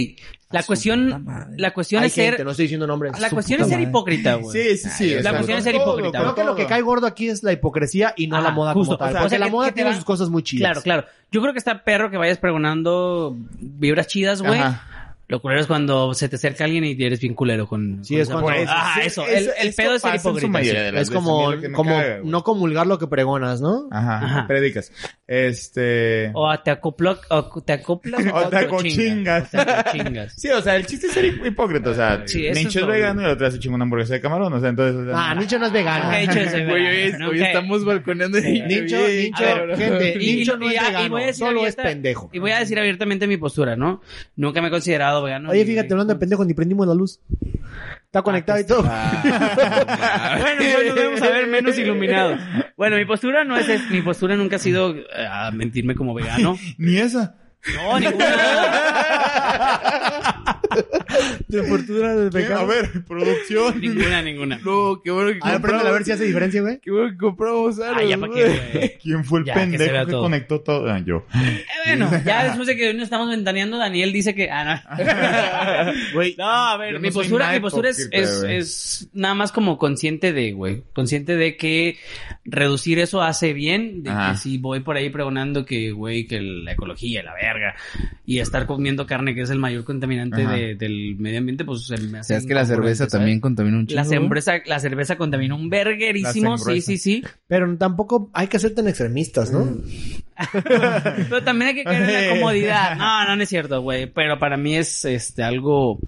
Speaker 1: La cuestión, la cuestión
Speaker 2: Hay
Speaker 1: es ser,
Speaker 2: gente, no estoy diciendo nombres.
Speaker 1: la cuestión es ser hipócrita, güey.
Speaker 3: Sí, sí, sí.
Speaker 4: La
Speaker 3: o sea,
Speaker 1: cuestión es
Speaker 3: con
Speaker 1: ser
Speaker 3: todo,
Speaker 1: hipócrita,
Speaker 3: con
Speaker 2: Creo que lo que
Speaker 3: todo.
Speaker 2: cae gordo aquí es la hipocresía y no
Speaker 1: Ajá,
Speaker 2: la moda
Speaker 1: Ah, justo.
Speaker 2: como tal.
Speaker 1: O sea,
Speaker 2: porque
Speaker 1: que-
Speaker 2: la moda
Speaker 1: que te
Speaker 2: tiene
Speaker 1: va-
Speaker 2: sus cosas muy chidas.
Speaker 1: Claro, claro. Yo creo que está perro que vayas pregonando vibras chidas, güey.
Speaker 3: Ajá.
Speaker 1: Lo culero es cuando se te acerca alguien y eres bien culero con.
Speaker 2: Sí,
Speaker 1: con
Speaker 2: es
Speaker 1: esa
Speaker 2: cuando-
Speaker 1: moda.
Speaker 2: pues, ah, Eso,
Speaker 1: Ajá,
Speaker 3: sí,
Speaker 1: eso.
Speaker 3: eso-
Speaker 1: El, el
Speaker 3: eso
Speaker 1: pedo es ser
Speaker 3: pasa en su
Speaker 1: hipócrita.
Speaker 3: mayoría
Speaker 1: sí.
Speaker 3: de las
Speaker 2: Es
Speaker 3: veces, a mí
Speaker 2: como,
Speaker 3: lo que me
Speaker 2: como
Speaker 3: caga, güey. Ah,
Speaker 2: no comulgar lo que pregonas, ¿no?
Speaker 3: Ajá,
Speaker 1: Ajá.
Speaker 3: predicas. Este.
Speaker 1: O a te acopla, o te acopla
Speaker 3: O te acochingas.
Speaker 1: O te acochingas.
Speaker 3: Sí, o sea, el chiste es ser hip- hipócrita. O sea,
Speaker 1: Ah, Sí, eso
Speaker 3: Nincho
Speaker 1: es lo-
Speaker 3: es vegano y el otro se chinga una hamburguesa de camarón. O sea, entonces. o sea,
Speaker 2: Ah, Nicho no es vegano.
Speaker 1: Nunca he hecho ese,
Speaker 4: Güey, hoy, es-
Speaker 1: ¿verdad?
Speaker 4: hoy
Speaker 1: Nunca-
Speaker 4: estamos balconeando. y-
Speaker 2: Nicho,
Speaker 4: Bien,
Speaker 2: Nicho,
Speaker 4: cabrón.
Speaker 2: gente,
Speaker 1: Y-
Speaker 2: Nicho
Speaker 1: y-
Speaker 2: no es
Speaker 1: y- y
Speaker 2: vegano,
Speaker 1: voy a decir
Speaker 2: solo es
Speaker 1: abierta-
Speaker 2: pendejo.
Speaker 1: Y voy a decir abiertamente mi postura, ¿no? Nunca me he considerado vegano.
Speaker 2: Oye,
Speaker 1: ni-
Speaker 2: fíjate, hablando de pendejos, ni prendimos la luz.
Speaker 1: Ah,
Speaker 2: Está conectado
Speaker 1: pues,
Speaker 2: y todo.
Speaker 1: Bueno, pues nos vamos a ver menos iluminados. Bueno, mi postura no es, es- mi postura nunca ha sido eh, a mentirme como vegano.
Speaker 3: Ni esa.
Speaker 1: No, ninguna.
Speaker 2: De fortuna del
Speaker 3: ¿Quién? A
Speaker 2: pecado.
Speaker 3: ver, producción.
Speaker 1: ninguna, ninguna.
Speaker 4: No, qué bueno que
Speaker 2: A ver, préndela, a ver si hace diferencia, güey.
Speaker 4: Qué bueno que compramos
Speaker 3: Ah,
Speaker 4: algo.
Speaker 1: Ay, ya pa' qué, güey.
Speaker 3: ¿Quién fue el
Speaker 1: Ya, que se
Speaker 3: pendejo
Speaker 1: vea
Speaker 3: que,
Speaker 1: todo.
Speaker 3: conectó todo? Ah, yo.
Speaker 1: Eh, bueno, ya después de que nos estamos ventaneando, Daniel dice que. Ah, no. no, a ver,
Speaker 3: yo
Speaker 1: mi,
Speaker 3: no soy
Speaker 1: postura,
Speaker 3: nada
Speaker 1: mi postura es,
Speaker 3: hipócrita,
Speaker 1: es,
Speaker 3: güey.
Speaker 1: es nada más como consciente de, güey. Consciente de que reducir eso hace bien. De
Speaker 3: Ajá.
Speaker 1: que si voy por ahí pregonando que, güey, que la ecología, la verga. Y estar comiendo carne, que es el mayor contaminante
Speaker 3: Ajá.
Speaker 1: de- del medio ambiente, pues se me
Speaker 4: O
Speaker 1: hace.
Speaker 4: sea, es que la cerveza
Speaker 1: incongruente, ¿sabes?
Speaker 4: también contamina un chingo.
Speaker 1: La cerveza, la cerveza contamina un verguerísimo,
Speaker 3: La
Speaker 1: sí,
Speaker 3: cengruesa.
Speaker 1: sí, sí.
Speaker 2: Pero tampoco hay que ser tan extremistas, ¿no?
Speaker 1: Pero también hay que caer en la comodidad. No, no, no es cierto, güey. Pero para mí es este algo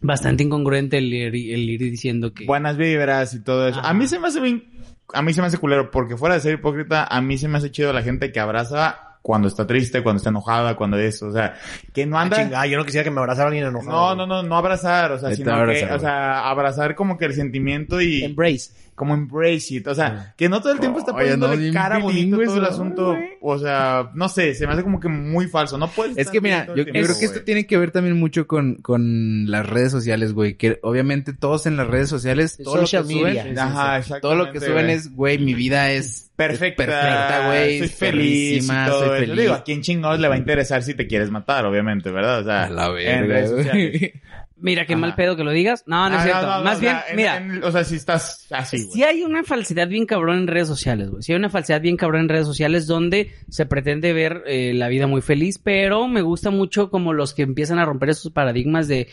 Speaker 1: bastante incongruente el ir, el ir diciendo que.
Speaker 3: Buenas vibras y todo eso.
Speaker 1: Ajá.
Speaker 3: A mí se me hace bien. A mí se me hace culero, porque fuera de ser hipócrita, a mí se me hace chido la gente que abraza cuando está triste, cuando está enojada, cuando eso. O sea, que
Speaker 1: Ah,
Speaker 3: no anda.
Speaker 2: Chingada, Ah, yo no quisiera que me abrazara alguien enojado.
Speaker 3: No,
Speaker 2: güey.
Speaker 3: no, no, no abrazar, o sea,
Speaker 4: Neta,
Speaker 3: sino
Speaker 4: abrazar,
Speaker 3: que, o sea, abrazar como que el sentimiento y
Speaker 2: Embrace.
Speaker 3: como embrace it, o sea, que no todo el tiempo está
Speaker 4: Oye, no,
Speaker 3: poniéndole
Speaker 4: bien
Speaker 3: cara bonito
Speaker 4: bilingüe
Speaker 3: todo el
Speaker 4: eso,
Speaker 3: asunto,
Speaker 4: güey.
Speaker 3: o sea, no sé, se me hace como que muy falso, no puedes.
Speaker 4: Es
Speaker 3: estar
Speaker 4: que mira,
Speaker 3: todo
Speaker 4: yo,
Speaker 3: el
Speaker 4: yo
Speaker 3: tiempo,
Speaker 4: creo que esto
Speaker 3: güey.
Speaker 4: tiene que ver también mucho con, con las redes sociales, güey. Que obviamente todos en las redes sociales, todo lo que
Speaker 2: Social media.
Speaker 4: suben,
Speaker 3: Ajá,
Speaker 4: todo lo que
Speaker 3: exactamente,
Speaker 4: suben
Speaker 3: güey.
Speaker 4: es, güey, mi vida es
Speaker 3: perfecta,
Speaker 4: es perfecta, güey.
Speaker 3: soy feliz,
Speaker 4: es
Speaker 3: y
Speaker 4: perrísima,
Speaker 3: todo
Speaker 4: soy
Speaker 3: eso.
Speaker 4: feliz.
Speaker 3: Digo, a quién chingados le va a interesar si te quieres matar, obviamente, ¿verdad? O sea,
Speaker 4: A la
Speaker 3: en
Speaker 4: verga,
Speaker 3: redes sociales.
Speaker 4: güey.
Speaker 1: Mira, qué
Speaker 3: Ajá.
Speaker 1: mal pedo que lo digas. No, no es
Speaker 3: Ah,
Speaker 1: cierto.
Speaker 3: no,
Speaker 1: Más
Speaker 3: o
Speaker 1: bien,
Speaker 3: sea, en-
Speaker 1: mira.
Speaker 3: en- o sea, si estás así, güey.
Speaker 1: Si hay una falsedad bien cabrón en redes sociales, güey. Si hay una falsedad bien cabrón en redes sociales donde se pretende ver eh, la vida muy feliz, pero me gusta mucho como los que empiezan a romper esos paradigmas de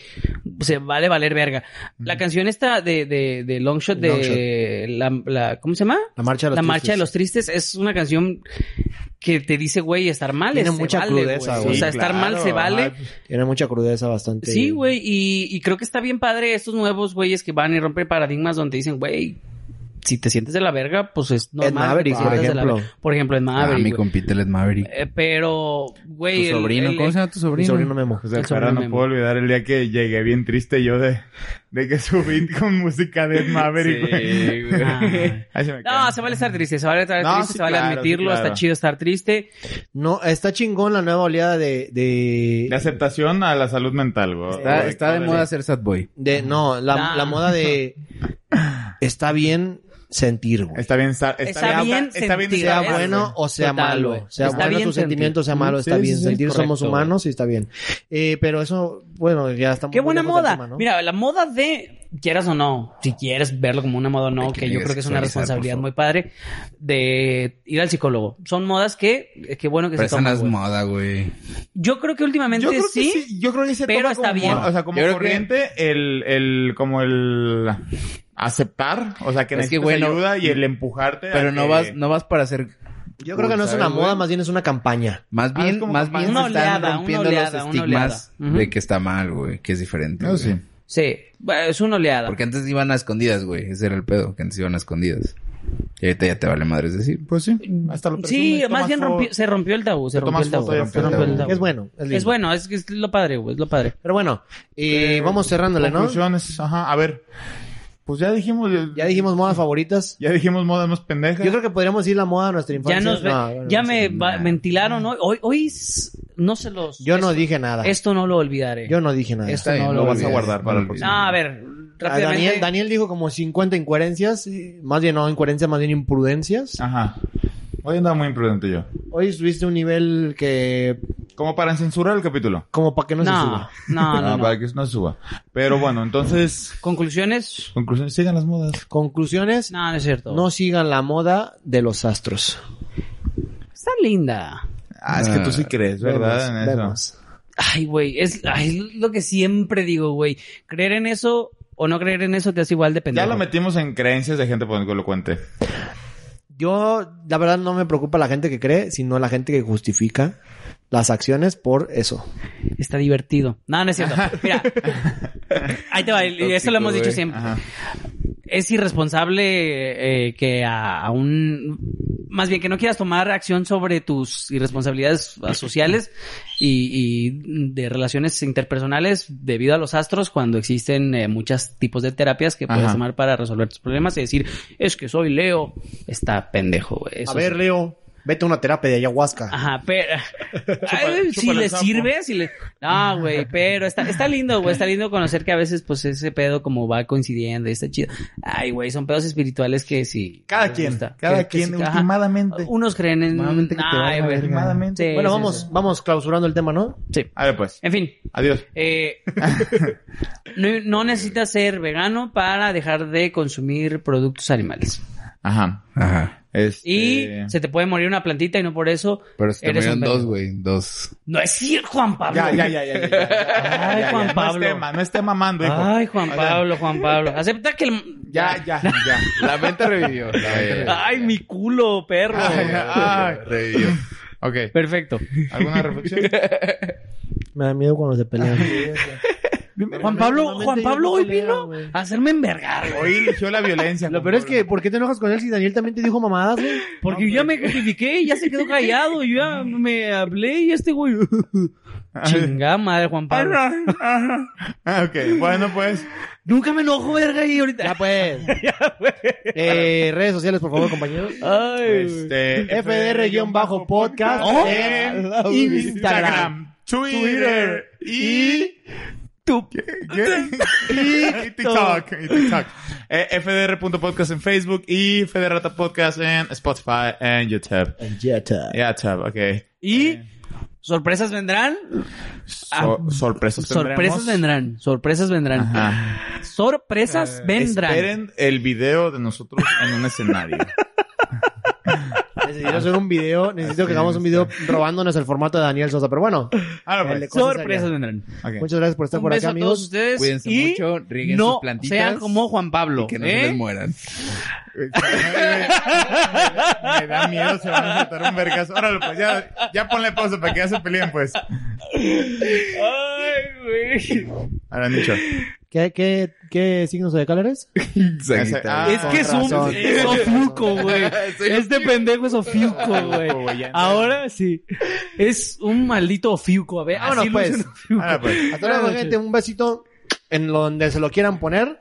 Speaker 1: se vale valer verga. La canción esta de, de, de Longshot de la, la- ¿cómo se llama?
Speaker 2: La marcha de los
Speaker 1: La marcha de
Speaker 2: tristes.
Speaker 1: los tristes es una canción que te dice, güey, estar mal
Speaker 2: Tiene
Speaker 1: es- se
Speaker 2: mucha
Speaker 1: vale,
Speaker 2: crudeza,
Speaker 1: güey.
Speaker 2: güey.
Speaker 1: O sea,
Speaker 3: Sí,
Speaker 1: estar mal
Speaker 3: Ah, claro,
Speaker 1: se vale.
Speaker 3: ajá. pues,
Speaker 2: Tiene mucha crudeza bastante.
Speaker 1: Sí, güey, y, y creo que está bien padre estos nuevos güeyes que van y rompen paradigmas donde dicen, güey, si te sientes de la verga, pues es normal. que
Speaker 2: Maverick,
Speaker 1: te
Speaker 2: por
Speaker 1: sientas de la
Speaker 2: ejemplo.
Speaker 1: verga. Por ejemplo, en
Speaker 4: Ah,
Speaker 1: Maverick.
Speaker 4: mi
Speaker 1: güey.
Speaker 4: compita, el Ed Maverick.
Speaker 1: Eh, pero, güey.
Speaker 4: Tu
Speaker 1: el-
Speaker 4: sobrino,
Speaker 1: el-
Speaker 4: ¿cómo se llama tu
Speaker 2: Mi
Speaker 4: sobrino?
Speaker 2: sobrino Memo.
Speaker 3: O sea,
Speaker 1: El
Speaker 3: Sara, no
Speaker 1: sobrenombre.
Speaker 3: puedo olvidar el día que llegué bien triste yo de, de que subí con música de Ed Maverick, güey.
Speaker 4: Sí, güey.
Speaker 1: Ah.
Speaker 3: Ahí se me cae.
Speaker 1: No, se vale estar triste, se vale estar
Speaker 3: No,
Speaker 1: triste,
Speaker 3: sí,
Speaker 1: se vale
Speaker 3: claro, sí,
Speaker 1: admitirlo,
Speaker 3: claro.
Speaker 1: está chido estar triste.
Speaker 2: No, está chingón la nueva oleada de, de,
Speaker 3: De aceptación a la salud mental, güey.
Speaker 4: Está, está de moda ser sad boy.
Speaker 2: de- no, la,
Speaker 1: Nah.
Speaker 2: la moda de está bien sentir, güey.
Speaker 3: Está bien, sa- está,
Speaker 1: Está bien
Speaker 3: está bien
Speaker 1: sentir,
Speaker 2: Sea
Speaker 3: estar-
Speaker 1: es-
Speaker 2: bueno o sea
Speaker 1: total,
Speaker 2: malo,
Speaker 1: güey.
Speaker 2: sea
Speaker 1: Está
Speaker 2: bueno
Speaker 1: bien
Speaker 2: tu
Speaker 1: sentir.
Speaker 2: sentimiento, sea malo,
Speaker 4: Sí,
Speaker 2: está
Speaker 4: sí,
Speaker 2: bien
Speaker 4: sí,
Speaker 2: sentir,
Speaker 4: correcto,
Speaker 2: somos humanos y está bien. Eh, pero eso, bueno, ya estamos.
Speaker 1: Qué
Speaker 2: muy
Speaker 1: buena
Speaker 2: lejos del
Speaker 1: moda.
Speaker 2: tema, ¿no?
Speaker 1: Mira, la moda de, quieras o no, si quieres verlo como una moda o no,
Speaker 4: Hay que
Speaker 1: que, yo creo que es una
Speaker 4: sexualizar,
Speaker 1: responsabilidad
Speaker 4: por
Speaker 1: muy padre, de ir al psicólogo. Son modas que, eh, qué bueno que
Speaker 4: Pero
Speaker 1: se
Speaker 4: esa no
Speaker 1: toman.
Speaker 4: es
Speaker 1: güey.
Speaker 4: moda, güey.
Speaker 1: Yo creo que últimamente
Speaker 3: Yo creo que
Speaker 1: sí,
Speaker 3: sí, yo creo que se
Speaker 1: pero
Speaker 3: toma
Speaker 1: está
Speaker 3: como-
Speaker 1: bien.
Speaker 3: O sea, como
Speaker 4: Yo creo que-
Speaker 3: corriente, el, el, como el aceptar, o sea, que
Speaker 4: Es que,
Speaker 3: necesitas
Speaker 4: güey, no-
Speaker 3: ayuda y el empujarte. a
Speaker 4: Pero no
Speaker 3: que-
Speaker 4: vas, no vas para hacer...
Speaker 2: Yo creo que no es una
Speaker 4: ¿sabes,
Speaker 2: moda,
Speaker 4: güey?
Speaker 2: más bien es una campaña.
Speaker 4: Más
Speaker 3: Ah, es
Speaker 4: bien,
Speaker 3: como
Speaker 4: más
Speaker 3: capaz-
Speaker 4: bien
Speaker 1: Una
Speaker 4: se están
Speaker 1: oleada, una
Speaker 4: rompiendo
Speaker 1: oleada,
Speaker 4: los
Speaker 1: una
Speaker 4: estigmas
Speaker 1: oleada. Ujú.
Speaker 4: de que está mal, güey, que es diferente.
Speaker 3: No,
Speaker 4: güey.
Speaker 3: sí.
Speaker 1: sí, bueno, es una oleada.
Speaker 4: Porque antes iban a escondidas, güey. Ese era el pedo, que antes iban a escondidas. Y ahorita ya te vale madres decir.
Speaker 3: Pues sí. Hasta lo
Speaker 1: Sí,
Speaker 3: presumes,
Speaker 1: más
Speaker 3: tomas
Speaker 1: bien
Speaker 3: foto.
Speaker 1: rompió- se rompió el tabú, se
Speaker 3: Te
Speaker 1: rompió
Speaker 3: tomas
Speaker 1: el tabú.
Speaker 3: foto y
Speaker 1: se rompió el tabú.
Speaker 2: Es bueno, es, lindo.
Speaker 1: Es bueno, es, que es lo padre, güey, es lo padre.
Speaker 2: Pero bueno, eh, vamos cerrándole, ¿no?
Speaker 3: Conclusiones, ajá, a ver. Pues ya dijimos,
Speaker 2: Ya dijimos modas favoritas.
Speaker 3: ya dijimos modas más pendejas.
Speaker 2: Yo creo que podríamos ir la moda de nuestra
Speaker 1: Ya
Speaker 2: infancia.
Speaker 1: nos, ve-
Speaker 2: No, bueno,
Speaker 1: ya
Speaker 2: no sé.
Speaker 1: me va-
Speaker 4: nah.
Speaker 1: ventilaron hoy, hoy, hoy s- no se los.
Speaker 2: Yo no
Speaker 1: esto-
Speaker 2: dije nada.
Speaker 1: Esto no lo olvidaré.
Speaker 2: Yo no dije nada.
Speaker 1: Esto
Speaker 4: Está bien,
Speaker 1: no
Speaker 3: lo
Speaker 1: lo
Speaker 3: vas a
Speaker 1: olvidaré.
Speaker 3: guardar para el
Speaker 4: olvides.
Speaker 1: No, a ver,
Speaker 2: Ah,
Speaker 1: rápidamente.
Speaker 2: Daniel, Daniel dijo como 50 incoherencias, eh, más bien no incoherencias, más bien imprudencias.
Speaker 1: Ah.
Speaker 3: Ajá. Hoy andaba muy imprudente yo.
Speaker 2: Hoy subiste un nivel que
Speaker 3: Como para censurar el capítulo.
Speaker 2: como para que no, se
Speaker 1: no,
Speaker 2: suba.
Speaker 1: no, no,
Speaker 3: Ah,
Speaker 1: no.
Speaker 3: Para que no se suba. Pero bueno, entonces,
Speaker 1: Conclusiones.
Speaker 3: conclusión, sigan las modas.
Speaker 2: Conclusiones,
Speaker 1: No, no es cierto.
Speaker 2: no sigan la moda de los astros.
Speaker 1: Está linda.
Speaker 3: Ah, es que tú sí crees, ¿verdad?
Speaker 2: Vemos,
Speaker 3: en eso.
Speaker 2: vemos.
Speaker 1: Ay, güey, es ay, lo que siempre digo, güey. Creer en eso o no creer en eso te hace igual de
Speaker 3: Ya
Speaker 1: pendejo.
Speaker 3: lo metimos en creencias de gente por que lo cuente.
Speaker 2: Yo, la verdad, no me preocupa la gente que cree, sino la gente que justifica las acciones por eso.
Speaker 1: Está divertido. No, no es cierto. Mira, ahí te va. Y eso lo hemos dicho
Speaker 4: güey.
Speaker 1: siempre.
Speaker 3: Ajá.
Speaker 1: es irresponsable eh, que a, a un más bien que no quieras tomar acción sobre tus irresponsabilidades sociales y, y de relaciones interpersonales debido a los astros cuando existen eh, muchos tipos de terapias que puedes
Speaker 3: Ajá.
Speaker 1: tomar para resolver tus problemas y decir es que soy Leo está pendejo güey. Eso
Speaker 2: a ver,
Speaker 1: es-
Speaker 2: Leo, vete a una terapia de ayahuasca.
Speaker 1: Ajá, pero Ay, si
Speaker 3: chúpale
Speaker 1: le
Speaker 3: el sapo.
Speaker 1: sirve, si le No, güey, pero está está lindo, güey, está lindo conocer que a veces pues ese pedo como va coincidiendo y está chido. Ay, güey, son pedos espirituales que sí.
Speaker 3: Cada
Speaker 1: les
Speaker 3: quien,
Speaker 1: gusta.
Speaker 3: cada
Speaker 1: Que- que
Speaker 3: quien,
Speaker 1: sí, ajá.
Speaker 3: últimamente.
Speaker 1: Unos creen en
Speaker 3: Últimamente que te
Speaker 1: Ay,
Speaker 3: valga
Speaker 1: güey.
Speaker 3: verga. Últimamente.
Speaker 1: Sí,
Speaker 2: bueno,
Speaker 1: sí,
Speaker 2: vamos,
Speaker 1: sí.
Speaker 2: vamos clausurando el tema, ¿no?
Speaker 1: Sí.
Speaker 3: A ver, pues.
Speaker 1: En fin,
Speaker 3: Adiós.
Speaker 1: eh, no, no necesitas ser vegano para dejar de consumir productos animales.
Speaker 3: Ajá.
Speaker 4: Ajá.
Speaker 3: Este...
Speaker 1: Y se te puede morir una plantita y no por eso
Speaker 4: Pero se te
Speaker 1: eres un
Speaker 4: murieron dos,
Speaker 1: pendejo.
Speaker 4: güey. Dos.
Speaker 1: No es cierto, Juan Pablo.
Speaker 3: Ya, ya, ya, ya, ya, ya.
Speaker 1: Ay,
Speaker 3: Ya, ya,
Speaker 1: Juan Pablo.
Speaker 3: No esté, ma- no esté mamando, hijo.
Speaker 1: Ay, Juan
Speaker 3: Oigan,
Speaker 1: Pablo, Juan Pablo. Acepta que el...
Speaker 3: Ya, ya, ya.
Speaker 4: La mente revivió. La mente revivió.
Speaker 1: Ay, mi culo, perro.
Speaker 4: Ay, revivió. Ok.
Speaker 1: Perfecto.
Speaker 3: ¿Alguna reflexión?
Speaker 2: Me da miedo cuando se pelean.
Speaker 1: Juan Pablo,
Speaker 2: normalmente
Speaker 1: Juan
Speaker 2: yo no
Speaker 1: Pablo hoy
Speaker 2: peleo,
Speaker 1: vino
Speaker 2: güey.
Speaker 1: a hacerme envergar, güey.
Speaker 3: Hoy eligió la violencia.
Speaker 2: Lo
Speaker 3: Juan
Speaker 2: peor es
Speaker 3: Pablo.
Speaker 2: que, ¿por qué te enojas con él si Daniel también te dijo mamadas, güey?
Speaker 1: Porque yo ya me justifiqué, ya se quedó callado, yo ya me hablé y este güey. Chingada madre, Juan Pablo.
Speaker 3: Ah, ok. Bueno, pues.
Speaker 1: Nunca me enojo, verga, y
Speaker 2: Ya
Speaker 1: ahorita.
Speaker 2: pues. Eh, redes sociales, por favor, compañeros.
Speaker 1: Ay,
Speaker 3: Este.
Speaker 2: FR-podcast
Speaker 3: Oh.
Speaker 2: en Instagram.
Speaker 3: Instagram, Twitter y.
Speaker 1: tú.
Speaker 3: ¿Qué? Y TikTok. Y TikTok. Eh, FDR.podcast en Facebook y Federata Podcast en Spotify en YouTube.
Speaker 2: Yeta.
Speaker 3: YouTube, ok.
Speaker 1: Y sorpresas vendrán,
Speaker 3: So- sorpresas
Speaker 1: Ah, sorpresas
Speaker 3: tendremos.
Speaker 1: vendrán, sorpresas vendrán.
Speaker 3: Ajá.
Speaker 1: Sorpresas vendrán.
Speaker 3: Esperen el video de nosotros en un escenario.
Speaker 2: Necesito hacer un video, necesito que hagamos un video robándonos el formato de Daniel Sosa, pero bueno.
Speaker 3: Ahora
Speaker 2: Dale,
Speaker 3: pues.
Speaker 2: cosa
Speaker 1: Sorpresas
Speaker 2: seria.
Speaker 1: vendrán.
Speaker 3: Ok.
Speaker 2: Muchas gracias por estar
Speaker 1: Un
Speaker 2: por
Speaker 1: beso a
Speaker 2: acá,
Speaker 1: todos
Speaker 2: amigos.
Speaker 1: ustedes.
Speaker 4: Cuídense
Speaker 1: y
Speaker 4: mucho, rieguen
Speaker 1: no
Speaker 4: sus plantitas.
Speaker 1: sean como Juan Pablo.
Speaker 4: Que no
Speaker 1: ¿eh?
Speaker 4: se les mueran.
Speaker 3: Me da miedo, se van a saltar un vergazo. Órale, pues ya, ya ponle pausa para que ya se peleen, pues.
Speaker 1: Ay, güey.
Speaker 3: Ahora, Nicho.
Speaker 2: ¿Qué, qué, qué signos zodiacal eres?
Speaker 4: Sagitario.
Speaker 3: Ah,
Speaker 1: es que es
Speaker 2: con
Speaker 1: un
Speaker 2: razón.
Speaker 1: es ofiuco, güey.
Speaker 4: Soy
Speaker 1: Este pendejo es ofiuco,
Speaker 3: Ofiuco, güey,
Speaker 1: güey.
Speaker 3: ya no.
Speaker 1: Ahora sí. Es un maldito ofiuco. A ver,
Speaker 2: Vámonos,
Speaker 1: así luce
Speaker 2: pues.
Speaker 1: un ofiuco.
Speaker 3: Ahora, pues.
Speaker 2: Hasta luego, gente. Un besito en donde se lo quieran poner.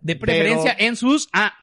Speaker 1: De preferencia en sus... Ah,